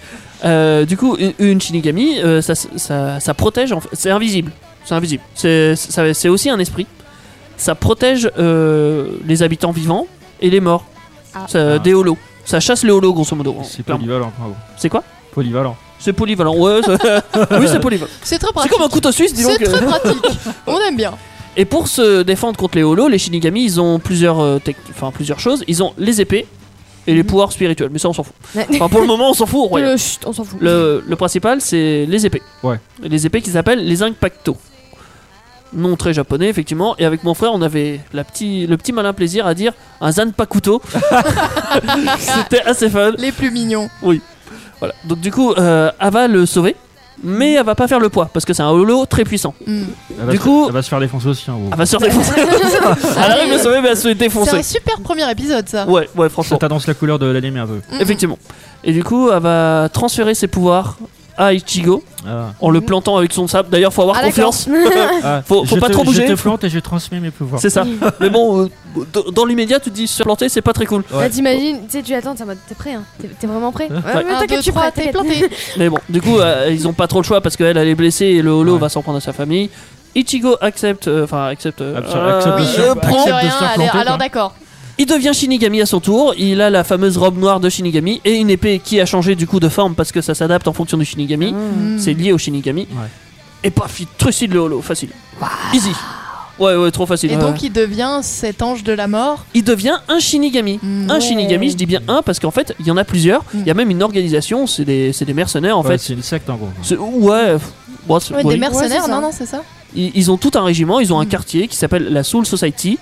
Euh, du coup, une, une Shinigami, euh, ça, ça, ça protège. en fait- C'est invisible. C'est invisible. C'est ça- c'est aussi un esprit. Ça protège euh, les habitants vivants et les morts. Ah. Ça- Ah. Des holos. Ça chasse les holos, grosso modo. C'est Clairement. polyvalent, bravo. C'est quoi Polyvalent. C'est polyvalent. Ouais, c'est- oui, c'est polyvalent. C'est très C'est pratique. comme un couteau suisse, dis C'est donc. très pratique. On aime bien. Et pour se défendre contre les holos, les Shinigami, ils ont plusieurs, euh, tec- enfin, plusieurs choses. Ils ont les épées et les pouvoirs spirituels. Mais ça, on s'en fout. Ouais. Enfin, pour le moment, on s'en fout. au royaume. Le- chut, on s'en fout. Le, le principal, c'est les épées. Ouais. Les épées qui s'appellent les Zinc Pacto. Nom très japonais, effectivement. Et avec mon frère, on avait la petit, le petit malin plaisir à dire un Zanpakuto. C'était assez fun. Les plus mignons. Voilà. Donc, du coup, euh, elle va le sauver. Mais elle va pas faire le poids parce que c'est un holo très puissant. Hmm. Elle va Du se- coup- ah, bah, Elle va se faire défoncer aussi, hein, gros. Elle va se faire défoncer. elle arrive à le sauver, mais elle se fait C'est défoncer. un super premier épisode, ça. Ouais, ouais, franchement. Ça t'annonce la couleur de l'anime un peu. Mm, mm. Effectivement. Et du coup, elle va transférer ses pouvoirs à Ichigo Ah. en le plantant avec son sabre. D'ailleurs, faut avoir Ah, d'accord. confiance. Ah, Faut- faut je pas te- trop bouger. Je te plante et je transmets mes pouvoirs. C'est ça. Mais bon, euh, d- dans l'immédiat, tu te dis se planter, c'est pas très cool. Bah, t'imagines, tu sais, tu attends, t'es en mode, t'es prêt, hein T'es t'es vraiment prêt Ouais, Ouais. ouais, Un, t'inquiète, deux, je suis trois, prêt, t'es t'inquiète. planté. Mais bon, du coup, euh, ils ont pas trop le choix parce qu'elle, elle est blessée et le holo Ouais. va s'en prendre à sa famille. Ichigo accepte, euh, enfin accepte. euh, Absor- accepte de euh, se- euh, accepte prend. de se De rien, faire allez, planter, alors quoi. d'accord. Il devient Shinigami à son tour. Il a la fameuse robe noire de Shinigami et une épée qui a changé du coup de forme parce que ça s'adapte en fonction du Shinigami. Hmm. C'est lié au Shinigami. Ouais. Et paf, il trucide le holo, facile. Easy. Ouais, ouais, trop facile. Et Ouais, ouais. donc, il devient cet ange de la mort. il devient un Shinigami. Hmm. Un Shinigami, je dis bien un parce qu'en fait, il y en a plusieurs. Il y a même une organisation, c'est des, c'est des mercenaires en Ouais, fait. c'est une secte en gros. C'est- Ouais, pff, bon, c'est- Ouais, oui. Des mercenaires, Ouais, c'est ça. non, non, c'est ça. ils, ils ont tout un régiment, ils ont un Mm. quartier qui s'appelle la Soul Society.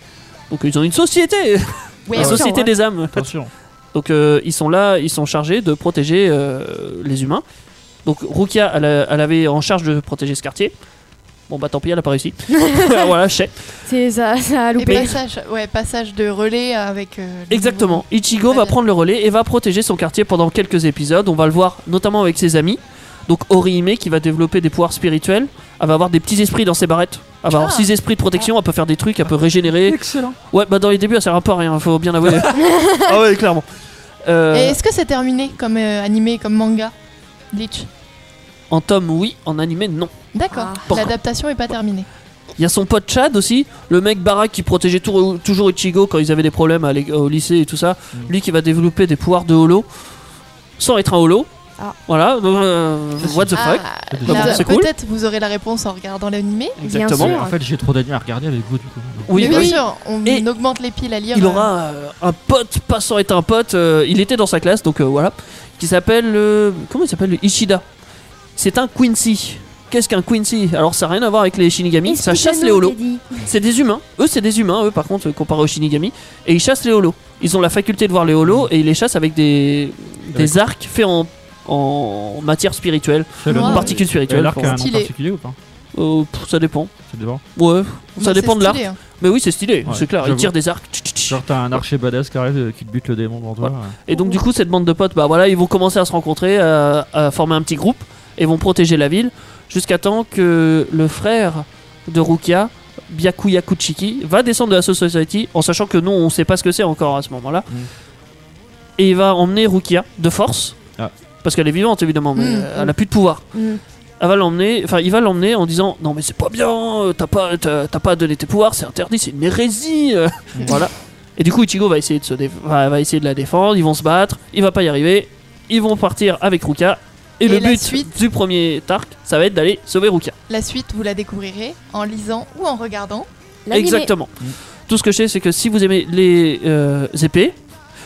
Donc ils ont une société, Ouais, la ouais. Société Ouais. des âmes. Attention. Donc euh, ils sont là, ils sont chargés de protéger euh, les humains. Donc Rukia, elle, a- elle avait en charge de protéger ce quartier. Bon bah tant pis, elle a pas réussi. voilà, je sais. C'est ça, ça a Et loupé. passage, ouais, passage de relais avec. euh, les Exactement. Ichigo Très va bien. prendre le relais et va protéger son quartier pendant quelques épisodes. On va le voir notamment avec ses amis. Donc Orihime qui va développer des pouvoirs spirituels. Elle va avoir des petits esprits dans ses barrettes. Elle va avoir Ah. 6 esprits de protection. Elle peut faire des trucs. Elle peut régénérer. Excellent. Ouais, bah dans les débuts, elle sert un peu à rien. Faut bien avouer. ah ouais, clairement. nouveaux. Euh, Et est-ce que c'est terminé comme euh, animé, comme manga Bleach En tome, oui. En animé, non. D'accord. Ah. L'adaptation est pas terminée. Il y a son pote Chad aussi, le mec Barak qui protégeait tou- toujours Ichigo quand ils avaient des problèmes à l'é- au lycée et tout ça. Lui qui va développer des pouvoirs de holo, sans être un holo, Voilà, donc, euh, what the fuck. Ah, C'est bah, là, déjà- C'est cool. Peut-être vous aurez la réponse en regardant l'animé. Exactement. hein. En fait, j'ai trop d'animés à regarder avec vous, du coup. Oui, Mais bah bien oui. sûr, on Et augmente les piles à lire. Il euh, aura euh, un pote, passant est un pote, euh, il était dans sa classe, donc euh, voilà, qui s'appelle. euh, comment il s'appelle le Ishida. C'est un Quincy. Qu'est-ce qu'un Quincy Alors ça n'a rien à voir avec les Shinigami, ça chasse les holos. C'est des humains, eux c'est des humains, eux par contre, comparé aux Shinigami, et ils chassent les holos. Ils ont la faculté de voir les holos et ils les chassent avec des, des arcs faits en, en matière spirituelle, C'est le en Wow. particules Et spirituelles. l'arc hein. a un nom Stylé. particulier ou pas Euh, pff, ça dépend. Ça dépend. Ouais, bah, ça c'est dépend de l'arc. stylé, hein. Mais oui, c'est stylé, Ouais, c'est clair. Ils j'avoue. tirent des arcs. tch, tch, tch. Genre, t'as un archer badass qui arrive euh, qui te bute le démon devant toi. ouais. Et donc du coup cette bande de potes, bah voilà, ils vont commencer à se rencontrer, à, à former un petit groupe et vont protéger la ville jusqu'à temps que le frère de Rukia, Byakuya Kuchiki, va descendre de la Soul Society en sachant que non, on sait pas ce que c'est encore à ce moment-là. Mm. Et il va emmener Rukia de force, Ah. parce qu'elle est vivante évidemment, mais Mm. euh, elle a plus de pouvoir. Elle va l'emmener, enfin il va l'emmener en disant non mais c'est pas bien, euh, t'as pas, t'as t'as pas donné tes pouvoirs, c'est interdit, c'est une hérésie. euh. Mm. voilà. Et du coup Ichigo va essayer de se dé- va, va essayer de la défendre, ils vont se battre, il va pas y arriver, ils vont partir avec Ruka. Et, Et le la but suite du premier Tark, ça va être d'aller sauver Ruka. La suite, vous la découvrirez en lisant ou en regardant. Exactement. Tout ce que je sais, c'est que si vous aimez les euh, épées,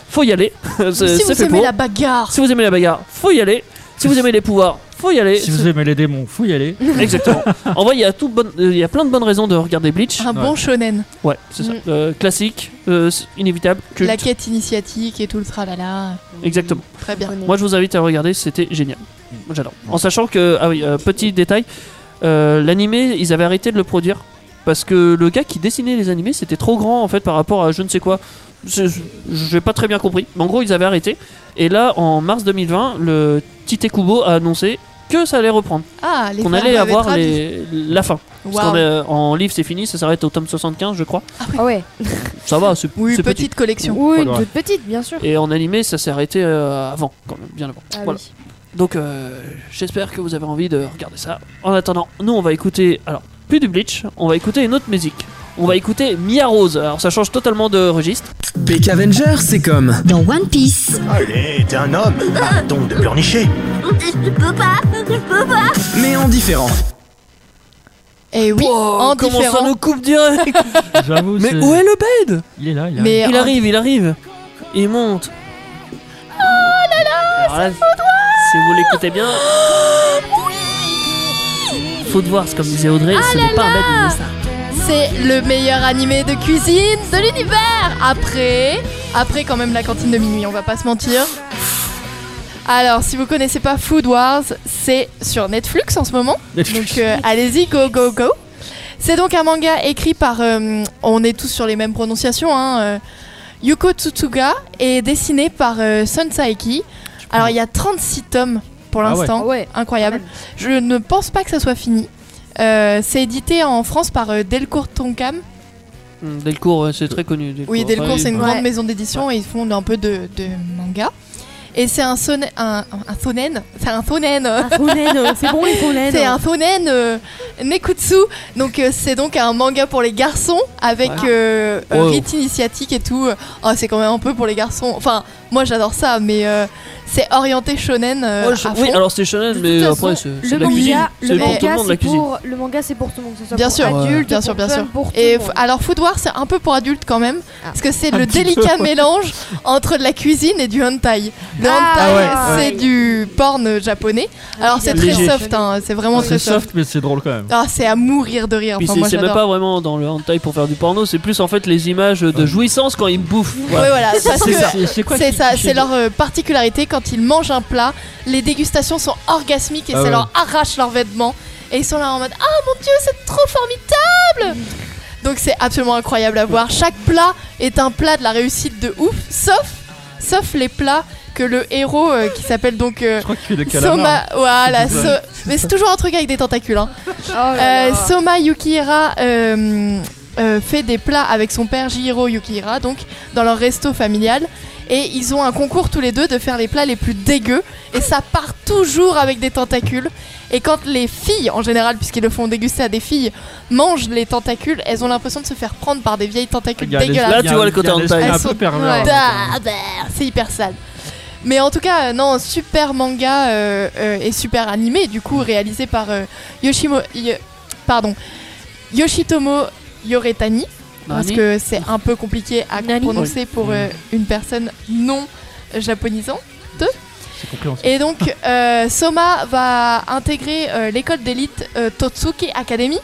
faut y aller. C'est- si c'est vous fait aimez pour. la bagarre, Si vous aimez la bagarre, faut y aller. Si vous aimez les pouvoirs, faut y aller. Si vous aimez les démons, faut y aller. Exactement. en vrai, il y, a tout bonne- euh, il y a plein de bonnes raisons de regarder Bleach. un bon shonen. Ouais, c'est ça. Mm. Euh, classique, euh, c'est inévitable, culte. La Mm. quête initiatique et tout le tralala. Exactement. Très bien. Moi, je vous invite à le regarder, c'était génial. Moi, J'adore. En sachant que, ah oui, euh, petit détail, euh, l'animé, ils avaient arrêté de le produire parce que le gars qui dessinait les animés, c'était trop grand en fait par rapport à je ne sais quoi. Je je- j'ai pas très bien compris, mais en gros, ils avaient arrêté. Et là, en mars 2020, le Tite Kubo a annoncé que ça allait reprendre, Ah, les qu'on femmes allait doivent avoir être les, la fin. ravies. Parce qu'en Waouh. euh, en livre, c'est fini, ça s'arrête au tome 75, je crois. Ah ouais. Ça va, c'est Oui, c'est petite collection. Oui, une Voilà. toute petite, bien sûr. Et en animé, ça s'est arrêté euh, avant, quand même, bien avant. Ah Voilà. oui. Donc euh, j'espère que vous avez envie de regarder ça. En attendant, nous on va écouter, alors plus du Bleach, on va écouter une autre musique. On va écouter Mia Rose. Alors ça change totalement de registre. Peck Avenger, c'est comme. Dans One Piece, Allez, t'es un homme. Arrêtons de pleurnicher. Je peux pas, je peux pas. Mais en différent. Et Eh oui, en comment ça différent. nous coupe direct J'avoue, Mais c'est- où est le bed Il est là, il est Mais Il en- arrive, il arrive. Il monte. Oh là là, Si vous l'écoutez bien. Oh, Faut de voir, c'est comme disait Audrey, Ah ce n'est pas un bed, mais ça. c'est le meilleur animé de cuisine de l'univers. Après, après quand même la cantine de minuit, on va pas se mentir. Alors, si vous connaissez pas Food Wars, c'est sur Netflix en ce moment. Netflix. Donc euh, allez-y, go, go, go. C'est donc un manga écrit par, euh, on est tous sur les mêmes prononciations, hein, euh, Yuko Tsutsuga et dessiné par euh, Sun Saeki. Alors il y a 36 tomes pour Ah ouais. l'instant, Ouais. incroyable. Je ne pense pas que ça soit fini. Euh, c'est édité en France par euh, Delcourt Tonkam. Hum, Delcourt, euh, c'est très connu. Oui, Delcourt, c'est une Ouais. grande maison d'édition et ils font un peu de, de manga. Et c'est un, sonne- un, un shonen, c'est un shonen, Un Ronen, c'est bon les Ronen. C'est un shonen euh, nekutsu, donc euh, c'est donc un manga pour les garçons avec Ouais. euh, euh, Wow. rite initiatique et tout. Oh, c'est quand même un peu pour les garçons. Enfin, moi j'adore ça, mais euh, c'est orienté shonen euh, Ouais, Oh, je- à oui, fond. alors c'est shonen, De mais toute après façon, c'est c'est le de la cuisine. manga, C'est le pour tout le manga, monde la c'est cuisine. pour le manga, c'est pour tout le monde, que ce soit Bien pour sûr. adulte, Bien sûr, pour bien sûr. femme, pour tout Et f- le monde. alors Food Wars c'est un peu pour adultes quand même Ah. parce que c'est Un le petit peu, délicat ouais. mélange entre de la cuisine et du hentai. Le Ah, hentai ah ouais. Ah c'est du porn japonais. Alors c'est très Léger. soft, hein, c'est vraiment C'est très soft. soft, mais c'est drôle quand même. Ah c'est à mourir de rire. Puis Enfin, c'est- moi c'est même j'adore. pas vraiment dans le hentai pour faire du porno, c'est plus en fait les images de jouissance quand ils me bouffent. Ouais, Voilà. voilà, parce que c'est quoi C'est ce ça, cliché c'est leur euh, particularité quand ils mangent un plat. Les dégustations sont orgasmiques et Ah ça ouais. leur arrache leurs vêtements. Et ils sont là en mode Ah mon dieu, c'est trop formidable Donc c'est absolument incroyable à voir. Chaque plat est un plat de la réussite de ouf, sauf, sauf les plats que le héros euh, qui s'appelle donc. euh, Je crois que tu es de Soma, calamar. voilà, C'est tout So- mais c'est toujours un truc avec des tentacules. Hein. Oh là Euh, là. Soma Yukihira euh, euh, fait des plats avec son père Jihiro Yukihira, donc dans leur resto familial. Et ils ont un concours tous les deux de faire les plats les plus dégueux. Et ça part toujours avec des tentacules. Et quand les filles, en général, puisqu'ils le font déguster à des filles, mangent les tentacules, elles ont l'impression de se faire prendre par des vieilles tentacules Il y a les- dégueulasses. Là, tu vois le côté il y a hentai. l'esprit un Elles peu sont- pervers. Ah, bah, c'est hyper sale. Mais en tout cas, euh, non, super manga euh, euh, et super animé, du coup, réalisé par euh, Yoshimo, Yo- pardon, Yoshitomo Yoretani. Parce Nani que c'est un peu compliqué à Nani prononcer pour euh, une personne non japonisante. C'est compréhensible. Et donc, euh, Soma va intégrer euh, l'école d'élite euh, Totsuki Academy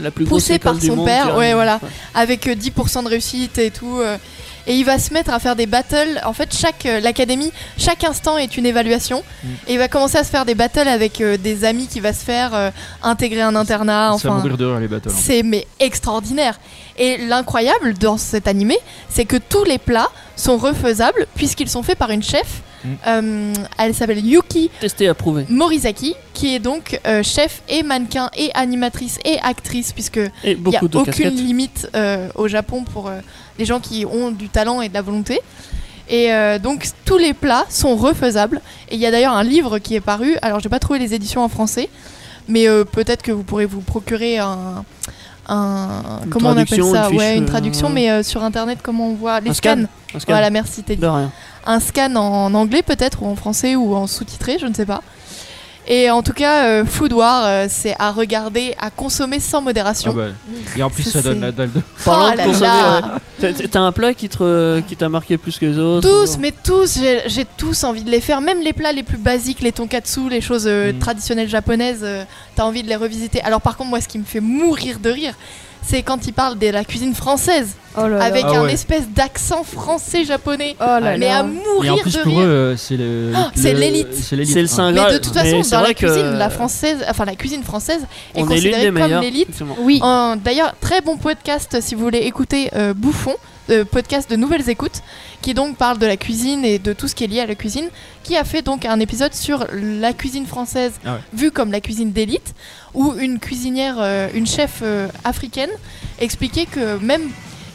La plus grosse poussé école par du son monde, père, clairement. ouais, voilà. avec euh, 10% de réussite et tout. euh, et il va se mettre à faire des battles. En fait, chaque euh, l'académie, chaque instant est une évaluation. Mm. Et il va commencer à se faire des battles avec euh, des amis qui va se faire euh, intégrer un internat. C'est à Enfin, mourir de rire les battles. hein. c'est mais extraordinaire. Et l'incroyable dans cet animé, c'est que tous les plats sont refaisables puisqu'ils sont faits par une chef. Mm. Euh, elle s'appelle Yuki Testé, approuvé. Morizaki, qui est donc euh, chef et mannequin et animatrice et actrice puisque Et il n'y a beaucoup de aucune casquettes. limite euh, au Japon pour euh, les gens qui ont du talent et de la volonté. Et euh, donc tous les plats sont refaisables. Et il y a d'ailleurs un livre qui est paru. Alors j'ai pas trouvé les éditions en français, mais euh, peut-être que vous pourrez vous procurer un, un- Une comment on appelle traduction, ça, une fiche, ouais, une euh, traduction. Mais euh, sur internet, comment on voit les Un scans scan. Un scan. Voilà, merci Teddy De rien. un scan en anglais peut-être ou en français ou en sous-titré, je ne sais pas. Et en tout cas, euh, Food War, euh, c'est à regarder, à consommer sans Ah modération. bah, Et en plus, Ça, ça c'est- donne la dalle de. Parlant Oh de là consommer, là. T'as- T'as un plat qui te- qui t'a marqué plus que les autres Tous, mais tous, j'ai- j'ai tous envie de les faire. Même les plats les plus basiques, les tonkatsu, les choses euh, Mm. traditionnelles japonaises, euh, t'as envie de les revisiter. Alors par contre, moi, ce qui me fait mourir de rire, c'est quand ils parlent de la cuisine française, Oh là là. avec Ah un ouais. espèce d'accent français-japonais. Oh là mais là. à Et mourir en plus, de pour rire. eux, euh, c'est le. Ah, c'est le- l'élite. C'est l'élite. C'est le hein. singlet. Mais de toute façon, c'est dans vrai la que cuisine, la française, enfin la cuisine française on est est l'une considérée des comme meilleures. l'élite. Exactement. Oui. En- D'ailleurs, très bon podcast si vous voulez écouter euh, Bouffon, euh, podcast de Nouvelles Écoutes, qui donc parle de la cuisine et de tout ce qui est lié à la cuisine, qui a fait donc un épisode sur la cuisine française Ah ouais. vue comme la cuisine d'élite, où une cuisinière, euh, une chef euh, africaine, expliquait que même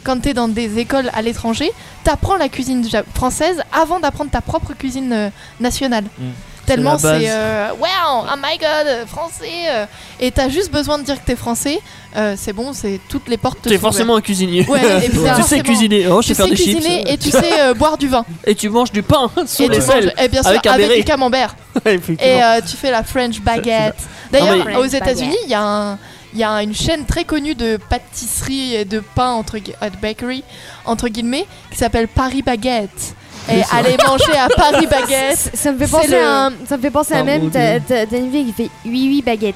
quand t'es dans des écoles à l'étranger, t'apprends la cuisine ja- française avant d'apprendre ta propre cuisine euh, nationale. Mm. Tellement C'est la c'est base. euh, wow, oh my god, euh, français. euh, et t'as juste besoin de dire que t'es français, euh, c'est bon, c'est toutes les portes. te T'es sont ouvertes. forcément un cuisinier. Ouais, et puis tu t'as sais forcément- cuisiner. Oh, je sais Tu sais faire des chips. cuisiner et tu sais euh, boire du vin. Et tu manges du pain sous et les tu selles. manges- et bien sûr, avec avec, un béret. du camembert. Et Effectivement. euh, tu fais la French baguette. Non, D'ailleurs, mais- aux États-Unis, il y a un- Il y a une chaîne très connue de pâtisserie et de pain entre gui- euh, de bakery entre guillemets qui s'appelle Paris Baguette et aller manger à Paris Baguette Ça- Ça me fait C'est penser le- à un, ça me fait penser à Un même bon t'as Dieu. t'as- t'as une fille qui fait oui oui baguette.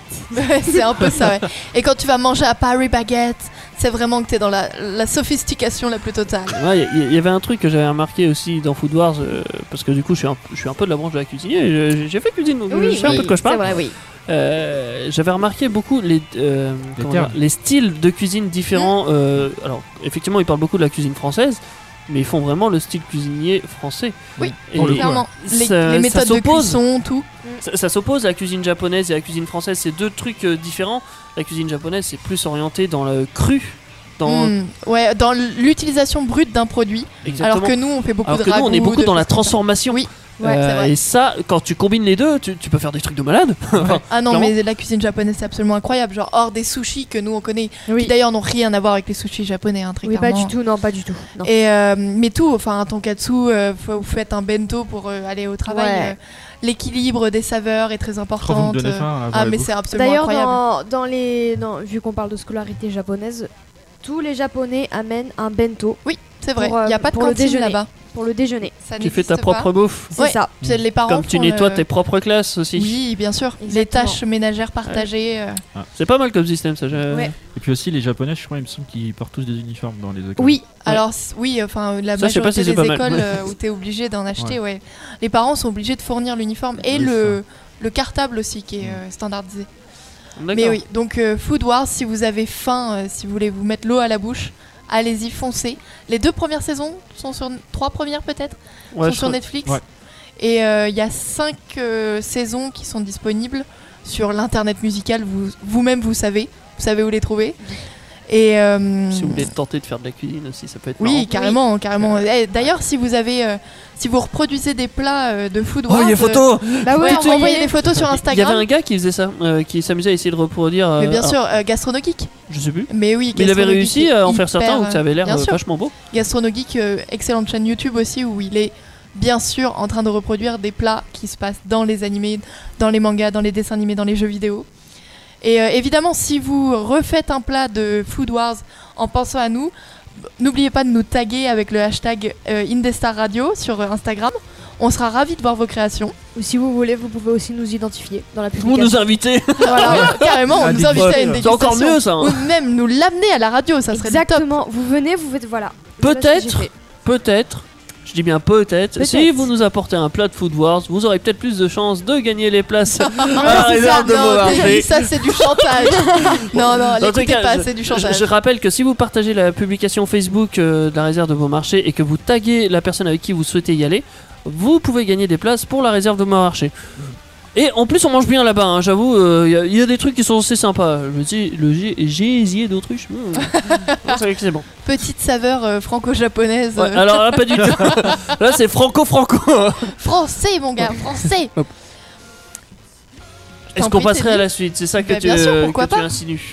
c'est un peu ça ouais. et quand tu vas manger à Paris Baguette c'est vraiment que t'es dans la, la sophistication la plus totale Ouais, il y, y avait un truc que j'avais remarqué aussi dans Food Wars, euh, parce que du coup, je suis, un, je suis un peu de la branche de la cuisine. et je- J'ai fait cuisine, donc je sais un peu de quoi je c'est parle. vrai oui. Euh, j'avais remarqué beaucoup les, euh, comment termes. dire, les styles de cuisine différents. euh, alors, effectivement, ils parlent beaucoup de la cuisine française, mais ils font vraiment le style cuisinier français. Oui, Et pour le coup, clairement les, Ça- les ça méthodes de s'oppose. cuisson tout ça, ça s'oppose à la cuisine japonaise et à la cuisine française, c'est deux trucs euh, différents. La cuisine japonaise, c'est plus orienté dans le cru, dans Mm, ouais, dans l'utilisation brute d'un produit, exactement. alors que nous on fait beaucoup Alors de que nous, on est ragoûts, beaucoup de dans la choses comme ça. transformation. Oui, ouais, Euh, c'est vrai. et ça, quand tu combines les deux, tu, tu peux faire des trucs de malade. Enfin, Ah non, clairement. mais la cuisine japonaise c'est absolument incroyable, genre hors des sushis que nous on connaît, qui Oui. d'ailleurs n'ont rien à voir avec les sushis japonais, hein, très Oui, pas clairement. du tout, non, pas du tout. non. Et euh, mais tout, enfin un tonkatsu, euh, faut- vous faites un bento pour euh, aller au travail. Ouais. euh, L'équilibre des saveurs est très Trop vous important. me donnez hein, faim, là, Ah voilà, mais bouffe. c'est absolument D'ailleurs, incroyable. dans, dans les, dans- vu qu'on parle de scolarité japonaise, tous les Japonais amènent un bento Oui, c'est vrai. pour, euh, Il y a pas de pour le cantine déjeuner. là-bas. pour le déjeuner. Ça tu fais n'existe ta pas. propre bouffe. C'est Ouais. ça. C'est- Les parents Comme tu font euh, nettoies le- tes propres classes aussi. Oui, bien sûr. Les Exactement. tâches ménagères partagées. euh, C'est pas mal comme système, ça. je- Ouais. Et puis aussi, les Japonais, je crois, il me semble qu'ils portent tous des uniformes dans les écoles. Oui, Alors s- oui, enfin euh, la Ça, je sais pas majorité si c'est des pas mal. écoles euh, où tu es obligé d'en acheter, ouais. Les parents sont obligés de fournir l'uniforme et Oui, le, le cartable aussi qui est euh, standardisé. D'accord. Mais oui, donc euh, Food Wars, si vous avez faim, euh, si vous voulez vous mettre l'eau à la bouche, allez-y, foncez. Les deux premières saisons sont sur trois premières peut-être Ouais, sont je sur crois- Netflix. Ouais. Et euh, il y a cinq euh, saisons qui sont disponibles sur l'internet musical. Vous vous-même vous savez, vous savez où les trouver. Et euh, Si vous voulez tenter de faire de la cuisine aussi, ça peut être oui, marrant. carrément, carrément. Eh, D'ailleurs, si vous avez, euh, si vous reproduisez des plats euh, de food, Oh, il y a wars, euh, photo bah ouais, ouais, on envoyez des voyait. photos Il sur y avait Instagram. un gars qui faisait ça, euh, qui s'amusait à essayer de reproduire. euh, Mais bien alors, sûr, euh, Gastrono Geek. Je sais plus. Mais oui, Mais il avait Gastrono Geek réussi est à en faire hyper, certains où ça avait l'air bien euh, sûr. vachement beau. Gastrono Geek, euh, excellente chaîne YouTube aussi où il est bien sûr en train de reproduire des plats qui se passent dans les animés, dans les mangas, dans les dessins animés, dans les jeux vidéo. Et euh, évidemment, si vous refaites un plat de Food Wars en pensant à nous, b- n'oubliez pas de nous taguer avec le hashtag euh, Indestar Radio sur euh, Instagram. On sera ravis de voir vos créations. Ou si vous voulez, vous pouvez aussi nous identifier dans la Vous publication. nous invitez Voilà, carrément, on Ah, nous dites invite pas. à une C'est dégustation. encore mieux, ça, hein. Ou même nous l'amener à la radio, ça serait du top. Exactement, vous venez, vous faites voilà. Voilà ce que j'ai Peut-être, fait. peut-être, je dis bien peut-être, Peut-être. si vous nous apportez un plat de Food Wars, vous aurez peut-être plus de chances de gagner les places à Ah, la c'est ça, réserve de non, Beaumarchais. David, ça c'est du chantage. non, non, Dans tous les l'écoutez cas, pas, je- c'est du Je, chantage. je rappelle que si vous partagez la publication Facebook euh, de la réserve de Beaumarchais et que vous taguez la personne avec qui vous souhaitez y aller, vous pouvez gagner des places pour la réserve de Beaumarchais. Et en plus, on mange bien là-bas, hein, j'avoue, il y, a des trucs qui sont assez sympas. Je me dis, le gé- gésier d'autruche, mm. Ouais, c'est vrai que c'est bon. Petite saveur euh, franco-japonaise. Ouais, euh, alors là, pas du tout. Là, c'est franco-franco. Français, mon gars, français. Hop. T'en Est-ce qu'on prie, passerait à Teddy la suite C'est ça que, Bah, tu, bien sûr, euh, pourquoi que tu pas. insinues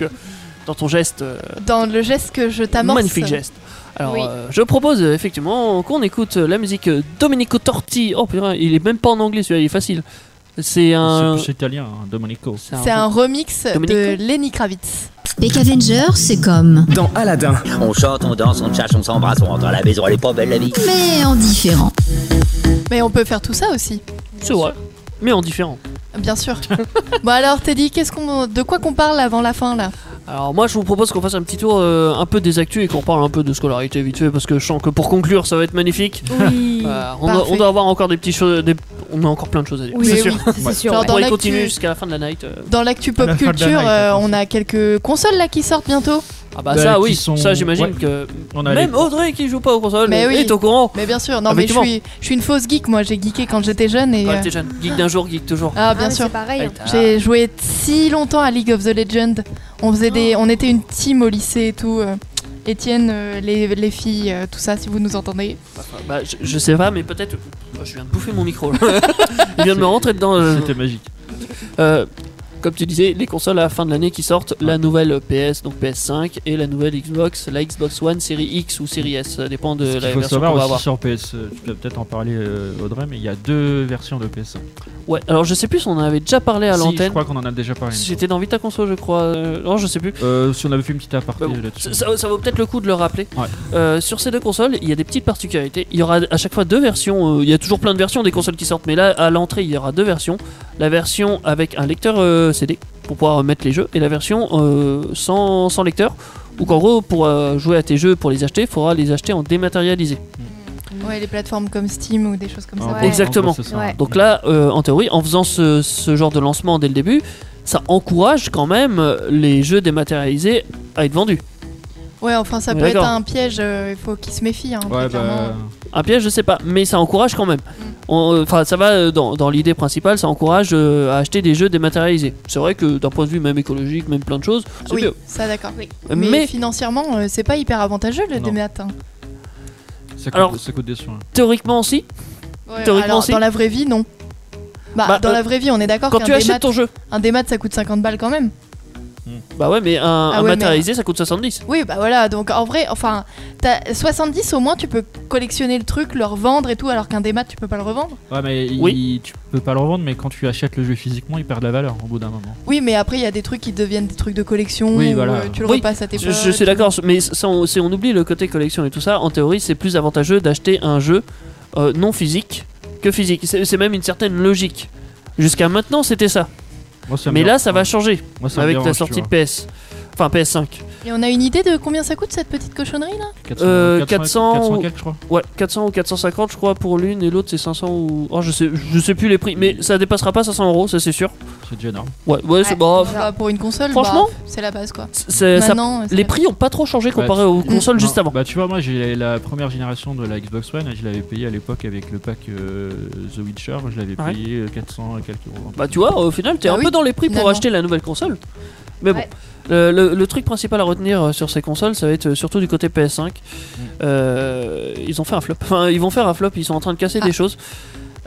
dans ton geste. euh, Dans le geste que je t'amorce. Magnifique geste. Alors, Oui. euh, je propose euh, effectivement qu'on écoute euh, la musique euh, Domenico Torti. Oh putain, il est même pas en anglais celui-là, il est facile. C'est un. C'est italien, hein, Domenico. C'est un remix de Domenico Lenny Kravitz. Peck Avenger, c'est comme. Dans Aladdin, On chante, on danse, on chasse, on s'embrasse, on rentre à la maison, elle est pas belle la vie. Mais en différent. Mais on peut faire tout ça aussi, C'est vrai. Mais en différent. bien sûr. bon alors Teddy, qu'est-ce qu'on, de quoi qu'on parle avant la fin là Alors, moi, je vous propose qu'on fasse un petit tour euh, un peu des actus et qu'on parle un peu de scolarité vite fait parce que je sens que pour conclure, ça va être magnifique. Oui. Euh, on, doit, Parfait. on doit avoir encore des petites choses. des- On a encore plein de choses à dire. Oui, c'est oui, sûr. c'est On Genre sûr. ouais. dans pourrait l'actu- continuer jusqu'à la fin de la night. euh. Dans l'actu À la pop fin de la culture, night, euh, attention. on a quelques consoles là qui sortent bientôt. Ah bah, Bah, ça, qui oui. sont- Ça, j'imagine ouais. que. On a Même les- Audrey qui joue pas aux consoles Mais oui. est au courant. Mais bien sûr, non Ah, mais mais je tu suis, je suis une fausse geek moi, j'ai geeké quand j'étais jeune et... Quand elle euh, était jeune. Geek d'un jour, geek toujours. Ah Ah, bien mais sûr. C'est pareil. hein. J'ai joué si longtemps à League of the Legend. On faisait des, on était une team au lycée et tout. euh, Étienne, euh, les, les filles, euh, tout ça, si vous nous entendez. Bah, je, je sais pas, mais peut-être. Bah, je viens de bouffer mon micro. là. Il vient de me rentrer dedans. euh, C'était magique. euh, comme tu disais, les consoles à la fin de l'année qui sortent, la nouvelle PS, donc PS5, et la nouvelle Xbox, la Xbox One série X ou série S, ça dépend de Il la faut version qu'on savoir va aussi avoir. sur PS, euh, tu peux peut-être en parler euh, Audrey, mais il y a deux versions de PS1. Ouais, alors je sais plus, on en avait déjà parlé à Si, je l'antenne. crois qu'on en a déjà parlé. C'était dans Vita Conso, je crois. euh, non, je sais plus. Euh, si on avait fait une petite aparté Bah bon, ça, là-dessus. ça- ça vaut peut-être le coup de le rappeler. Ouais. Euh, sur ces deux consoles, il y a des petites particularités. Il y aura à chaque fois deux versions. euh, il y a toujours plein de versions des consoles qui sortent, mais là, à l'entrée, il y aura deux versions. La version avec un lecteur euh, CD pour pouvoir euh, mettre les jeux, et la version euh, sans, sans lecteur. Ou qu'en gros, pour euh, jouer à tes jeux, pour les acheter, il faudra les acheter en dématérialisé. Ouais, les plateformes comme Steam ou des choses comme ça. En Ah, Ouais. gros, Exactement. en gros, c'est ça. Ouais. Donc là, euh, en théorie, en faisant ce, ce genre de lancement dès le début, ça encourage quand même euh, les jeux dématérialisés à être vendus. Ouais, enfin, ça Mais peut être d'accord. un piège. euh, Il faut qu'ils se méfient. Hein, Ouais, très clairement. bah, Un piège, je sais pas, mais ça encourage quand même. Mm. On- Enfin, ça va euh, dans, dans l'idée principale, ça encourage euh, à acheter des jeux dématérialisés. C'est vrai que d'un point de vue même écologique, même plein de choses, c'est oui, mieux. ça d'accord. Mais, Mais financièrement, euh, c'est pas hyper avantageux le Non. démat. hein. ça, coûte, Alors- ça coûte des hein. soins. théoriquement aussi, Ouais, Théoriquement, alors, si. dans la vraie vie, non. Bah, Bah, dans euh, la vraie vie, on est d'accord quand qu'un tu démat, achètes ton jeu, un démat, ça coûte 50 balles quand même. bah ouais, mais un, un Ah ouais, mais- matérialisé, ça coûte 70. Oui, bah voilà. Donc en vrai, enfin, t'as 70 au moins, tu peux collectionner le truc, le revendre et tout, alors qu'un démat, tu peux pas le revendre. Ouais, mais il- Oui. tu peux pas le revendre, mais quand tu achètes le jeu physiquement, il perd de la valeur au bout d'un moment. Oui, mais après, il y a des trucs qui deviennent des trucs de collection. Oui, ou, voilà. euh, tu le Oui, repasses à tes Je, potes. je suis d'accord, mais ça, on- si on oublie le côté collection et tout ça, en théorie, c'est plus avantageux d'acheter un jeu euh, non physique que physique. C'est c'est même une certaine logique. Jusqu'à maintenant, c'était ça. Moi, ça me Mais là, dérange ça pas. va changer Moi, ça me avec la dérange, tu sortie de vois. PS. Enfin, PS5. Et on a une idée de combien ça coûte cette petite cochonnerie là 400, Euh, 400, 400, 400, je crois. Ouais, 400 ou 450, je crois, pour l'une et l'autre, c'est 500 ou. Oh, je sais, je sais plus les prix, mais ça dépassera pas 500 euros, ça c'est sûr. C'est déjà énorme. Ouais, ouais, c'est bon. Ouais. Bah, Pour une console, Franchement bah, c'est la base quoi. c'est- ça- Maintenant, Bah c'est les la- prix ont pas trop changé comparé Bah, aux consoles Non, juste avant. Bah, tu vois, moi, j'ai la première génération de la Xbox One, je l'avais payé à l'époque avec le pack euh, The Witcher, je l'avais Ouais. payé euh, 400 et quelques euros. Bah, tu vois, au final, t'es Bah un oui, peu dans les prix pour finalement. acheter la nouvelle console. Mais bon, Ouais. le, le- le truc principal à retenir euh, sur ces consoles, ça va être euh, surtout du côté PS5. Mm. Euh, ils ont fait un flop. Enfin, ils vont faire un flop, ils sont en train de casser Ah. des choses.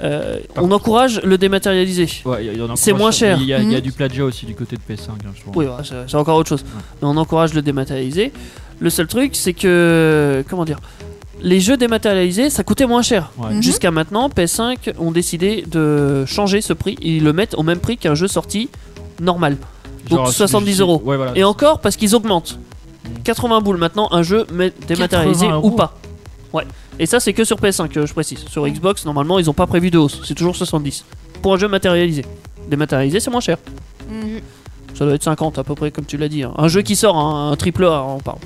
Euh, Par on encourage le dématérialisé. Ouais, il y a- il y en a C'est encore moins sur- cher. Il y, a- il y a Mhm. du plagiat aussi du côté de PS5, hein, je trouve. Oui, ouais, c'est c'est encore autre chose. Mais on encourage le dématérialisé. Le seul truc, c'est que. Comment dire les jeux dématérialisés, ça coûtait moins cher. Ouais. Mhm. Jusqu'à maintenant, PS5 ont décidé de changer ce prix et ils le mettent au même prix qu'un jeu sorti normal. Donc Genre, 70 c'est- euros. ouais, voilà. Et encore parce qu'ils augmentent. 80 boules maintenant, un jeu mais dématérialisé 80 euros. ou pas. Ouais. Et ça, c'est que sur PS5, euh, je précise. Sur Xbox, normalement, ils n'ont pas prévu de hausse. C'est toujours 70. Pour un jeu matérialisé. Dématérialisé, c'est moins cher. Mm, Ça doit être 50 à peu près, comme tu l'as dit. hein. Un jeu qui sort, hein, un triple A, on parle.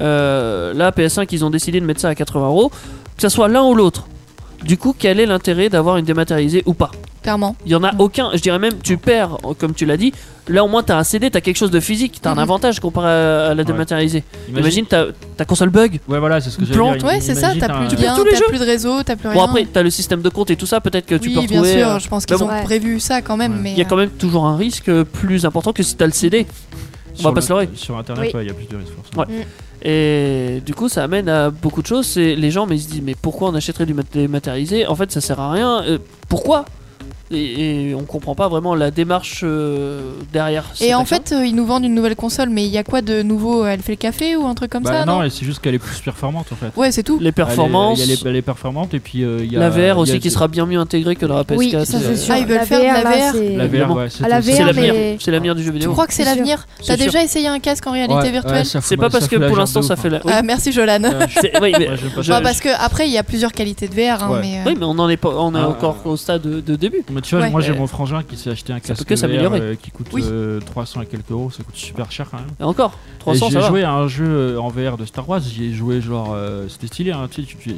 Euh, là, PS5, ils ont décidé de mettre ça à 80 euros. Que ça soit l'un ou l'autre. Du coup, quel est l'intérêt d'avoir une dématérialisée ou pas Clairement. Il y en a aucun. Je dirais même, tu perds, comme tu l'as dit. Là, au moins, t'as un CD, t'as quelque chose de physique, t'as un Mhm. avantage comparé à à la dématérialisée. Imagine, Imagine- ta, ta console bug. Ouais, voilà, c'est ce que j'allais Plante. dire. Ouais, c'est ça, Imagine, t'as t'as plus un- de hein. Tu perds lien, tous les t'as jeux. plus de réseau, t'as plus rien. Bon, après, t'as le système de compte et tout ça, peut-être que tu oui, peux bien retrouver. sûr, euh, je hein. pense mais qu'ils bon, ont prévu ça quand même. Mais euh, Il y a quand même toujours un risque euh, plus important que si t'as le CD. On va Sur pas se leurrer. le- Sur internet, Oui. ouais, il y a plus de risques forcément. Ouais. Mm. Et du coup, ça amène à beaucoup de choses. C'est les gens, mais ils se disent, mais pourquoi on achèterait du mat- dématérialisé En fait, ça sert à rien. Euh, pourquoi et, et on comprend pas vraiment la démarche euh, derrière. cette Et en action. fait, euh, ils nous vendent une nouvelle console, mais il y a quoi de nouveau Elle fait le café ou un truc comme Bah, ça non, et c'est juste qu'elle est plus performante en fait. Ouais, c'est tout. Les Elle est- performances. Il y a les, elle est performante et puis euh, il y a la VR il y aussi a- qui sera bien mieux intégrée que dans la PS4. Oui, ça, c'est euh, sûr. Ah, ils veulent La faire de la VR, VR. La VR, ouais, c'est c'est- Ah, la c'est VR, l'avenir. mais- C'est l'avenir du jeu vidéo. Tu crois que c'est l'avenir C'est T'as sûr. déjà essayé un casque en réalité Ouais, virtuelle ouais, ça fout C'est pas mal- parce ça que fout la pour gerbe l'instant, de ça ouf, fait la- hein. oui. Ah, merci Jolan. Ouais, je- C'est- oui, mais- Moi, j'aime pas ça. Bah, parce que après, il y a plusieurs qualités de VR, hein, Ouais. mais. euh, Oui, mais on en est pas, on est Ah. encore au stade de, de début. Mais tu vois, moi j'ai Euh, mon frangin qui s'est acheté un ça peut casque que VR s'améliorer. euh, qui coûte Oui. euh, 300 et quelques euros, ça coûte super cher quand même. Et encore, 300, Et ça J'ai va. joué à un jeu euh, en VR de Star Wars, j'y ai joué genre. euh, C'était stylé, hein, tu sais, tu, tu-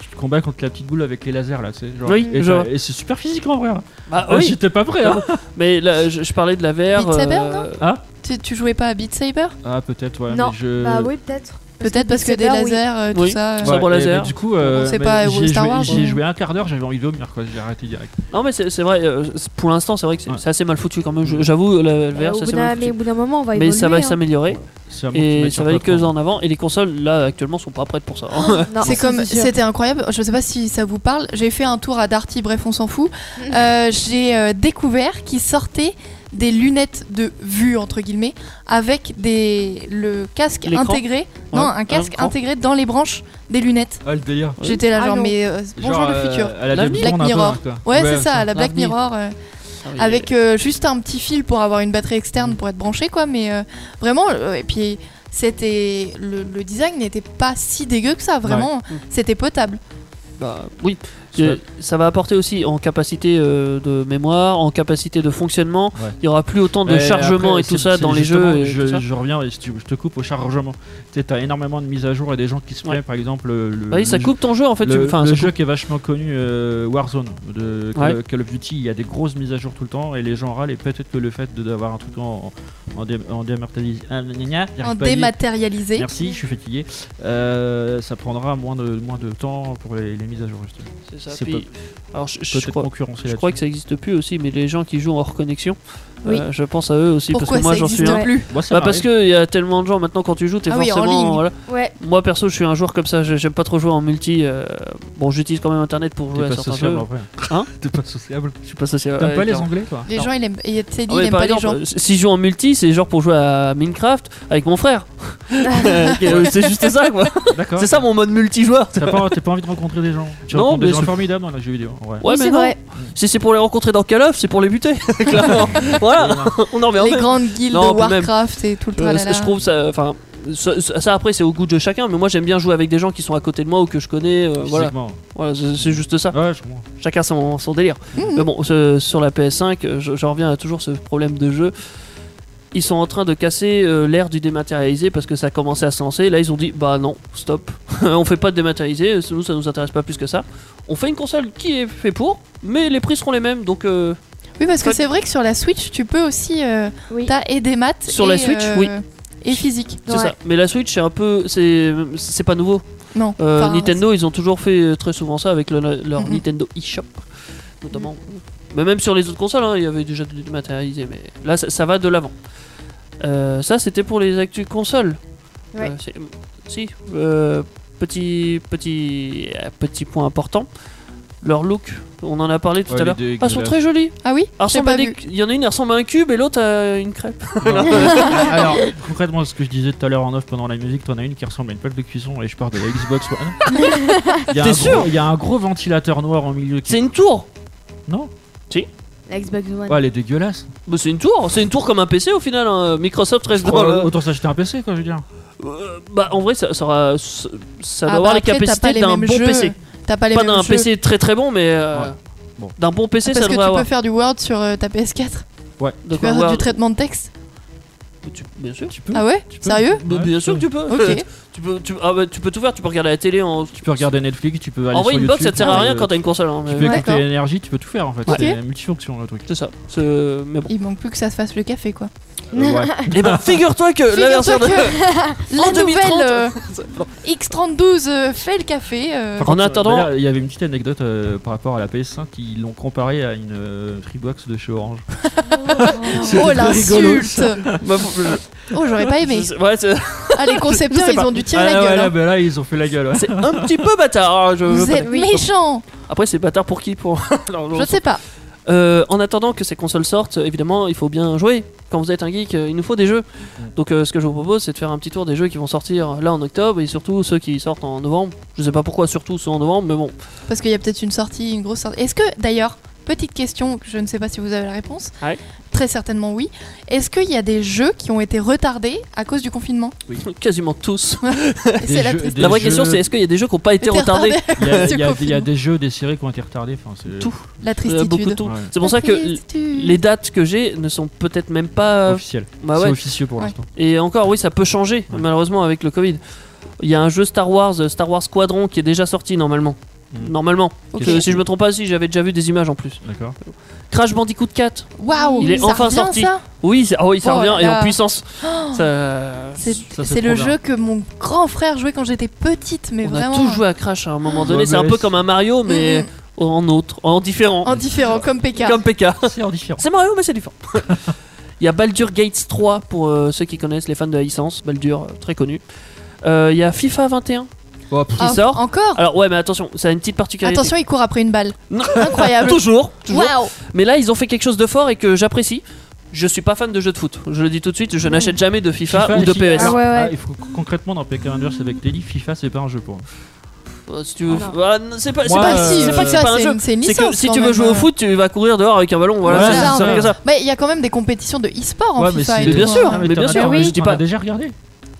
tu te combats contre la petite boule avec les lasers là, tu sais. genre. Oui, et, je t'as- vois. et c'est super physique en vrai. Bah Ah, oui. J'étais pas prêt, hein. Mais là, je, je parlais de la VR. Beat Saber, euh, non Ah, Tu, tu jouais pas à Beat Saber ah peut-être, ouais. Non. mais je... Bah oui, peut-être. Peut-être parce que Beat des Saber, oui. lasers, euh, tout Oui. ça. euh, Sabre mais- laser. mais du coup, euh, On sait mais pas, j'y euh, ai Star joué- Wars, J'y ouais. ai joué un quart d'heure, j'avais envie de vomir, quoi. J'ai arrêté direct. Non, mais c'est c'est vrai, euh, c'est- pour l'instant, c'est vrai que c'est c'est assez mal foutu quand même. Je- J'avoue, la Mais VR, Bah, au ça bout c'est d'un- mal mais foutu. au bout d'un moment, on va Mais ça va évoluer, hein. s'améliorer. C'est un bon petit Et match ça en va aller que plateforme. en avant. Et les consoles, là, actuellement, sont pas prêtes pour ça. Non, c'est Ah, ça, comme, c'est sûr. c'était incroyable. Je sais pas si ça vous parle. J'ai fait un tour à Darty, bref, on s'en fout. Mm. Euh, j'ai euh, découvert qu'ils sortaient des lunettes de vue entre guillemets avec des le casque L'écran intégré. Non, Ouais, un casque l'écran. intégré dans les branches des lunettes. Ah, le délire. J'étais là Ah genre non. mais euh, Genre, bonjour le euh, futur. à la James Black Bond, un peu, Mirror. hein, quoi. ouais, Ouais, c'est ça, ça. à la Black L'avenir. Mirror. euh, oui, Mm. avec euh, juste un petit fil pour avoir une batterie externe pour être branché quoi, mais euh, vraiment euh, et puis c'était le, le design n'était pas si dégueu que ça vraiment. Mm. C'était potable. Bah oui. Euh, Ça va apporter aussi en capacité euh, de mémoire, en capacité de fonctionnement. Ouais. Il y aura plus autant de Mais chargement après, et tout c'est- ça c'est dans les justement, jeux. et tout Je, ça. je reviens, et si tu- je te coupe au chargement. Tu sais, t'as énormément de mises à jour et des gens qui se plaignent, par exemple. Le, le- Bah oui, ça le coupe ton jeu en fait. tu- Le, enfin, le ça jeu coupe- qui est vachement connu, euh, Warzone, de Call, Ouais. Call of Duty, il y a des grosses mises à jour tout le temps et les gens râlent. Et peut-être que le fait de- d'avoir un truc en, en, dé- en dématérialisé. ah, gna, gna, gna, En j'arrive pas à le dire. dématérialisé. Merci, je suis fatigué. Euh, ça prendra moins de, moins de temps pour les, les mises à jour, justement. C'est ça. C'est Puis- peut- alors, je, je peut-être crois, concurrencé je là-dessus. crois que ça existe plus aussi, mais les gens qui jouent hors connexion, Oui. euh, je pense à eux aussi Pourquoi parce que moi ça j'en suis existe un. plus Moi, ça Bah parce m'arrive. qu'il y a tellement de gens maintenant quand tu joues, t'es Ah oui, en forcément. ligne. voilà. Ouais. Moi perso, je suis un joueur comme ça. je- J'aime pas trop jouer en multi. euh, Bon, j'utilise quand même Internet pour jouer T'es à pas certains sociable jeux. en vrai. Hein T'es pas sociable. Je suis pas social. T'aimes ouais, pas les clairement. anglais, toi Les Non. gens, ils aiment, et Teddy, Ouais, il aime par pas exemple, les euh, gens. si je joue en multi, c'est genre pour jouer à Minecraft avec mon frère. Euh, c'est juste ça, quoi. D'accord. C'est ça mon mode multijoueur. T'as pas, t'as pas envie de rencontrer des gens. Tu Non, rencontres mais des gens c'est- formidables dans les jeux vidéo. en vrai. Ouais, Oui, mais c'est non. vrai. Si c'est pour les rencontrer dans Call of, c'est pour les buter. Clairement. voilà, on en revient. au Les même. grandes guildes euh, Non, de puis même, Warcraft et tout le Euh, tralala. je trouve ça. Enfin, ça, ça- ça, après, c'est au goût de chacun, mais moi j'aime bien jouer avec des gens qui sont à côté de moi ou que je connais. euh, voilà, Ah. Physiquement. voilà c'est c'est juste ça. Ouais, je comprends. Chacun son, son délire. Mais bon, ce- sur la PS5, euh, je- j'en reviens à toujours ce problème de jeu. Ils sont en train de casser euh, l'ère du dématérialisé parce que ça commençait à se lancer. Là, ils ont dit bah non, stop, on fait pas de dématérialisé. Nous, ça nous intéresse pas plus que ça. On fait une console qui est fait pour, mais les prix seront les mêmes. Donc euh, Oui, parce que c'est vrai que sur la Switch, tu peux aussi. euh, Oui. T'as et des maths. Sur et, la Switch, euh, oui. Et physique. C'est ça. Mais la Switch, c'est un peu. C'est c'est pas nouveau. Non. Euh, enfin, Nintendo, ils ont toujours fait euh, très souvent ça avec le- leur Mhm. Nintendo eShop, notamment. Mais même sur les autres consoles, hein, il y avait déjà du dématérialisé. Mais là, ça, ça va de l'avant. Euh, ça, c'était pour les actus consoles. Ouais. Euh, c'est- si. euh, petit, petit, euh, petit point important. Leur look, on en a parlé tout Ouais, à les l'heure. deux Ah, sont dégueulasses. très jolies. Ah oui Elles J'ai ressemblent pas à des- vu. Il y en a une, elle ressemble à un cube et l'autre à une crêpe. Alors, concrètement, ce que je disais tout à l'heure en off pendant la musique, t'en as une qui ressemble à une plaque de cuisson et je pars de la Xbox One. Il y a T'es un sûr gros- Il y a un gros ventilateur noir en milieu. qui- C'est une tour Non Si La Xbox One. Ouais, elle est dégueulasse. Bah, C'est une tour, c'est une tour comme un PC au final. hein. Microsoft reste dans Oh, le- Autant s'acheter un PC, quoi, je veux dire. Euh, Bah, en vrai, ça, ça, aura- ça- ça doit Ah bah avoir les après, t'as pas capacités les d'un mêmes bon jeux. PC. T'as pas les Pas mêmes d'un jeux. PC très très bon, mais. euh, Bon. D'un bon PC, ça Parce que tu devrait avoir. peux faire du Word sur euh, ta PS4. Ouais. De Tu peux quoi faire voir- du traitement de texte. Tu- Bien sûr. Tu peux. Ah ouais tu peux. Sérieux Bah, Ouais, bien tu sûr que peux. tu peux. Ok. Tu peux, tu, ah bah, tu peux tout faire, tu peux regarder la télé en. Tu peux regarder Netflix, tu peux aller En vrai, sur une box ça YouTube, te sert à euh, rien quand t'as une console. hein, mais- Tu peux écouter D'accord. l'énergie, tu peux tout faire en fait. Ok. C'est multifonction le truc. C'est ça. C'est- Mais bon. Il manque plus que ça se fasse le café quoi. Euh, ouais. Et ben, figure-toi que la version de. Figure-toi que En la 2030. nouvelle euh, X32 euh, fait le café. euh, Par En contre, attendant- d'ailleurs, il y avait une petite anecdote euh, par rapport à la PS5 ils l'ont comparée à une euh, Freebox de chez Orange. oh rigolo, l'insulte Bah, faut- Oh j'aurais pas aimé. je- Ouais, c'est Ah les Je concepteurs sais ils pas. ont dû tirer ah, la ouais, gueule. là, hein. bah, là, ils ont fait la gueule. ouais. c'est un petit peu bâtard. hein, je veux Vous pas êtes dire. méchants Après, c'est bâtard pour qui pour... Alors, Je sais pas. Euh, en attendant que ces consoles sortent, évidemment, il faut bien jouer. Quand vous êtes un geek, euh, il nous faut des jeux. Donc, euh, ce que je vous propose, c'est de faire un petit tour des jeux qui vont sortir là en octobre et surtout ceux qui sortent en novembre. Je sais pas pourquoi, surtout ceux en novembre, mais bon. Parce qu'il y a peut-être une sortie, une grosse sortie. Est-ce que, d'ailleurs, petite question, que je ne sais pas si vous avez la réponse. Ouais. Très certainement oui. Est-ce qu'il y a des jeux qui ont été retardés à cause du confinement Quasiment tous. Des C'est la jeux- tristesse. des la vraie jeux- question, c'est est-ce qu'il y a des jeux qui n'ont pas été Été retardés Il y a- il y, a- du il y a des jeux, des séries qui ont été retardées. Enfin, c'est Tout. La Euh, Beaucoup de tristitude. tout. Ouais. C'est pour ça que l- les dates que j'ai ne sont peut-être même pas. officiel. Bah C'est ouais. officieux pour Euh, Ouais. l'instant. Et encore, oui, ça peut changer, Ouais. malheureusement, avec le Covid. Il y a un jeu Star Wars, euh, Star Wars Squadron, qui est déjà sorti normalement. Mm. Normalement. Ok. Que, si je me trompe pas, si j'avais déjà vu des images en plus. D'accord. Crash Bandicoot 4. Waouh Il est ça enfin revient, sorti. ça Oui, ça, ah oui, ça Oh là revient et là. en puissance. Ça- C'est Ça, c'est c'est le trop bien. jeu que mon grand frère jouait quand j'étais petite, mais on vraiment. a tous joué à Crash à un moment donné. Ouais, c'est un mais peu c'est- comme un Mario, mais Mhm. en autre, en différent. En différent, comme PK. comme PK. C'est hors différent. C'est Mario, mais c'est différent. Il y a Baldur Gates 3 pour euh, ceux qui connaissent, les fans de la licence. Baldur, euh, très connu. Euh, Il y a FIFA 21 Oh, pff, qui Ah, sort. Encore Alors ouais mais attention, ça a une petite particularité. Attention, il court après une balle. Non. Incroyable. Toujours, toujours. Waouh Mais là ils ont fait quelque chose de fort et que j'apprécie. Je suis pas fan de jeux de foot. Je le dis tout de Mm. suite, je n'achète jamais de FIFA, FIFA, ou de FIFA. PS. Ah ouais, ouais. il faut, concrètement, dans PK Rangers avec Teddy, FIFA, c'est pas un jeu pour eux. Euh, si tu veux, Ah, non, c'est pas, c'est Moi, pas, euh, c'est pas que c'est ça, pas un c'est jeu. une- c'est une C'est que licence, si quand tu veux même, jouer euh. au foot, tu vas courir dehors avec un ballon. Voilà, Voilà, c'est c'est simple ça. que ça. Mais il y a quand même des compétitions de e-sport en Ouais, mais FIFA. c'est- et Mais tout, bien hein. sûr. Ah, mais t'en bien as- sûr, t'en oui. as- je dis t'en pas- as déjà regardé.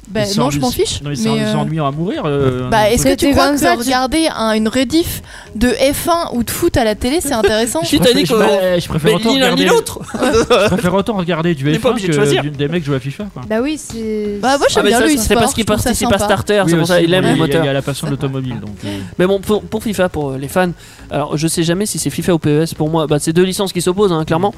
Bah, Ils non, s'en- je m'en fiche. Non, ils s'en- mais, ils euh, s'ennuient à mourir. euh, Bah, est-ce que Parce que tu crois comme que ça, tu- regarder un- une rediff de F1 ou de foot à la télé, c'est intéressant Je suis t'as dit je, qu'on- préfère- je préfère Mais autant ni l'un ni regarder. euh, l'autre. Je préfère autant regarder du On n'est pas F1 obligé de que choisir. du- des mecs jouent à FIFA. Quoi. Bah oui, c'est. Bah, moi Ah, j'aime mais bien ça, le c'est e-sport. parce qu'il je trouve ça participe à sympa. Starter, Oui, c'est pour ça aussi, il aime bon, les il y a- Il y moteurs. a la passion de l'automobile. Donc, euh, Mais bon, pour, pour FIFA, pour euh, les fans, alors je sais jamais si c'est FIFA ou PES. Pour moi, bah, c'est deux licences qui s'opposent, hein, clairement.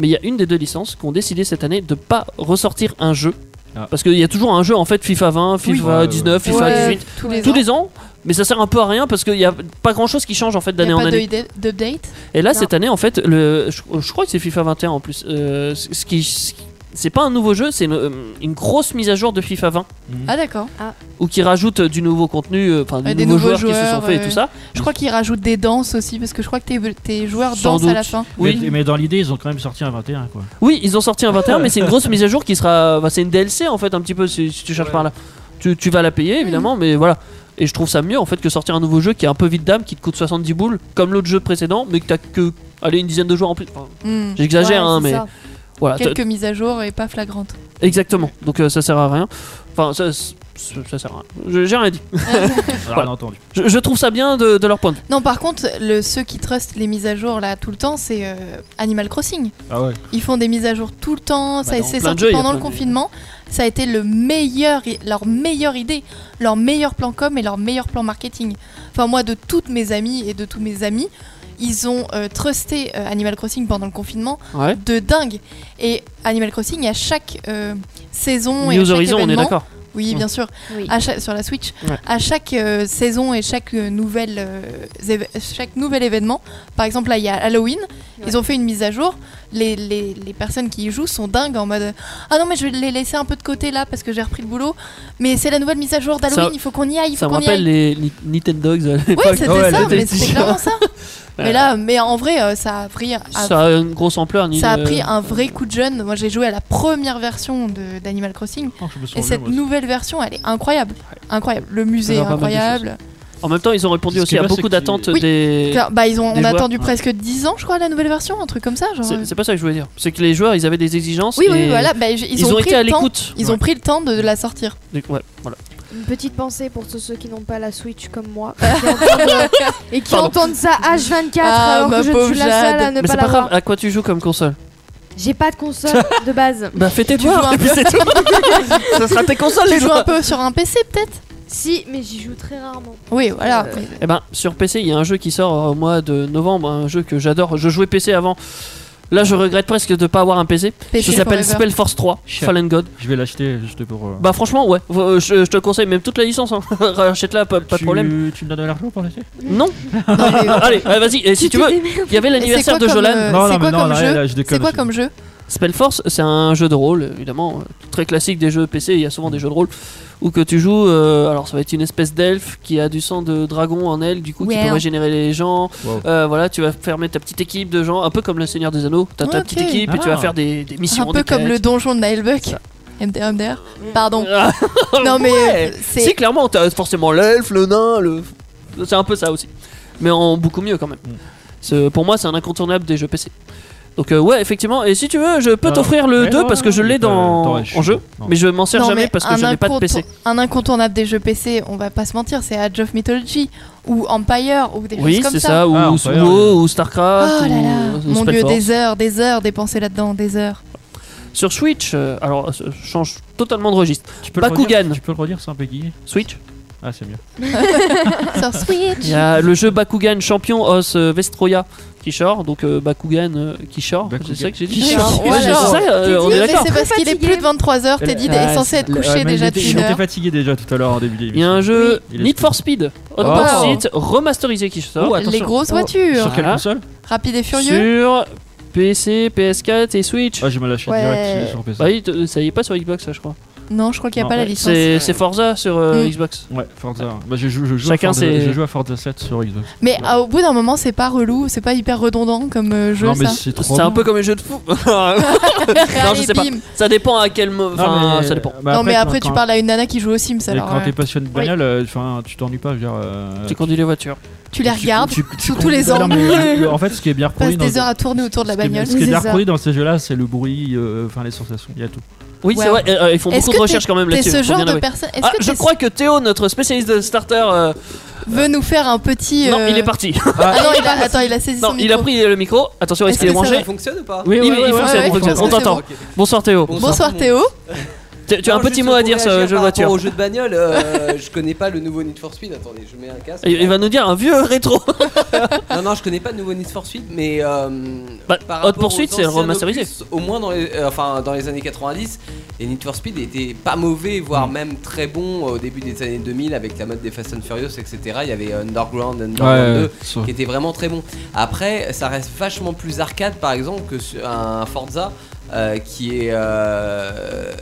Mais il y a une des deux licences qui ont décidé cette année de pas ressortir un jeu. Ah. Parce qu'il y a toujours un jeu en fait, FIFA 20, FIFA Ouais, ouais. 19, FIFA Ouais, 18, tous les tous ans. les ans. Mais ça sert un peu à rien parce qu'il n'y a pas grand chose qui change en fait Il y d'année a en pas année. Mm. de- d'update. Et là, Non. cette année, en fait, le, je, je crois que c'est FIFA 21 en plus. Euh, ce ce qui, ce qui- c'est pas un nouveau jeu, c'est une, euh, une grosse mise à jour de FIFA 20 Ah d'accord. ou qui rajoute euh, du nouveau contenu, euh, enfin Ouais, des des nouveaux, nouveaux joueurs, qui se sont joueurs, faits et ouais. tout ça. Je crois qu'ils rajoutent des danses aussi parce que je crois que tes, tes joueurs Mm. Sans dansent à la doute. fin. Oui. Mais, mais dans l'idée, ils ont quand même sorti un 21. Quoi. Oui, ils ont sorti un 21, mais c'est une grosse mise à jour qui sera. enfin, c'est une DLC en fait, un petit peu, si, si tu cherches par là. Tu, tu vas la payer évidemment, mais voilà. Et je trouve ça mieux en fait que sortir un nouveau jeu qui est un peu vite d'âme, qui te coûte 70 boules, comme l'autre jeu précédent, mais que t'as que. Allez, une dizaine de joueurs en plus. Enfin, Hmm. J'exagère, Ouais, hein, c'est mais ça. voilà. t'as- Quelques mises à jour et pas flagrantes. Exactement. Donc euh, ça sert à rien. Enfin, ça, ça, ça sert à rien. Je- J'ai rien dit. Alors, Voilà. on a entendu. Je, je trouve ça bien de, de leur point de vue. Non par contre, le, ceux qui trustent les mises à jour là tout le temps, c'est euh, Animal Crossing. Ah ouais. Ils font des mises à jour tout le temps. Bah, ça dans c'est plein de sorti jeux, il y a pendant le plein de- confinement. Ça a été le meilleur, leur meilleure idée, leur meilleur plan com et leur meilleur plan marketing. Enfin moi, de toutes mes amies et de tous mes amis, ils ont euh, trusté euh, Animal Crossing pendant le confinement Ouais. de dingue. Et Animal Crossing à chaque euh, saison et à News chaque Horizon, on est événement- d'accord. Oui, Mm. bien sûr. Oui. À chaque- sur la Switch, Ouais. à chaque euh, saison et chaque euh, nouvelle, euh, éve- chaque nouvel événement, par exemple là il y a Halloween, ils ont fait une mise à jour. Les, les- les personnes qui y jouent sont dingues en mode ah non mais je vais les laisser un peu de côté là parce que j'ai repris le boulot, mais c'est la nouvelle mise à jour d'Halloween, Ça- il faut qu'on y aille, il Ça faut me qu'on y rappelle aille. les, les Nintendo euh, Dogs à Ouais, l'époque. c'était Ouais, ça, la mais c'était PlayStation. clairement ça. Mais là, mais en vrai, euh, ça a pris. un- Ça a une grosse ampleur. ni ça a une- pris un vrai coup de jeune. Moi, j'ai joué à la première version de- d'Animal Crossing. je me souviens, et cette moi aussi. nouvelle version, elle est incroyable. Incroyable. Le musée est Ça va pas mal de incroyable. En même temps, ils ont répondu Ce aussi qui est à bien, beaucoup c'est que- d'attentes Oui. des. Claire, Bah, ils ont, des on a joueurs. attendu presque 10 ans, je crois, la nouvelle version, un truc comme ça. Genre... euh. C'est c'est pas ça que je voulais dire. C'est que les joueurs, ils avaient des exigences. Oui, oui, et- voilà. Bah, j- ils, ils ont pris été le à temps- l'écoute. Ils ont pris le temps de la sortir. Donc, Ouais, voilà. Une petite pensée pour tous ceux qui n'ont pas la Switch comme moi qui entendent- et qui Pardon. entendent ça H24 Ah, alors ma que je pauvre suis la seule à Jade. ne Mais pas c'est pas grave, l'avoir. à quoi tu joues comme console J'ai pas de console de base. Bah fais tes Tu joues devoirs un- et puis c'est tout Ça sera tes consoles les Tu joues un joueurs peu sur un PC, peut-être Si, mais j'y joue très rarement. Oui, voilà. Euh, Mais- Eh ben sur PC, il y a un jeu qui sort au mois de novembre, un jeu que j'adore. Je jouais PC avant. Là, je regrette presque de pas avoir un PC. PC ça s'appelle forever. Spellforce 3, Chien. Fallen God. Je vais l'acheter juste pour. euh, Bah franchement, ouais, euh, je, je te conseille même toute la licence. Hein. Rachète-la, pas, pas de tu- problème. Tu me donnes de l'argent pour l'acheter Non Ah. Allez, ouais, vas-y, et si tu te veux, démerdes. il y avait Et c'est l'anniversaire quoi de comme, Jolan. euh, Non, non, C'est mais quoi non, comme là, là, jeu je déconne, C'est quoi je- comme jeu Spellforce, c'est un jeu de rôle, évidemment, euh, très classique des jeux PC, il y a souvent des jeux de rôle où que tu joues, euh, alors ça va être une espèce d'elfe qui a du sang de dragon en elle, du coup qui Ouais. peut régénérer les gens, Wow. Euh, voilà, tu vas fermer ta petite équipe de gens, un peu comme le Seigneur des Anneaux, t'as ta Ok. petite équipe et tu vas Ah. faire des, des missions. Un peu des comme le quêtes. donjon de Nailbuck. MDR, MDR. Pardon. Ah, Non, mais ouais. euh, Si, c'est. clairement, t'as forcément l'elfe, le nain, le... C'est un peu ça aussi. Mais en beaucoup mieux quand même. Mm. C'est- Pour moi, c'est un incontournable des jeux PC. Donc euh, ouais, effectivement. Et si tu veux, je peux Ah, t'offrir le ouais, 2 ouais, parce que ouais, je mais l'ai t'as- dans... t'aurais- en jeu. non. Mais je m'en sers Non, jamais mais parce que un je n'ai pas de PC. incontour- Un incontournable des jeux PC, on va pas se mentir, c'est Age of Mythology ou Empire ou des Oui, choses comme c'est ça. ça. Ou Ah, ou on peut y WoW, aller. ou Oh Starcraft. là ou- là, ou mon dieu, Spellforce. des heures, des heures dépensées là-dedans, des heures. Sur Switch, euh, alors je change totalement de registre. Tu peux le redire- Bakugan. Tu peux le redire sans bégayer Switch, Ah, c'est mieux. Sur Switch. il y a le jeu Bakugan Champion Os euh, Vestroya qui sort. Donc euh, Bakugan euh, qui sort. Bakugan. C'est ça que j'ai dit. Qui Ouais, sort, c'est ça, euh, on Oui, est mais d'accord. c'est parce qu'il est Fatigué. plus de 23h, Teddy Ouais, est censé être couché déjà depuis une J'étais heure. fatigué déjà tout à l'heure en début Il y a d'émission. un jeu Oui. Need for Speed Hot Oh. Pursuit remasterisé qui sort. Oh, Les attention. grosses Oh. voitures, Sur quelle Voilà. console rapide et furieux. sur PC, PS4 et Switch. Ah, j'ai mal acheté Ouais. direct sur PC. Bah oui, t- ça y est pas sur Xbox, ça je crois. Non, je crois qu'il n'y a Non, pas Ah, la Ouais, licence. C'est c'est Forza sur euh, Mm. Xbox. Ouais, Forza. Bah, je joue, je joue Chacun à Forza, ses- je joue à Forza 7 sur Xbox. Mais ah, au bout d'un moment, c'est pas relou, c'est pas hyper redondant comme euh, jeu non, mais ça. c'est trop. C'est un bien. peu comme les jeux de fou. non, je Allez, sais pas. bim. Ça dépend à quel moment. Non, Enfin, mais- ça dépend. bah, non, mais après, quand- tu parles à une nana qui joue aux Sims Et alors. quand euh, t'es passionné de bagnole, euh, enfin, tu t'ennuies pas, je veux dire. euh, Tu conduis les voitures. Tu les tu- regardes, tu- tu- sous tous les Non, angles. mais, euh, En fait, ce qui est bien reproduit Passe dans des heures à tourner autour de la ce qui est bien- bagnole. Ce qui est bien C'est ça. reproduit dans ces jeux-là, c'est le bruit, euh, enfin les sensations, il y a tout. Oui, Ouais. c'est vrai. euh, euh, ils font Est-ce beaucoup que de t'es- recherches quand même t'es là-dessus. ce faut genre bien de avouer. personne Est-ce Ah, que je t'es- crois que Théo, notre spécialiste de starter. euh, veut nous faire un petit Non, euh, il est parti. Ah non, il a attends, il a saisi non, son il a micro. pris le micro. Attention, est-ce Est-ce qu'il est que ça branché va fonctionne ou pas Oui, Oui, oui, oui, il oui, fonctionne, oui, il fonctionne. oui, On oui, t'entend. Ok. Bonsoir Théo. Bonsoir. Bonsoir Théo. Tu tu as un Non, petit juste mot à pour dire sur réagir le jeu de par rapport voiture. Au jeu de bagnole, euh, je connais pas le nouveau Need for Speed. Attendez, je mets un casque. Il il va nous dire un vieux rétro. Non, non, je connais pas le nouveau Need for Speed, mais. Euh, Bah, par Hot rapport aux Pursuit, c'est anciens remasterisé. opus, au moins dans les, euh, enfin, dans les années 90, les Need for Speed étaient pas mauvais, voire même très bons au début des années 2000 avec la mode des Fast and Furious, etc. Il y avait Underground, Underground 2. ça- qui était vraiment très bon. Après, ça reste vachement plus arcade par exemple que sur un Forza. euh, qui est euh,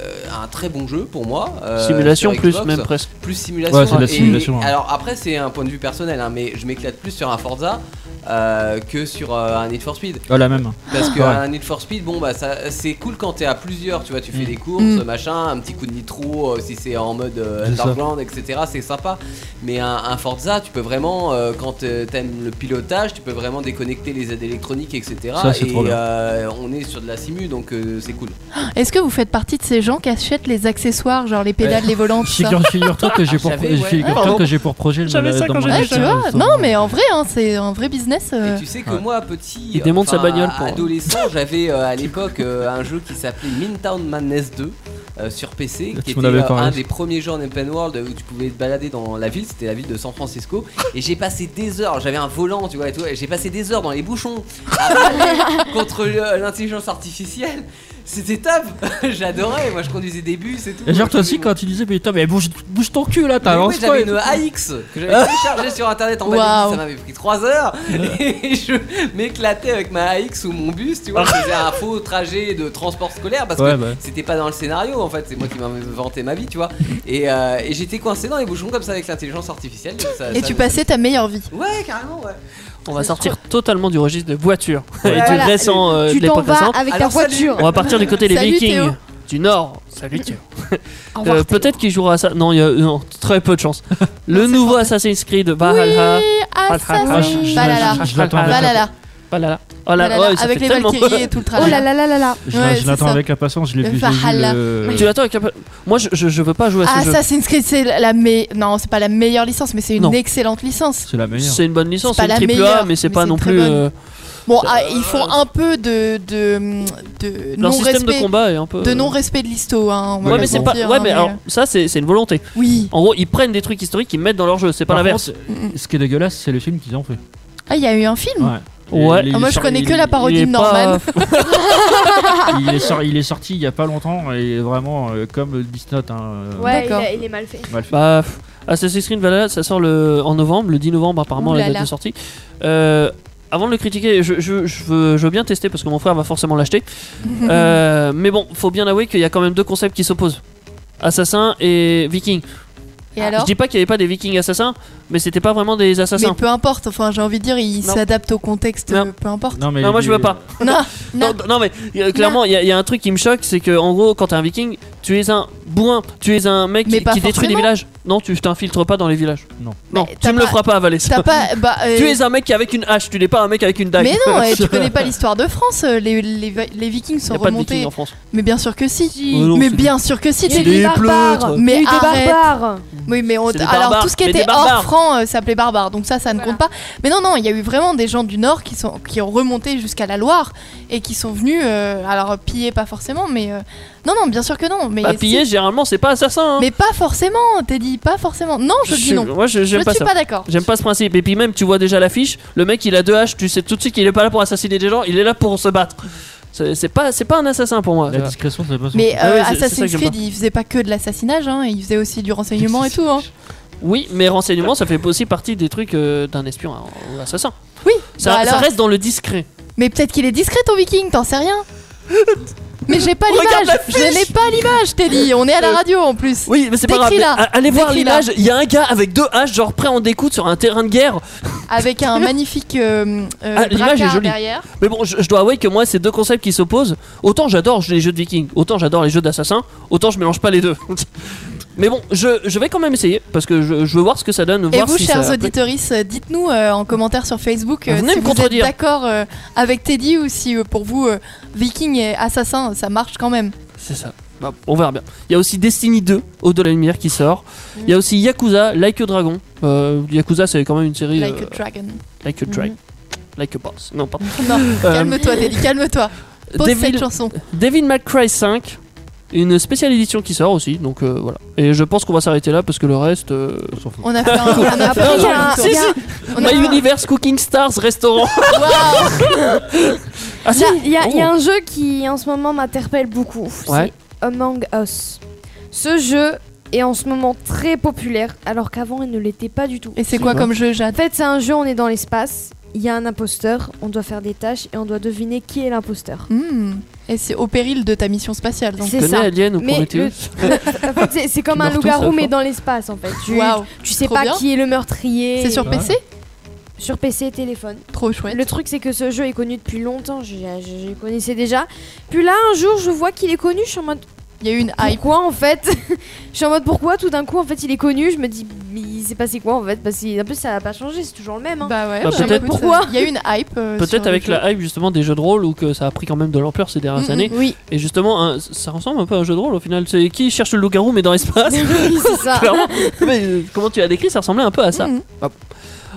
un très bon jeu pour moi. euh, Simulation sur plus, Xbox. même presque. Plus simulation. Ouais, c'est de la et- simulation, hein. alors après, c'est un point de vue personnel, hein, mais je m'éclate plus sur un Forza euh, que sur euh, un Need for Speed. Ah, la même. Parce que Ouais. un Need for Speed, bon bah ça c'est cool quand t'es à plusieurs, tu vois, tu fais des courses, Mm. machin, un petit coup de nitro euh, si c'est en mode euh, C'est ça. underground, etc. C'est sympa. Mais un, un Forza, tu peux vraiment, euh, quand t'es- t'aimes le pilotage, tu peux vraiment déconnecter les aides électroniques, etc. Ça, c'est et trop bien. euh, on est sur de la simu, donc euh, c'est cool. Est-ce que vous faites partie de ces gens qui achètent les accessoires, genre les pédales, les volants, tout ça Figure- Figure-toi que j'ai pour, J'avais, ouais. figure-toi que j'ai pour projet de me J'avais la- ça dans quand mon j'étais Ouais, magasin, tu vois. ça. Non, mais en vrai, hein, c'est un vrai business. euh. Et tu sais que Ouais. moi, petit, Il démonte sa enfin, bagnole pour- adolescent, j'avais euh, à l'époque euh, un jeu qui s'appelait Mintown Madness 2. euh, sur PC, Tu qui était m'en avais euh, parlé. un des premiers jeux en open world où tu pouvais te balader dans la ville, c'était la ville de San Francisco, et j'ai passé des heures, j'avais un volant, tu vois, et tout, et j'ai passé des heures dans les bouchons à batailler contre le- l'intelligence euh, artificielle. C'était top J'adorais, moi je conduisais des bus et tout. Et genre, toi aussi, quand tu disais, mais, putain, mais bouge, bouge ton cul là, Mais ouais, t'avances quoi j'avais et une tout. Ah. AX que j'avais téléchargée sur internet en bas Waouh. ça m'avait pris 3 heures et je m'éclatais avec ma AX ou mon bus, tu vois, je faisais un faux trajet de transport scolaire parce Ouais, que bah. c'était pas dans le scénario en fait, c'est moi qui m'inventais ma vie, tu vois. Et, euh, et j'étais coincé dans les bouchons comme ça avec l'intelligence artificielle. donc ça- Et ça tu me- passais ta meilleure vie. Ouais, carrément, ouais. On va sortir totalement du registre de voiture et du Voilà, récent euh, tu de l'époque t'en vas récente. avec ta Alors, salut. voiture. On va partir du côté des Salut, Vikings Théo. du Nord. Salut Théo. Au revoir, Euh, Peut-être qu'il jouera à ça. Non, il y a non, très peu de chance. Le nouveau Assassin's Creed Valhalla. Ah, Valhalla. Assassin's Creed. Valhalla. Je l'attends avec- Valhalla. Valhalla. Oh là, Valhalla, Ah ouais, ça avec fait les tellement Valkyries peur. et tout le tralala. Oh là là là là là. Je, Ouais, je c'est l'attends ça. avec impatience, je l'ai Le vu. j'ai vu Valhalla. le- Tu l'attends avec un peu- Moi, je, je, je veux pas jouer à ce jeu. Assassin's Creed, Ah, c'est la meilleure. Non, c'est pas la meilleure licence, mais c'est une Non. excellente licence. C'est la meilleure. C'est une bonne licence, C'est c'est pas une la triple A, meilleure, mais c'est mais pas c'est non très plus. bonne. euh, Bon, ah, ils font un peu de de, de Leur non système de respect combat est un peu- euh, de non respect de l'histo. Hein, on va Ouais, mais le c'est pas. dire, Ouais, hein, mais alors, ça, c'est c'est une volonté. Oui. En gros, ils prennent des trucs historiques, ils mettent dans leur jeu, c'est pas Par l'inverse. contre, Ce qui est dégueulasse, c'est le film qu'ils ont fait. Ah, il y a eu un film. Ouais. Ouais. Il est Ah, moi, je sorti- connais il- que la il parodie est de pas- Norman. il, est sorti, il est sorti il y a pas longtemps et vraiment euh, comme Disnote. Hein, euh, Ouais, il, a- il est mal fait. mal fait. Bah, pff, Assassin's Creed Valhalla, ça sort le, en novembre, le 10 novembre apparemment Ouh la là date là. de sortie. Euh, avant de le critiquer, je, je- je veux, je veux bien tester parce que mon frère va forcément l'acheter. Euh, mais bon, faut bien avouer qu'il y a quand même deux concepts qui s'opposent. Assassin et viking. Et alors je dis pas qu'il n'y avait pas des vikings assassins, mais c'était pas vraiment des assassins. Mais peu importe. Enfin, j'ai envie de dire, ils Non. s'adaptent au contexte. Non. Peu importe. Non, mais non, moi je veux pas. Non, non, non, mais euh, clairement, il y, a- il y a un truc qui me choque, c'est que en gros, quand t'es un viking, tu es un bourrin, tu es un mec Mais qui, pas qui détruit des forcément. villages. Non, tu je t'infiltres pas dans les villages. Non. Non, tu me le feras pas avaler. ça. T'as pas. Bah, euh, Tu es un mec qui est avec une hache, tu n'es pas un mec avec une dague. Mais non, eh, tu connais pas l'histoire de France. euh, Les, les, les Vikings sont Y a pas de remontés. Vikings en France. Mais bien sûr que si. Mais non, mais c'est des- bien sûr que si. C'est des dis- barbares. pleutres. Mais Il y a eu des arrête. barbares. Oui, mais on- C'est des alors barbares, tout ce qui mais des était hors barbares. franc euh, s'appelait barbare. Donc ça, ça ne compte pas. Mais non, non, il y a eu vraiment des gens du Nord qui sont qui ont remonté jusqu'à la Loire et qui sont venus. euh, alors piller pas forcément, mais euh, non, non, bien sûr que non. Mais Bah, si. piller, généralement, c'est pas assassin. hein. Mais pas forcément. T'es dit pas forcément. Non, je dis Je- non. Moi, je- je j'aime ne pas suis ça. pas d'accord. J'aime pas ce principe. Et puis même, tu vois déjà l'affiche, le mec il a deux haches, tu sais tout de suite qu'il est pas là pour assassiner des gens, il est là pour se battre. C'est c'est pas, c'est pas un assassin pour moi. tu La vois. discrétion, c'est pas son- Mais Ah euh, ouais, c'est- c'est ça que Assassin's j'aime Creed, pas. il faisait pas que de l'assassinage, hein, il faisait aussi du renseignement et tout. Hein. Oui, mais renseignement, ça fait aussi partie des trucs euh, d'un espion hein, ou assassin. Oui, Ça, bah ça alors. reste dans le discret. Mais peut-être qu'il est discret ton viking, t'en sais rien. Mais j'ai pas Regarde Euh, l'image, l'affiche. je n'ai pas l'image, t'es dit. On est à la radio en plus. Oui, mais c'est pas grave. Décris-la. mais a- Allez voir Décris-la. l'image. Il y a un gars avec deux haches, genre prêt à en découdre sur un terrain de guerre. Avec un magnifique euh, euh, Ah, l'image est braquard jolie. derrière. Mais bon, je, je dois avouer que moi, c'est deux concepts qui s'opposent. Autant j'adore les jeux de vikings, autant j'adore les jeux d'assassins, autant je mélange pas les deux. Mais bon, je, je vais quand même essayer parce que je, je veux voir ce que ça donne. Et voir vous, si chers ça- Ah, auditeurs, dites-nous euh, en commentaire sur Facebook euh, Venez si me vous êtes contredire. d'accord euh, avec Teddy ou si euh, pour vous, euh, viking et assassin, ça marche quand même. C'est ça. Bah, on verra bien. Il y a aussi Destiny 2, Au-delà de la lumière, qui sort. Il y a aussi Yakuza, Like a Dragon. Euh, Yakuza, c'est quand même une série. Like euh, a dragon. Like a Dragon. Like a Boss. Non, pardon. Non, Euh, calme-toi, Teddy, calme-toi. Pose Devil- cette chanson. Devil May Cry 5, une spéciale édition qui sort aussi, donc euh, voilà. Et je pense qu'on va s'arrêter là parce que le reste. euh, On a fait un. on a fait Non, un non, joli tour. si, si. My Universe Cooking Stars Restaurant. Ah, si. Il y a- il y, a- il y a Oh. un jeu qui en ce moment m'interpelle beaucoup. Ouais. C'est Among Us. Ce jeu est en ce moment très populaire alors qu'avant il ne l'était pas du tout. Et c'est quoi comme jeu, Jade En fait, c'est un jeu, on est dans l'espace, il y a un imposteur, on doit faire des tâches et on doit deviner qui est l'imposteur. Hmm. Et c'est au péril de ta mission spatiale. Donc. C'est ça. Alien ou Mais Prometheus le- En fait, c'est- c'est comme Tu un meurs tous, loup-garou ça, mais quoi. dans l'espace en fait. Tu, Waouh. tu sais Trop pas bien. qui est le meurtrier. C'est sur et- PC Sur PC et téléphone. Trop chouette. Le truc, c'est que ce jeu est connu depuis longtemps. Je, je- je le connaissais déjà. Puis là, un jour, je vois qu'il est connu. Je suis en mode. Ah, Il y a eu une hype. Pourquoi en fait Je suis en mode pourquoi tout d'un coup en fait il est connu. Je me dis mais il s'est passé quoi en fait Parce qu'en plus ça n'a pas changé, c'est toujours le même. hein. Bah ouais, Bah, je sais peut-être- pas Pourquoi Il y a eu une hype. euh, sur Peut-être le avec jeu. la hype justement des jeux de rôle ou que ça a pris quand même de l'ampleur ces dernières Mm, mm, années. oui. Et justement, un- ça ressemble un peu à un jeu de rôle au final. C'est qui cherche le loup-garou mais dans l'espace Oui, c'est ça. Clairement. Mais euh, comment tu as Mm. décrit, ça ressemblait un peu à ça. Hop.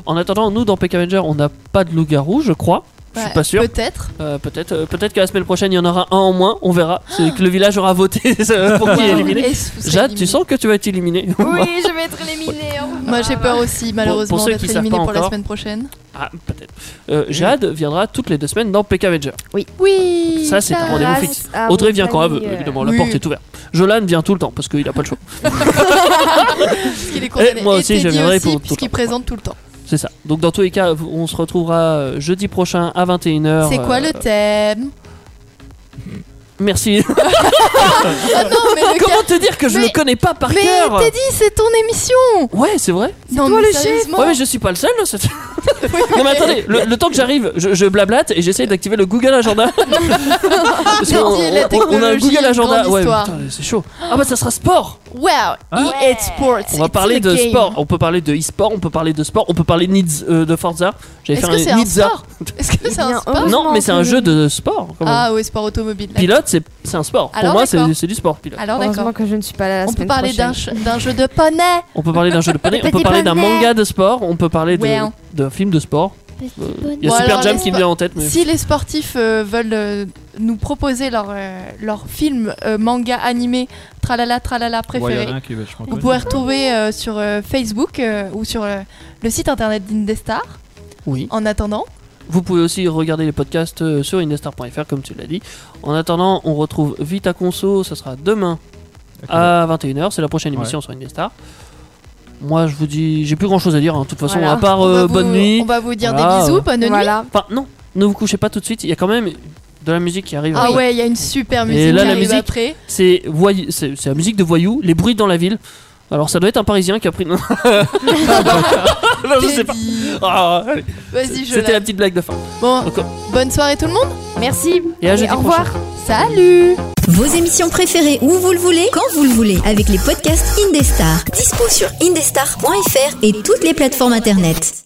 En attendant, nous dans Peck Avenger, on n'a pas de loup-garou, je crois. Je suis pas sûr. Peut-être. peut-être euh, peut-être que la semaine prochaine, il y en aura un en moins. On verra. C'est que le village aura voté euh, pour qui est éliminé. Et vous serez Jade, tu sens que tu vas être éliminé. Oui, je vais être éliminée. Moi, Ah, j'ai peur aussi, malheureusement, pour ceux d'être qui savent pas éliminée pour la encore. semaine prochaine. Ah, peut-être. Euh, Jade viendra toutes les deux semaines dans PK Avenger. Oui. Oui. Ça, c'est un rendez-vous fixe. Ah Audrey vient quand elle euh. veut, évidemment. La porte est ouverte. Jolan vient tout le temps parce qu'il a pas le choix. Parce qu'il est condamné. Et moi aussi, Teddy je viendrai pour tout le Puisqu'il temps. présente tout le temps. C'est ça. Donc, dans tous les cas, on se retrouvera euh, jeudi prochain à 21h. C'est quoi le thème euh, Merci. Comment te dire que je ne connais pas par Mais cœur Teddy, c'est ton émission Ouais, c'est vrai. Non, mais sérieusement. Ouais, mais je suis pas le seul. là, c'est- non, mais attendez, le, le temps que j'arrive, je, je blablate et j'essaye d'activer le Google Agenda. Parce Teddy qu'on- et on, on la a un technologie, Google Agenda. grande Ouais, histoire. putain, c'est chaud. Ah, bah ça sera sport. Wow, EA E Sports. Hein? On va it's parler the de game. sport. On peut parler de e-sport, on peut parler de sport, on peut parler de, Nids- euh, de Forza. J'avais Est-ce fait que c'est un Nizza. sport Ah, Est-ce que c'est un sport Non, mais c'est un jeu de sport. quand même. Ah oui, sport automobile. d'accord. Pilote, c'est c'est un sport. Pour Alors, moi, c'est d'accord. Ah. c'est du sport, pilote. Alors d'accord. que je ne suis pas là On peut parler d'un ch- d'un jeu de poney. On peut parler d'un jeu de poney, on peut Petit parler d'un poney. manga de sport, on peut parler de- Ouais, hein. d'un film de sport. Euh, Il y a Bon, Super alors, Jam les qui me spo- vient en tête. Mais... Si les sportifs euh, veulent euh, nous proposer leur, euh, leur film, euh, manga, animé, tralala, tralala préféré, en a un qui va, je crois, vous connaître. pouvez retrouver euh, sur euh, Facebook euh, ou sur euh, le site internet d'Indestar. Oui. En attendant, Vous pouvez aussi regarder les podcasts euh, sur indestar.fr, comme tu l'as dit. En attendant, on retrouve Vita Conso, ça sera demain à 21h. C'est la prochaine Ouais. émission sur Indestar. Moi, je vous dis, j'ai plus grand chose à dire, hein, de toute façon, Voilà. à part On va euh, vous- bonne nuit. on va vous dire des Voilà. bisous, bonne nuit. Voilà. Enfin, non, ne vous couchez pas tout de suite, il y a quand même de la musique qui arrive. ah ouais, il y a une super musique Et là, qui la arrive musique, après. c'est voyou- c'est c'est la musique de voyous, les bruits dans la ville. Alors ça doit être un Parisien qui a pris. Non, je sais pas. Ah, allez. Vas-y, je C'était la- la petite blague de fin. Bon, Encore. bonne soirée tout le monde. Merci. Et à jeudi prochain. Salut. Vos émissions préférées où vous le voulez, quand vous le voulez, avec les podcasts Indestar. Dispo sur indestar.fr et toutes les plateformes internet.